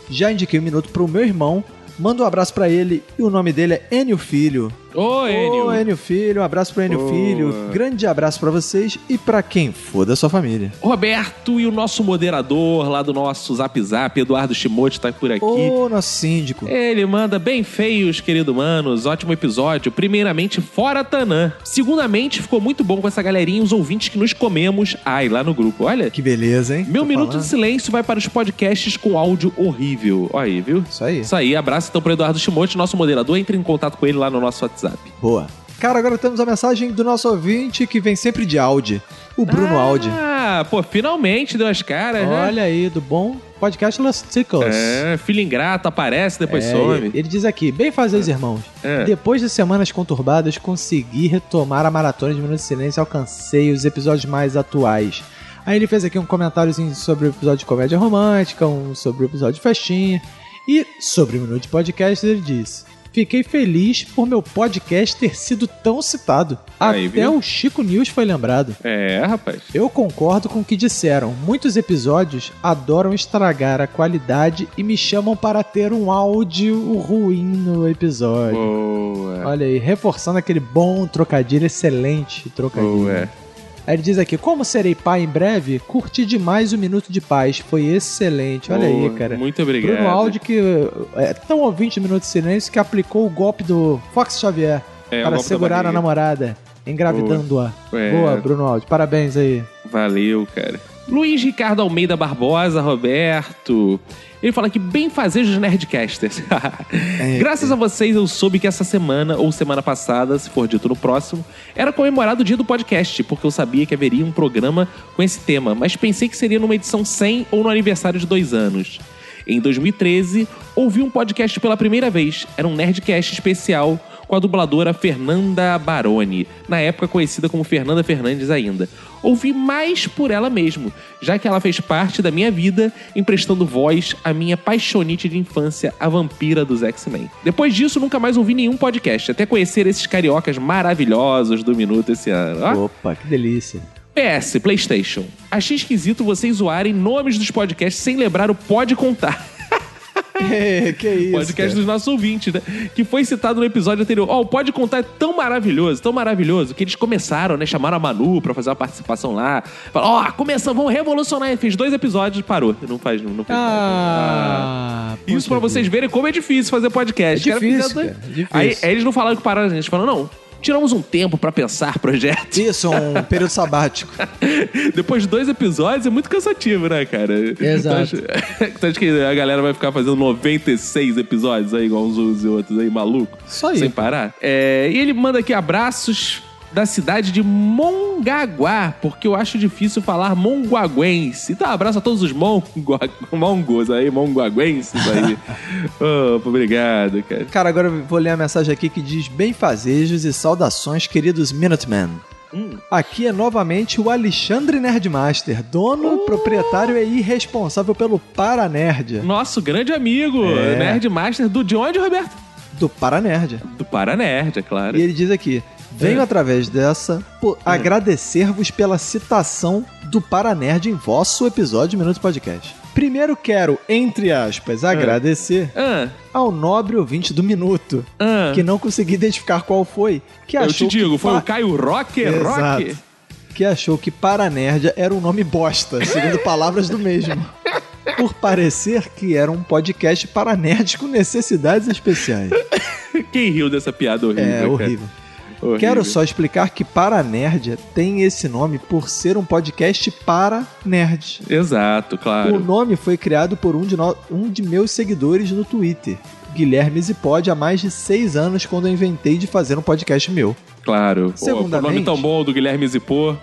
J: Já indiquei um minuto para o meu irmão. Mando um abraço para ele e o nome dele é Enio Filho.
A: Ô,
J: Ô,
A: Enio.
J: Enio Filho, um abraço para Enio
A: Boa.
J: Filho. Grande abraço para vocês e para quem for da sua família.
A: Roberto e o nosso moderador lá do nosso Zap Zap, Eduardo Shimote, tá por aqui.
J: Ô, nosso síndico.
A: Ele manda bem feios, querido manos. Ótimo episódio. Primeiramente, fora Tanã. Segundamente, ficou muito bom com essa galerinha, os ouvintes que nos comemos. Ai, lá no grupo. Olha.
J: Que beleza, hein?
A: Meu
J: Tô
A: minuto
J: falando.
A: de silêncio vai para os podcasts com áudio horrível. Olha aí, viu?
J: Isso aí.
A: Isso aí, abraço então para Eduardo Shimote, nosso moderador. Entre em contato com ele lá no nosso WhatsApp.
J: Boa. Cara, agora temos a mensagem do nosso ouvinte que vem sempre de Audi, o Bruno Audi.
A: Ah, pô, finalmente deu as caras, né?
J: Olha aí, do bom podcast Los Ticos.
A: É, filho ingrato, aparece, depois
J: É,
A: some.
J: Ele diz aqui, bem fazer, irmãos.
A: É.
J: Depois de semanas conturbadas, consegui retomar a maratona de Minuto de Silêncio e alcancei os episódios mais atuais. Aí ele fez aqui um comentáriozinho sobre o episódio de comédia romântica, um sobre o episódio de festinha. E sobre o Minuto de Podcast, ele disse: Fiquei feliz por meu podcast ter sido tão citado.
A: Aí,
J: Até
A: viu?
J: o Chico News foi lembrado.
A: É, rapaz.
J: Eu concordo com o que disseram. Muitos episódios adoram estragar a qualidade e me chamam para ter um áudio ruim no episódio.
A: Boa.
J: Olha aí, reforçando aquele bom trocadilho, excelente trocadilho.
A: Boa. é.
J: Aí ele diz aqui: Como serei pai em breve? Curti demais o Minuto de Paz. Foi excelente. Olha
A: Boa.
J: aí, cara.
A: Muito obrigado.
J: Bruno Aldi, que é tão ouvinte do Minuto de Silêncio, que aplicou o golpe do Fox Xavier
A: É,
J: para
A: o golpe da
J: segurar a
A: barriga.
J: namorada, engravidando-a.
A: É.
J: Boa, Bruno Aldi. Parabéns aí.
A: Valeu, cara. Luiz Ricardo Almeida Barbosa, Roberto. Ele fala que bem fazer os Nerdcasters.
J: É.
A: Graças a vocês, eu soube que essa semana, ou semana passada, se for dito no próximo, era comemorado o dia do podcast, porque eu sabia que haveria um programa com esse tema, mas pensei que seria numa edição 100 ou no aniversário de dois anos. Em 2013, ouvi um podcast pela primeira vez. Era um Nerdcast especial com a dubladora Fernanda Baroni, na época conhecida como Fernanda Fernandes ainda. Ouvi mais por ela mesmo, já que ela fez parte da minha vida, emprestando voz à minha paixonite de infância, a vampira dos X-Men. Depois disso, nunca mais ouvi nenhum podcast, até conhecer esses cariocas maravilhosos do Minuto esse ano. Ó,
J: Opa, que delícia.
A: PS, PlayStation. Achei esquisito vocês zoarem nomes dos podcasts sem lembrar o Pode Contar.
J: É, que isso.
A: podcast dos nossos ouvintes, né? Que foi citado no episódio anterior. Ó, o Pode Contar é tão maravilhoso, tão maravilhoso, que eles começaram, né? Chamaram a Manu pra fazer uma participação lá. Falaram, ó, começamos, vamos revolucionar. Fez dois episódios, parou. Não faz, não fez mais.
J: Ah,
A: Isso pra vocês verem como é difícil fazer podcast.
J: É
A: Os caras
J: difícil,
A: fizeram-
J: cara, é difícil.
A: Aí, aí eles não falaram que pararam, eles falaram, não, tiramos um tempo pra pensar projetos.
J: Isso, um período sabático.
A: Depois de dois episódios é muito cansativo, né, cara?
J: Exato.
A: Tu acha, tu acha que a galera vai ficar fazendo 96 episódios aí, igual uns e outros aí, maluco?
J: Isso aí.
A: Sem parar? É, e ele manda aqui abraços. da cidade de Mongaguá, porque eu acho difícil falar monguaguense. Então, abraço a todos os mongua... mongos aí, monguaguenses aí. oh, obrigado, cara.
J: Cara, agora eu vou ler a mensagem aqui que diz bem-fazejos e saudações, queridos Minutemen. Aqui é novamente o Alexandre Nerdmaster, dono, proprietário e irresponsável pelo Paranerd.
A: Nosso grande amigo,
J: É.
A: Nerd Master do de onde, Roberto?
J: Do Paranerd.
A: Do Paranerd, é claro.
J: E ele diz aqui: venho
A: É.
J: através dessa po- agradecer-vos pela citação do Paranerd em vosso episódio de Minuto Podcast. Primeiro quero, entre aspas,
A: É.
J: agradecer
A: Ah,
J: ao nobre ouvinte do Minuto,
A: ah.
J: que não consegui identificar qual foi, que
A: Eu
J: achou
A: te digo,
J: que
A: foi
J: pa-
A: o Caio Rocker,
J: Exato.
A: Rocker.
J: que achou que Paranerdia era um nome bosta, segundo palavras do mesmo. Por parecer que era um podcast para nerds com necessidades especiais.
A: Quem riu dessa piada horrível?
J: É
A: cara?
J: horrível.
A: Horrível.
J: Quero só explicar que Paranerdia tem esse nome por ser um podcast para nerds.
A: Exato,
J: O
A: claro.
J: nome foi criado por um de, no- um de meus seguidores no Twitter, Guilherme Zipod, há mais de seis anos, quando eu inventei de fazer um podcast meu.
A: Claro. o nome
J: Segundamente-
A: tão bom do Guilherme Zipô.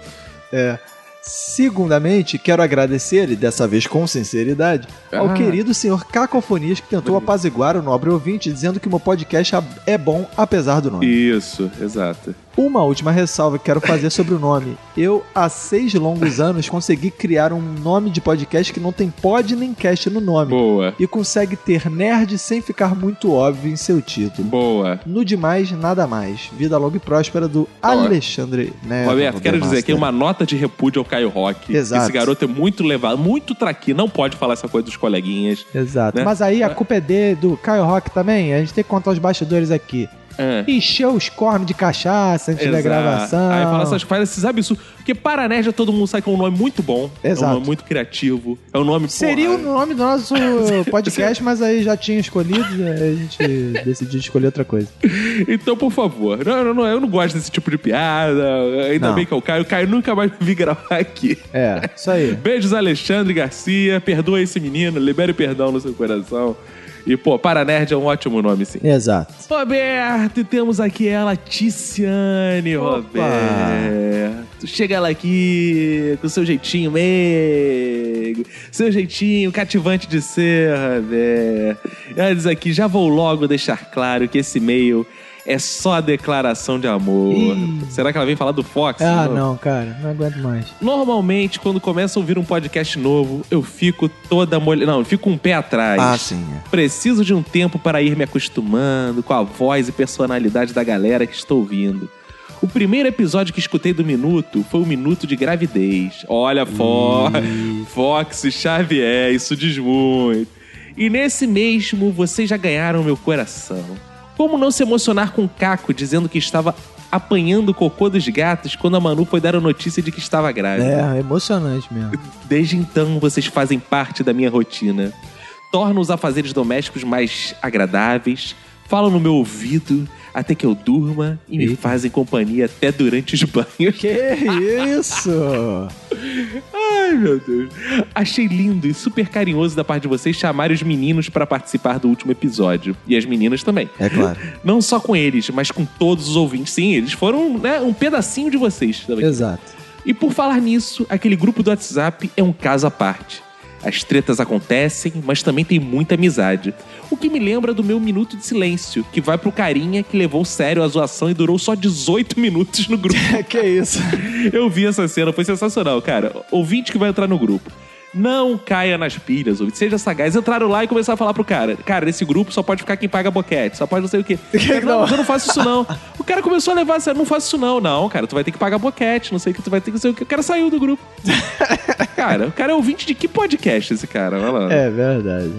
J: Segundamente, quero agradecer, e dessa vez com sinceridade, ao
A: Ah.
J: querido senhor Cacofonias que tentou apaziguar o nobre ouvinte dizendo que meu podcast ab- é bom apesar do nome.
A: Isso, exato.
J: Uma última ressalva que quero fazer sobre o nome. Eu, há seis longos anos, consegui criar um nome de podcast que não tem pod nem cast no nome
A: Boa,
J: e consegue ter nerd sem ficar muito óbvio em seu título.
A: boa.
J: No demais, nada mais. Vida longa e próspera do Alexandre Neto.
A: Roberto, quero dizer aqui
J: É, Master.
A: uma nota de repúdio ao Caio Rock.
J: Exato.
A: Esse garoto é muito levado, muito traqui. Não pode falar essa coisa dos coleguinhas.
J: Exato.
A: né?
J: Mas aí a culpa é de, do Caio Rock também. A gente tem que contar os bastidores aqui.
A: É.
J: Encheu os cornos de cachaça antes da
A: Exato.
J: gravação.
A: Aí fala assim, essas coisas, esses absurdos. Porque Paranédia todo mundo sabe que é um nome muito bom. É
J: Exato.
A: um nome muito criativo. É um nome.
J: Seria o
A: porra,
J: nome do nosso podcast, mas aí já tinha escolhido, aí a gente decidiu escolher outra coisa.
A: Então, por favor. Não, não, não, eu não gosto desse tipo de piada. Ainda
J: Não.
A: bem que é o Caio. O Caio nunca mais me vi gravar aqui.
J: É, isso aí.
A: Beijos, Alexandre Garcia. Perdoa esse menino. Libere perdão no seu coração. E, pô, Paranerd é um ótimo nome, sim.
J: Exato.
A: Roberto, e temos aqui ela, Ticiane,
J: Opa!
A: Roberto. Chega ela aqui com seu jeitinho meigo, seu jeitinho cativante de ser, Roberto. Ela diz aqui, já vou logo deixar claro que esse e-mail é só declaração de amor.
J: Ih.
A: Será que ela vem falar do Fox?
J: Ah,
A: de novo?
J: não, cara, não aguento mais.
A: Normalmente, quando começo a ouvir um podcast novo, eu fico toda molhada. Não, eu fico com um pé atrás.
J: Ah, é.
A: Preciso de um tempo para ir me acostumando com a voz e personalidade da galera que estou ouvindo. O primeiro episódio que escutei do Minuto foi o Minuto de Gravidez. Olha, Fo Fox e Xavier, isso diz muito. E nesse mesmo, vocês já ganharam meu coração. Como não se emocionar com o Caco dizendo que estava apanhando o cocô dos gatos quando a Manu foi dar a notícia de que estava grávida?
J: É, emocionante mesmo.
A: Desde então, vocês fazem parte da minha rotina. Tornam os afazeres domésticos mais agradáveis, falam no meu ouvido até que eu durma e me
J: Eita.
A: fazem companhia até durante os banhos.
J: Que isso?
A: Ai, meu Deus. Achei lindo e super carinhoso da parte de vocês chamarem os meninos para participar do último episódio. E as meninas também.
J: É claro.
A: Não só com eles, mas com todos os ouvintes. Sim, eles foram né, um pedacinho de vocês também.
J: Exato.
A: E por falar nisso, aquele grupo do WhatsApp é um caso à parte. As tretas acontecem, mas também tem muita amizade. O que me lembra do meu minuto de silêncio, que vai pro carinha que levou sério a zoação e durou só 18 minutos no grupo.
J: que isso?
A: Eu vi essa cena, foi sensacional, cara. Ouvinte que vai entrar no grupo. Não caia nas pilhas, ouvinte. Seja sagaz. Entraram lá e começaram a falar pro cara: Cara, nesse grupo só pode ficar quem paga boquete, só pode não sei o quê. Cara, não, mas eu não faço isso não. O cara começou a levar a sério: Não faço isso não. Não, cara, tu vai ter que pagar boquete, não sei o que, tu vai ter que não sei o que. O cara saiu do grupo. cara, o cara é ouvinte de que podcast esse cara? Olha lá.
J: É verdade.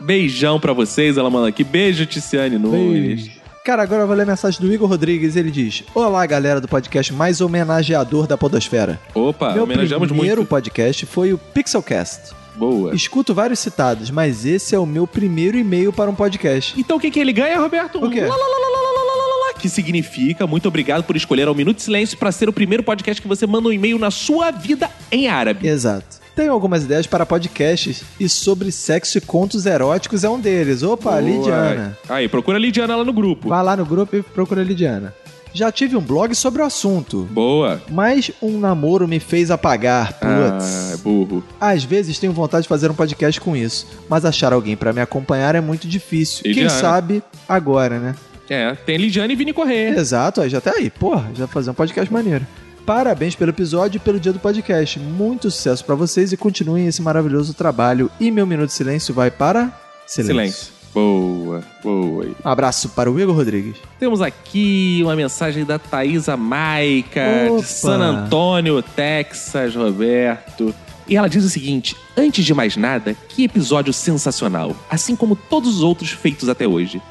A: Beijão pra vocês, ela manda aqui. Beijo, Ticiane Nunes.
J: Cara, agora eu vou ler a mensagem do Igor Rodrigues. Ele diz: Olá, galera do podcast mais homenageador da Podosfera.
A: Opa,
J: Meu
A: homenageamos
J: primeiro
A: muito.
J: podcast foi o Pixelcast.
A: Boa.
J: Escuto vários citados, mas esse é o meu primeiro e-mail para um podcast.
A: Então o que, que ele ganha, Roberto?
J: O quê?
A: Um lá, lá, lá, lá, lá, lá, lá, lá, lá, Que significa muito obrigado por escolher ao Minuto de Silêncio para ser o primeiro podcast que você manda um e-mail na sua vida em árabe.
J: Exato. Tenho algumas ideias para podcasts e sobre sexo e contos eróticos é um deles. Opa,
A: Boa.
J: Lidiana.
A: Aí, procura a Lidiana lá no grupo.
J: Vai lá no grupo e procura a Lidiana. Já tive um blog sobre o assunto.
A: Boa.
J: Mas um namoro me fez apagar,
A: Ah, é
J: putz.
A: burro.
J: Às vezes tenho vontade de fazer um podcast com isso, mas achar alguém pra me acompanhar é muito difícil. Quem
A: E Diana?
J: sabe agora, né?
A: É, tem Lidiane e Vini Correia.
J: Exato, aí já até aí. Porra, já fazer um podcast maneiro. Parabéns pelo episódio e pelo dia do podcast. Muito sucesso pra vocês e continuem esse maravilhoso trabalho. E meu minuto de silêncio vai para silêncio.
A: Silêncio. Boa, boa.
J: Abraço para o Igor Rodrigues.
A: Temos aqui uma mensagem da Thaisa Maica,
J: Opa.
A: de San Antônio, Texas, Roberto. E ela diz o seguinte: antes de mais nada, que episódio sensacional, assim como todos os outros feitos até hoje.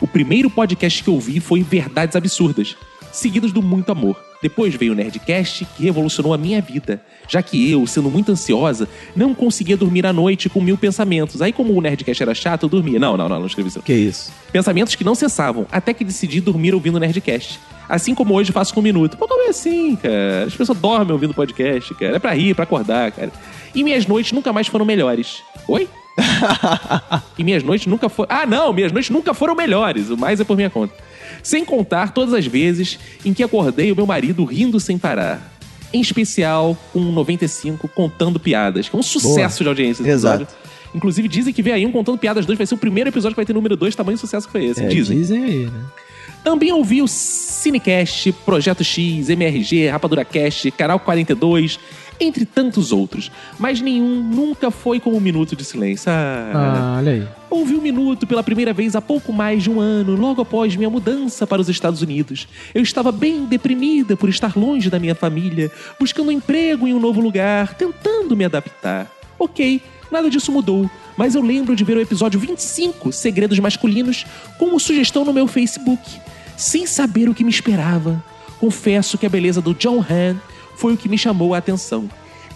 A: O primeiro podcast que eu vi foi Verdades Absurdas, seguidos do Muito Amor. Depois veio o Nerdcast, que revolucionou a minha vida, já que eu, sendo muito ansiosa, não conseguia dormir à noite com mil pensamentos. Aí, como o Nerdcast era chato, eu dormia. Não, não, não, não escrevi isso.
J: Que isso?
A: Pensamentos que não cessavam, até que decidi dormir ouvindo o Nerdcast. Assim como hoje faço com um minuto. Pô, como é assim, cara? As pessoas dormem ouvindo podcast, cara. É pra rir, pra acordar, cara. E minhas noites nunca mais foram melhores. Oi? e minhas noites nunca foram. Ah, não! Minhas noites nunca foram melhores. O mais é por minha conta. Sem contar todas as vezes em que acordei o meu marido rindo sem parar. Em especial com um o 95 contando piadas, que é um sucesso de audiência. esse
J: Exato.
A: episódio. Inclusive, dizem que vem aí um Contando Piadas 2, vai ser o primeiro episódio que vai ter número 2, tamanho sucesso que foi esse.
J: É,
A: dizem.
J: aí, né?
A: Também ouvi o Cinecast, Projeto X, MRG, Rapadura Cast, Canal 42, entre tantos outros. Mas nenhum nunca foi como um minuto de silêncio. Ah.
J: olha aí.
A: Ouvi o Minuto pela primeira vez há pouco mais de um ano, logo após minha mudança para os Estados Unidos. Eu estava bem deprimida por estar longe da minha família, buscando um emprego em um novo lugar, tentando me adaptar. Ok, nada disso mudou, mas eu lembro de ver o episódio 25, Segredos Masculinos, como sugestão no meu Facebook, sem saber o que me esperava. Confesso que a beleza do John Han foi o que me chamou a atenção.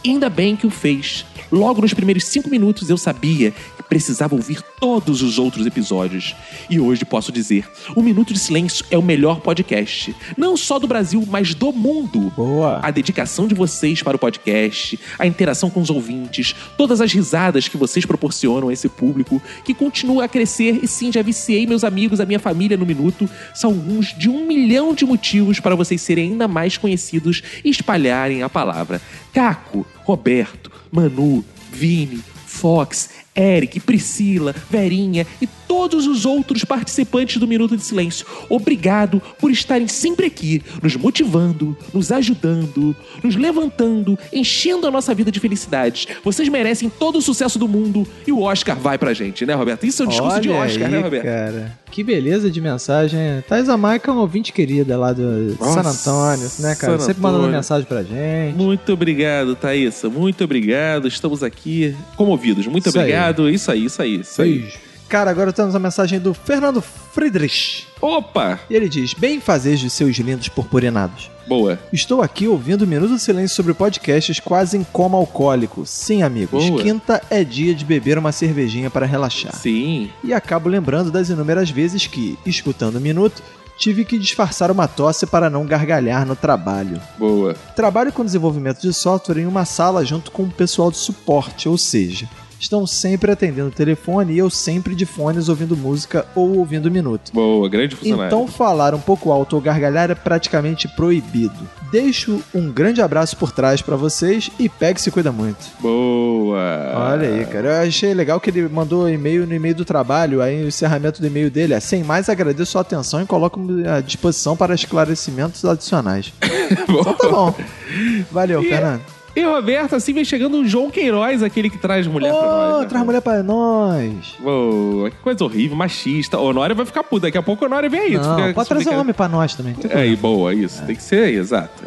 A: Ainda bem que o fez. Logo nos primeiros cinco minutos eu sabia que precisava ouvir todos os outros episódios. E hoje posso dizer: O Minuto de Silêncio é o melhor podcast. Não só do Brasil, mas do mundo.
J: Boa.
A: A dedicação de vocês para o podcast, a interação com os ouvintes, todas as risadas que vocês proporcionam a esse público, que continua a crescer e sim, já viciei meus amigos, a minha família no minuto, são alguns de um milhão de motivos para vocês serem ainda mais conhecidos e espalharem a palavra. Caco, Roberto, Manu, Vini, Fox, Eric, Priscila, Verinha e todos os outros participantes do Minuto de Silêncio. Obrigado por estarem sempre aqui, nos motivando, nos ajudando, nos levantando, enchendo a nossa vida de felicidades. Vocês merecem todo o sucesso do mundo e o Oscar vai pra gente, né, Roberto? Isso é um discurso
J: Olha
A: de Oscar,
J: aí,
A: né, Roberto?
J: Cara. Que beleza de mensagem. Thais Amaica é uma ouvinte querida lá do
A: Nossa,
J: San Antônio, né, cara?
A: San
J: Sempre mandando
A: Antônio.
J: mensagem pra gente.
A: Muito obrigado, Thaísa. Muito obrigado. Estamos aqui comovidos. Muito
J: Isso aí.
A: obrigado. Isso aí, isso aí, isso aí.
J: Beijo. Cara, agora temos a mensagem do Fernando Friedrich.
A: Opa!
J: E ele diz: Bem fazeres de seus lindos purpurinados.
A: Boa.
J: Estou aqui ouvindo Minuto de Silêncio sobre podcasts quase em coma alcoólico. Sim, amigos,
A: Boa.
J: quinta é dia de beber uma cervejinha para relaxar.
A: Sim.
J: E acabo lembrando das inúmeras vezes que, escutando o Minuto, tive que disfarçar uma tosse para não gargalhar no trabalho.
A: Boa.
J: Trabalho com desenvolvimento de software em uma sala junto com o pessoal de suporte, ou seja, estão sempre atendendo o telefone e eu sempre de fones ouvindo música ou ouvindo o Minuto.
A: Boa. Grande funcionário.
J: Então falar um pouco alto ou gargalhar é praticamente proibido. Deixo um grande abraço por trás pra vocês e pegue se cuida muito.
A: Boa.
J: Olha aí, cara. Eu achei legal que ele mandou e-mail no e-mail do trabalho, aí o encerramento do e-mail dele é sem mais agradeço a atenção e coloco-me à disposição para esclarecimentos adicionais. então tá bom. Valeu, Fernando.
A: E Roberto, assim vem chegando o João Queiroz, aquele que traz mulher pra nós.
J: Ô,
A: né?
J: traz mulher pra nós.
A: Boa, que coisa horrível, machista. O Honório vai ficar puto, daqui a pouco o Honório vem aí. tu
J: Não,
A: fica-
J: pode
A: tu
J: trazer
A: fica-
J: homem É. pra nós também.
A: Aí, boa, isso. Tem que ser aí, exato.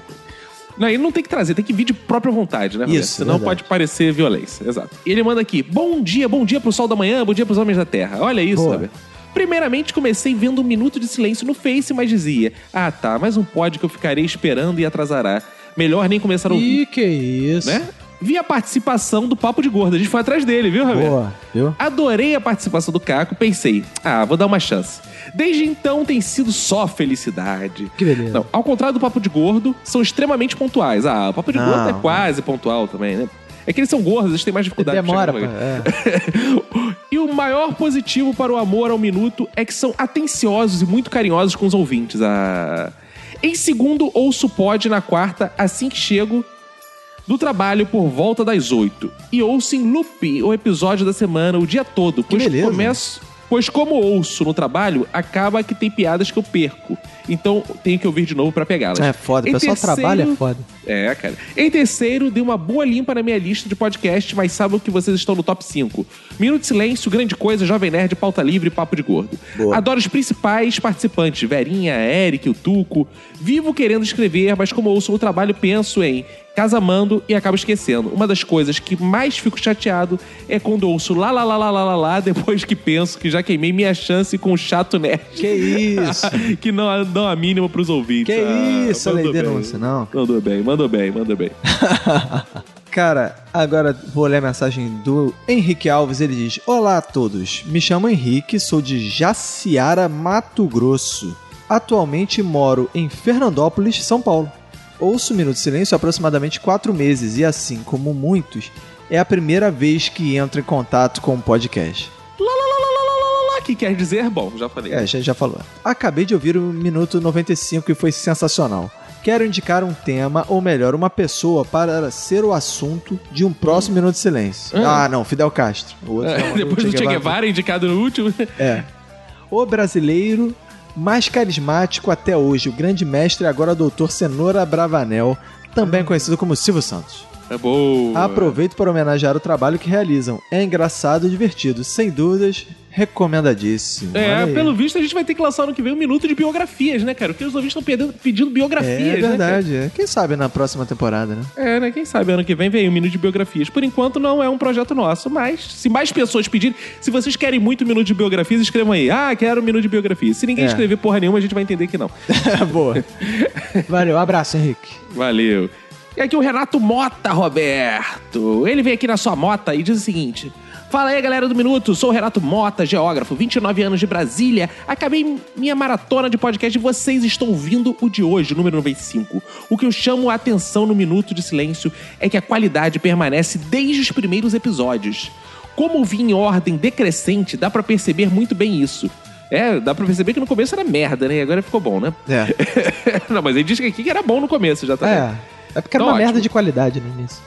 A: Não, ele não tem que trazer, tem que vir de própria vontade, né? Roberto?
J: Isso,
A: Senão
J: verdade.
A: pode parecer violência, exato. Ele manda aqui: bom dia, bom dia pro sol da manhã, bom dia pros homens da terra. Olha isso,
J: Boa.
A: Roberto. Primeiramente, comecei vendo um minuto de silêncio no Face, mas dizia: Ah, tá, mais um pod que eu ficarei esperando e atrasará. Melhor nem começar a ouvir
J: Ih, que isso.
A: né? Vi a participação do Papo de Gordo. A gente foi atrás dele, viu, Roberto?
J: Boa, viu?
A: Adorei a participação do Caco, pensei, ah, vou dar uma chance. Desde então tem sido só felicidade.
J: Que beleza.
A: Não, ao contrário do Papo de Gordo, são extremamente pontuais. Ah, o Papo de
J: Não.
A: Gordo é quase pontual também, né? É que eles são gordos, eles têm mais dificuldade. de
J: Demora, pá.
A: chegar no
J: É.
A: e o maior positivo para o amor ao minuto é que são atenciosos e muito carinhosos com os ouvintes. Ah, Em segundo, ouço pod na quarta, assim que chego do trabalho por volta das oito. E ouço em loop o episódio da semana o dia todo, pois
J: beleza.
A: começo. Pois como ouço no trabalho, acaba que tem piadas que eu perco. Então tenho que ouvir de novo pra pegá-las.
J: É foda, o
A: Em
J: pessoal
A: terceiro-
J: trabalha, é foda.
A: É, cara. Em terceiro, dei uma boa limpa na minha lista de podcast, mas sabem que vocês estão no top 5. Minuto de Silêncio, Grande Coisa, Jovem Nerd, Pauta Livre e Papo de Gordo. Adoro os principais participantes, Verinha, Eric, o Tuco. Vivo querendo escrever, mas como ouço o trabalho, penso em casamando e acabo esquecendo. Uma das coisas que mais fico chateado é quando ouço lá, lá, lá, lá, lá, lá, lá, depois que penso que já queimei minha chance com o chato nerd.
J: Que isso?
A: que não dão a mínima pros ouvintes.
J: Que
A: Ah,
J: isso,
A: mandou
J: lei
A: bem.
J: denúncia, não.
A: Mandou bem, mandou bem, mandou bem.
J: Cara, agora vou ler a mensagem do Henrique Alves. Ele diz: Olá a todos, me chamo Henrique, sou de Jaciara, Mato Grosso. Atualmente moro em Fernandópolis, São Paulo. Ouço um Minuto de Silêncio há aproximadamente quatro meses e, assim como muitos, é a primeira vez que entro em contato com o podcast.
A: Lá Ah, que quer dizer, bom, já falei.
J: É, já, já falou. Acabei de ouvir o Minuto 95 e foi sensacional. Quero indicar um tema, ou melhor, uma pessoa para ser o assunto de um próximo Minuto de Silêncio. Ah, não, Fidel Castro. O outro um
A: É,
J: não,
A: Depois do Che Guevara, indicado no último.
J: É. O brasileiro mais carismático até hoje, o grande mestre e agora doutor Cenoura Bravanel, também conhecido como Silvio Santos.
A: É Hum. boa.
J: Aproveito para homenagear o trabalho que realizam. É engraçado e divertido, sem dúvidas, recomendadíssimo.
A: É,
J: Olha aí.
A: pelo visto a gente vai ter que lançar ano que vem um minuto de biografias, né, cara? Porque os ouvintes estão pedindo, pedindo biografias,
J: É
A: né? cara?
J: verdade. é. Quem sabe na próxima temporada, né?
A: É, né? Quem sabe ano que vem vem um minuto de biografias. Por enquanto não é um projeto nosso, mas se mais pessoas pedirem, se vocês querem muito um minuto de biografias, escrevam aí. Ah, quero um minuto de biografias. Se ninguém
J: É.
A: escrever porra nenhuma, a gente vai entender que não.
J: Boa. Valeu, abraço, Henrique.
A: Valeu. E aqui o Renato Mota, Roberto. Ele vem aqui na sua mota e diz o seguinte. Fala aí, galera do Minuto. Sou o Renato Mota, geógrafo, 29 anos de Brasília. Acabei minha maratona de podcast e vocês estão ouvindo o de hoje, o número 95. O que eu chamo a atenção no Minuto de Silêncio é que a qualidade permanece desde os primeiros episódios. Como ouvi em ordem decrescente, dá pra perceber muito bem isso. É, dá pra perceber que no começo era merda, né? E agora ficou bom, né?
J: É.
A: Não, mas ele diz que aqui que era bom no começo, já tá vendo?
J: É. É porque era
A: Tá
J: uma
A: ótimo.
J: merda de qualidade no início.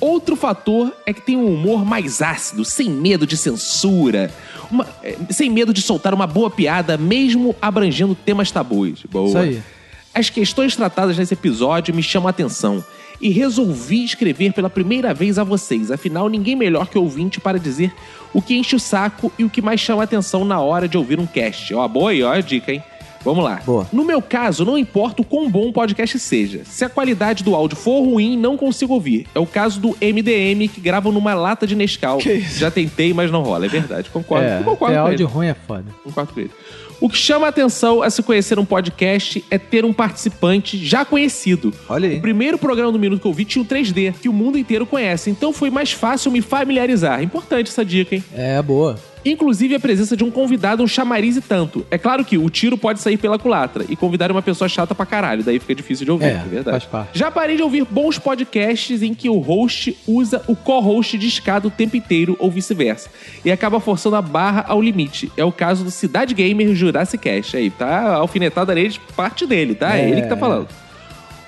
A: Outro fator é que tem um humor mais ácido, sem medo de censura, uma- eh, sem medo de soltar uma boa piada, mesmo abrangendo temas tabus. Boa.
J: Isso aí.
A: As questões tratadas nesse episódio me chamam a atenção. E resolvi escrever pela primeira vez a vocês. Afinal, ninguém melhor que ouvinte para dizer o que enche o saco e o que mais chama a atenção na hora de ouvir um cast. Ó, boa aí, ó a dica, hein? Vamos lá.
J: Boa.
A: No meu caso, não importa o quão bom o podcast seja. Se a qualidade do áudio for ruim, não consigo ouvir. É o caso do MDM, que gravam numa lata de Nescau.
J: Que isso?
A: Já tentei, mas não rola. É verdade. Concordo. Eu concordo com ele.
J: ruim é foda.
A: Um quarto dele. O que chama a atenção a se conhecer um podcast é ter um participante já conhecido.
J: Olha
A: O
J: aí.
A: primeiro programa do Minuto que eu vi tinha o 3D, que o mundo inteiro conhece, então foi mais fácil me familiarizar. Importante essa dica, hein?
J: É, boa.
A: Inclusive a presença de um convidado, um chamariz e tanto. É claro que o tiro pode sair pela culatra e convidar uma pessoa chata pra caralho, daí fica difícil de ouvir, é, verdade.
J: faz parte.
A: Já parei de ouvir bons podcasts em que o host usa o co-host de escada o tempo inteiro ou vice-versa. E acaba forçando a barra ao limite. É o caso do Cidade Gamer Jurassic Cast. Aí, tá? A alfinetada nele de parte dele, tá? É,
J: É.
A: ele que tá falando.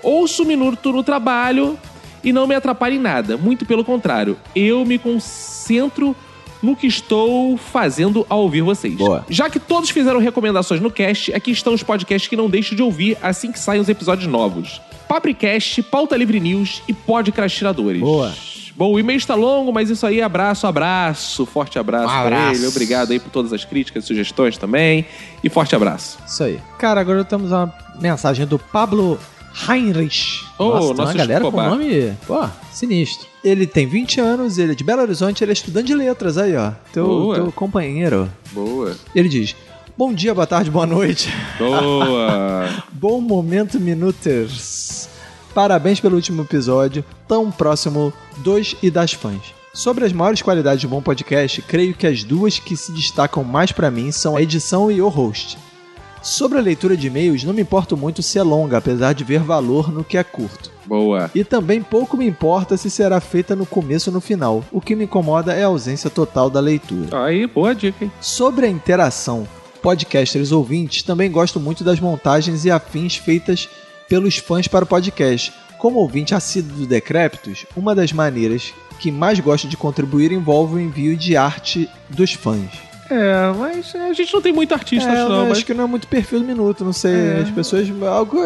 A: Ouço o minuto no trabalho e não me atrapalha em nada. Muito pelo contrário. Eu me concentro no que estou fazendo ao ouvir vocês.
J: Boa.
A: Já que todos fizeram recomendações no cast, aqui estão os podcasts que não deixo de ouvir assim que saem os episódios novos. Papricast, Pauta Livre News e Podcast Tiradores.
J: Boa.
A: Bom, o e-mail está longo, mas isso aí, abraço, abraço. Forte abraço,
J: Um
A: pra
J: abraço.
A: ele. Obrigado aí por todas as críticas, sugestões também. E forte abraço.
J: Isso aí. Cara, agora temos uma mensagem do Pablo Heinrich.
A: Ô,
J: tem
A: nosso
J: uma galera com
A: Escobar.
J: nome, pô, sinistro. Ele tem 20 anos, ele é de Belo Horizonte, ele é estudante de letras aí, ó. Teu,
A: Boa.
J: teu companheiro.
A: Boa.
J: Ele diz: Bom dia, boa tarde, boa noite.
A: Boa.
J: Bom momento, Minuters. Parabéns pelo último episódio, tão próximo dos e das fãs. Sobre as maiores qualidades de um bom podcast, creio que as duas que se destacam mais pra mim são a edição e o host. Sobre a leitura de e-mails, não me importo muito se é longa, apesar de ver valor no que é curto.
A: Boa.
J: E também pouco me importa se será feita no começo ou no final. O que me incomoda é a ausência total da leitura.
A: Aí, boa dica, hein?
J: Sobre a interação, podcasters ouvintes, também gosto muito das montagens e afins feitas pelos fãs para o podcast. Como ouvinte assíduo do Decréptos, uma das maneiras que mais gosto de contribuir envolve o envio de arte dos fãs.
I: É, mas é, a gente não tem muito
A: tá
I: artista,
J: É,
I: acho não,
J: eu
I: mas.
J: acho que não é muito perfil do minuto, não sei. As pessoas. algo-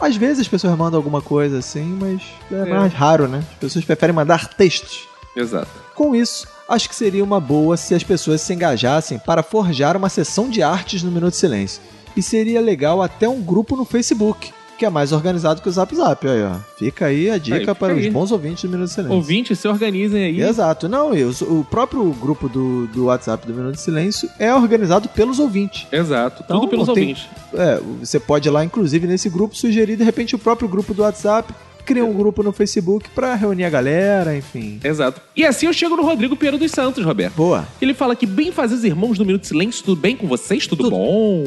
J: às vezes as pessoas mandam alguma coisa assim, mas é, mais raro, né? As pessoas preferem mandar textos.
A: Exato.
J: Com isso, acho que seria uma boa se as pessoas se engajassem para forjar uma sessão de artes no Minuto de Silêncio. E seria legal até um grupo no Facebook, que é mais organizado que o Zap Zap. Aí, ó. Fica aí a dica
I: fica
J: para
I: aí.
J: os bons ouvintes do Minuto de Silêncio.
I: Ouvintes, se organizem aí.
J: Exato. Não, e os- o próprio grupo do, do WhatsApp do Minuto de Silêncio é organizado pelos ouvintes.
A: Exato.
J: Então,
I: Tudo pelos
J: tem-
I: ouvintes.
J: É, você pode ir lá, inclusive, nesse grupo, sugerir de repente o próprio grupo do WhatsApp, cria um grupo no Facebook pra reunir a galera, enfim.
I: É.
A: Exato. E assim eu chego no Rodrigo Pinheiro dos Santos, Roberto.
J: Boa.
A: Ele fala que bem fazer os irmãos do Minuto de Silêncio, tudo bem com vocês? Tudo, bom?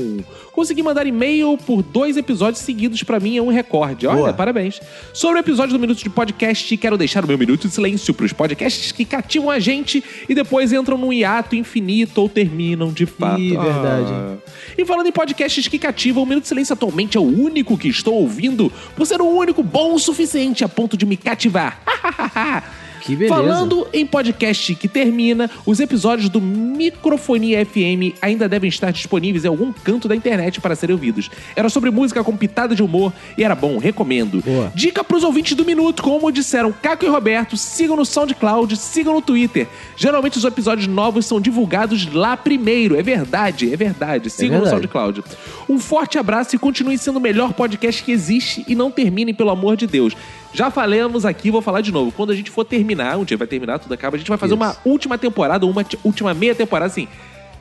A: Consegui mandar e-mail por dois episódios seguidos pra mim, é um recorde. Olha,
J: Boa.
A: parabéns. Sobre o episódio do Minuto de Podcast, quero deixar o meu Minuto de Silêncio pros podcasts que cativam a gente e depois entram num hiato infinito ou terminam de fato.
J: Ih, verdade.
A: Ah. E falando em podcasts que cativam, o Minuto de Silêncio atualmente é o único que estou ouvindo por ser o único bom o suficiente a ponto de me cativar.
I: Ah.
J: Que beleza.
A: Falando em podcast que termina, os episódios do Microfonia FM ainda devem estar disponíveis em algum canto da internet para serem ouvidos. Era sobre música com pitada de humor e era bom, recomendo.
J: Boa.
A: Dica pros ouvintes do Minuto, como disseram Caco e Roberto, sigam no SoundCloud, sigam no Twitter. Geralmente os episódios novos são divulgados lá primeiro. É verdade, é verdade. Sigam no
J: verdade.
A: SoundCloud. Um forte abraço e continue sendo o melhor podcast que existe e não terminem, pelo amor de Deus. Já falamos aqui, vou falar de novo. Quando a gente for terminar, um dia vai terminar, tudo acaba, a gente vai fazer uma última temporada, uma ti- última meia temporada, assim.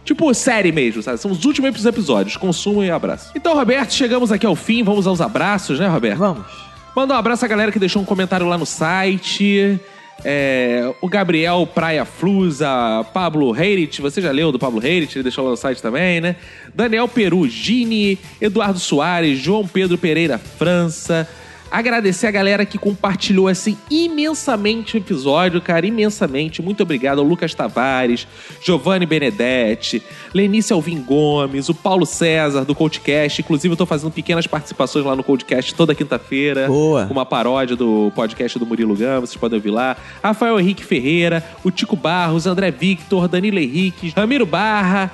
A: Tipo série mesmo, sabe? São os últimos episódios. Consumo e abraço. Então, Roberto, chegamos aqui ao fim. Vamos aos abraços, né, Roberto?
J: Vamos.
A: Manda um abraço à galera que deixou um comentário lá no site. É, o Gabriel Praia Flusa, Pablo Heirit, você já leu do Pablo Heirit, ele deixou lá no site também, né? Daniel Perugini, Eduardo Soares, João Pedro Pereira França. Agradecer a galera que compartilhou assim imensamente o episódio, cara, imensamente. Muito obrigado ao Lucas Tavares, Giovanni Benedetti, Lenice Alvim Gomes, o Paulo César do Coldcast. Inclusive, eu tô fazendo pequenas participações lá no Coldcast toda quinta-feira
J: Boa.
A: uma paródia do podcast do Murilo Gama, vocês podem ouvir lá. Rafael Henrique Ferreira, o Tico Barros, André Victor, Danilo Henrique, Ramiro Barra.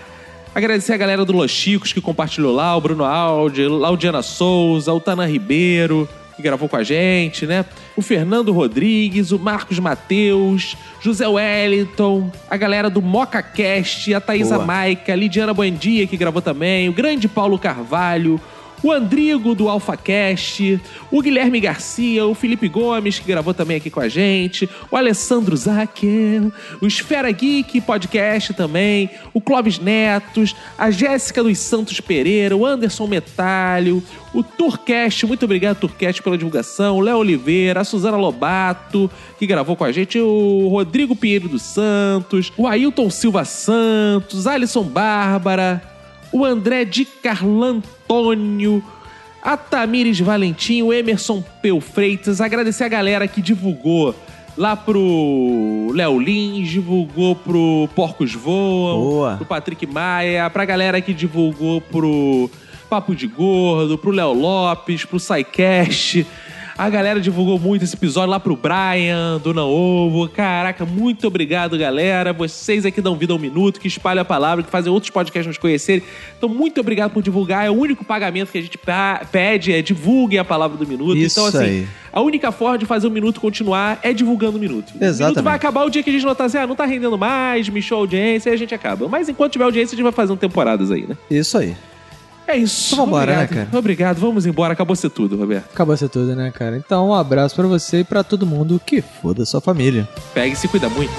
A: Agradecer a galera do Los Chicos que compartilhou lá, o Bruno Aldi, Laudiana Souza, o Tana Ribeiro, que gravou com a gente, né? O Fernando Rodrigues, o Marcos Mateus, José Wellington, a galera do MocaCast, a Thaisa
J: Boa.
A: Maica, a Lidiana Buendia, que gravou também, o grande Paulo Carvalho, o Andrigo do AlphaCast, o Guilherme Garcia, o Felipe Gomes, que gravou também aqui com a gente, o Alessandro Zacher, o Esfera Geek Podcast também, o Clóvis Netos, a Jéssica dos Santos Pereira, o Anderson Metalho, o Turcast, muito obrigado, Turcast, pela divulgação, o Léo Oliveira, a Suzana Lobato, que gravou com a gente, o Rodrigo Pinheiro dos Santos, o Ailton Silva Santos, Alisson Bárbara, o André de Carlantônio, a Tamires Valentim, o Emerson Peu Freitas. Agradecer a galera que divulgou lá pro Léo Lins, divulgou pro Porcos Voam,
J: Boa.
A: pro Patrick Maia, pra galera que divulgou pro Papo de Gordo, pro Léo Lopes, pro SciCast. A galera divulgou muito esse episódio lá pro Brian, do Não Ovo. Caraca, muito obrigado, galera. Vocês aqui dão vida a um minuto, que espalham a palavra, que fazem outros podcasts nos conhecerem. Então, muito obrigado por divulgar. É o único pagamento que a gente pa- pede, é divulguem a palavra do minuto.
J: Isso
A: então, assim,
J: aí.
A: a única forma de fazer o minuto continuar é divulgando o minuto. O minuto
J: Exatamente.
A: vai acabar o dia que a gente notar assim, ah, não tá rendendo mais, mexeu a audiência, aí a gente acaba. Mas enquanto tiver audiência, a gente vai fazendo temporadas aí, né?
J: Isso aí.
A: É isso.
J: Então vambora,
A: Obrigado.
J: né, cara?
A: Obrigado, vamos embora. Acabou ser tudo, Roberto.
J: Acabou essa tudo, né, cara? Então, um abraço pra você e pra todo mundo que foda sua família.
A: Pega e se cuida muito.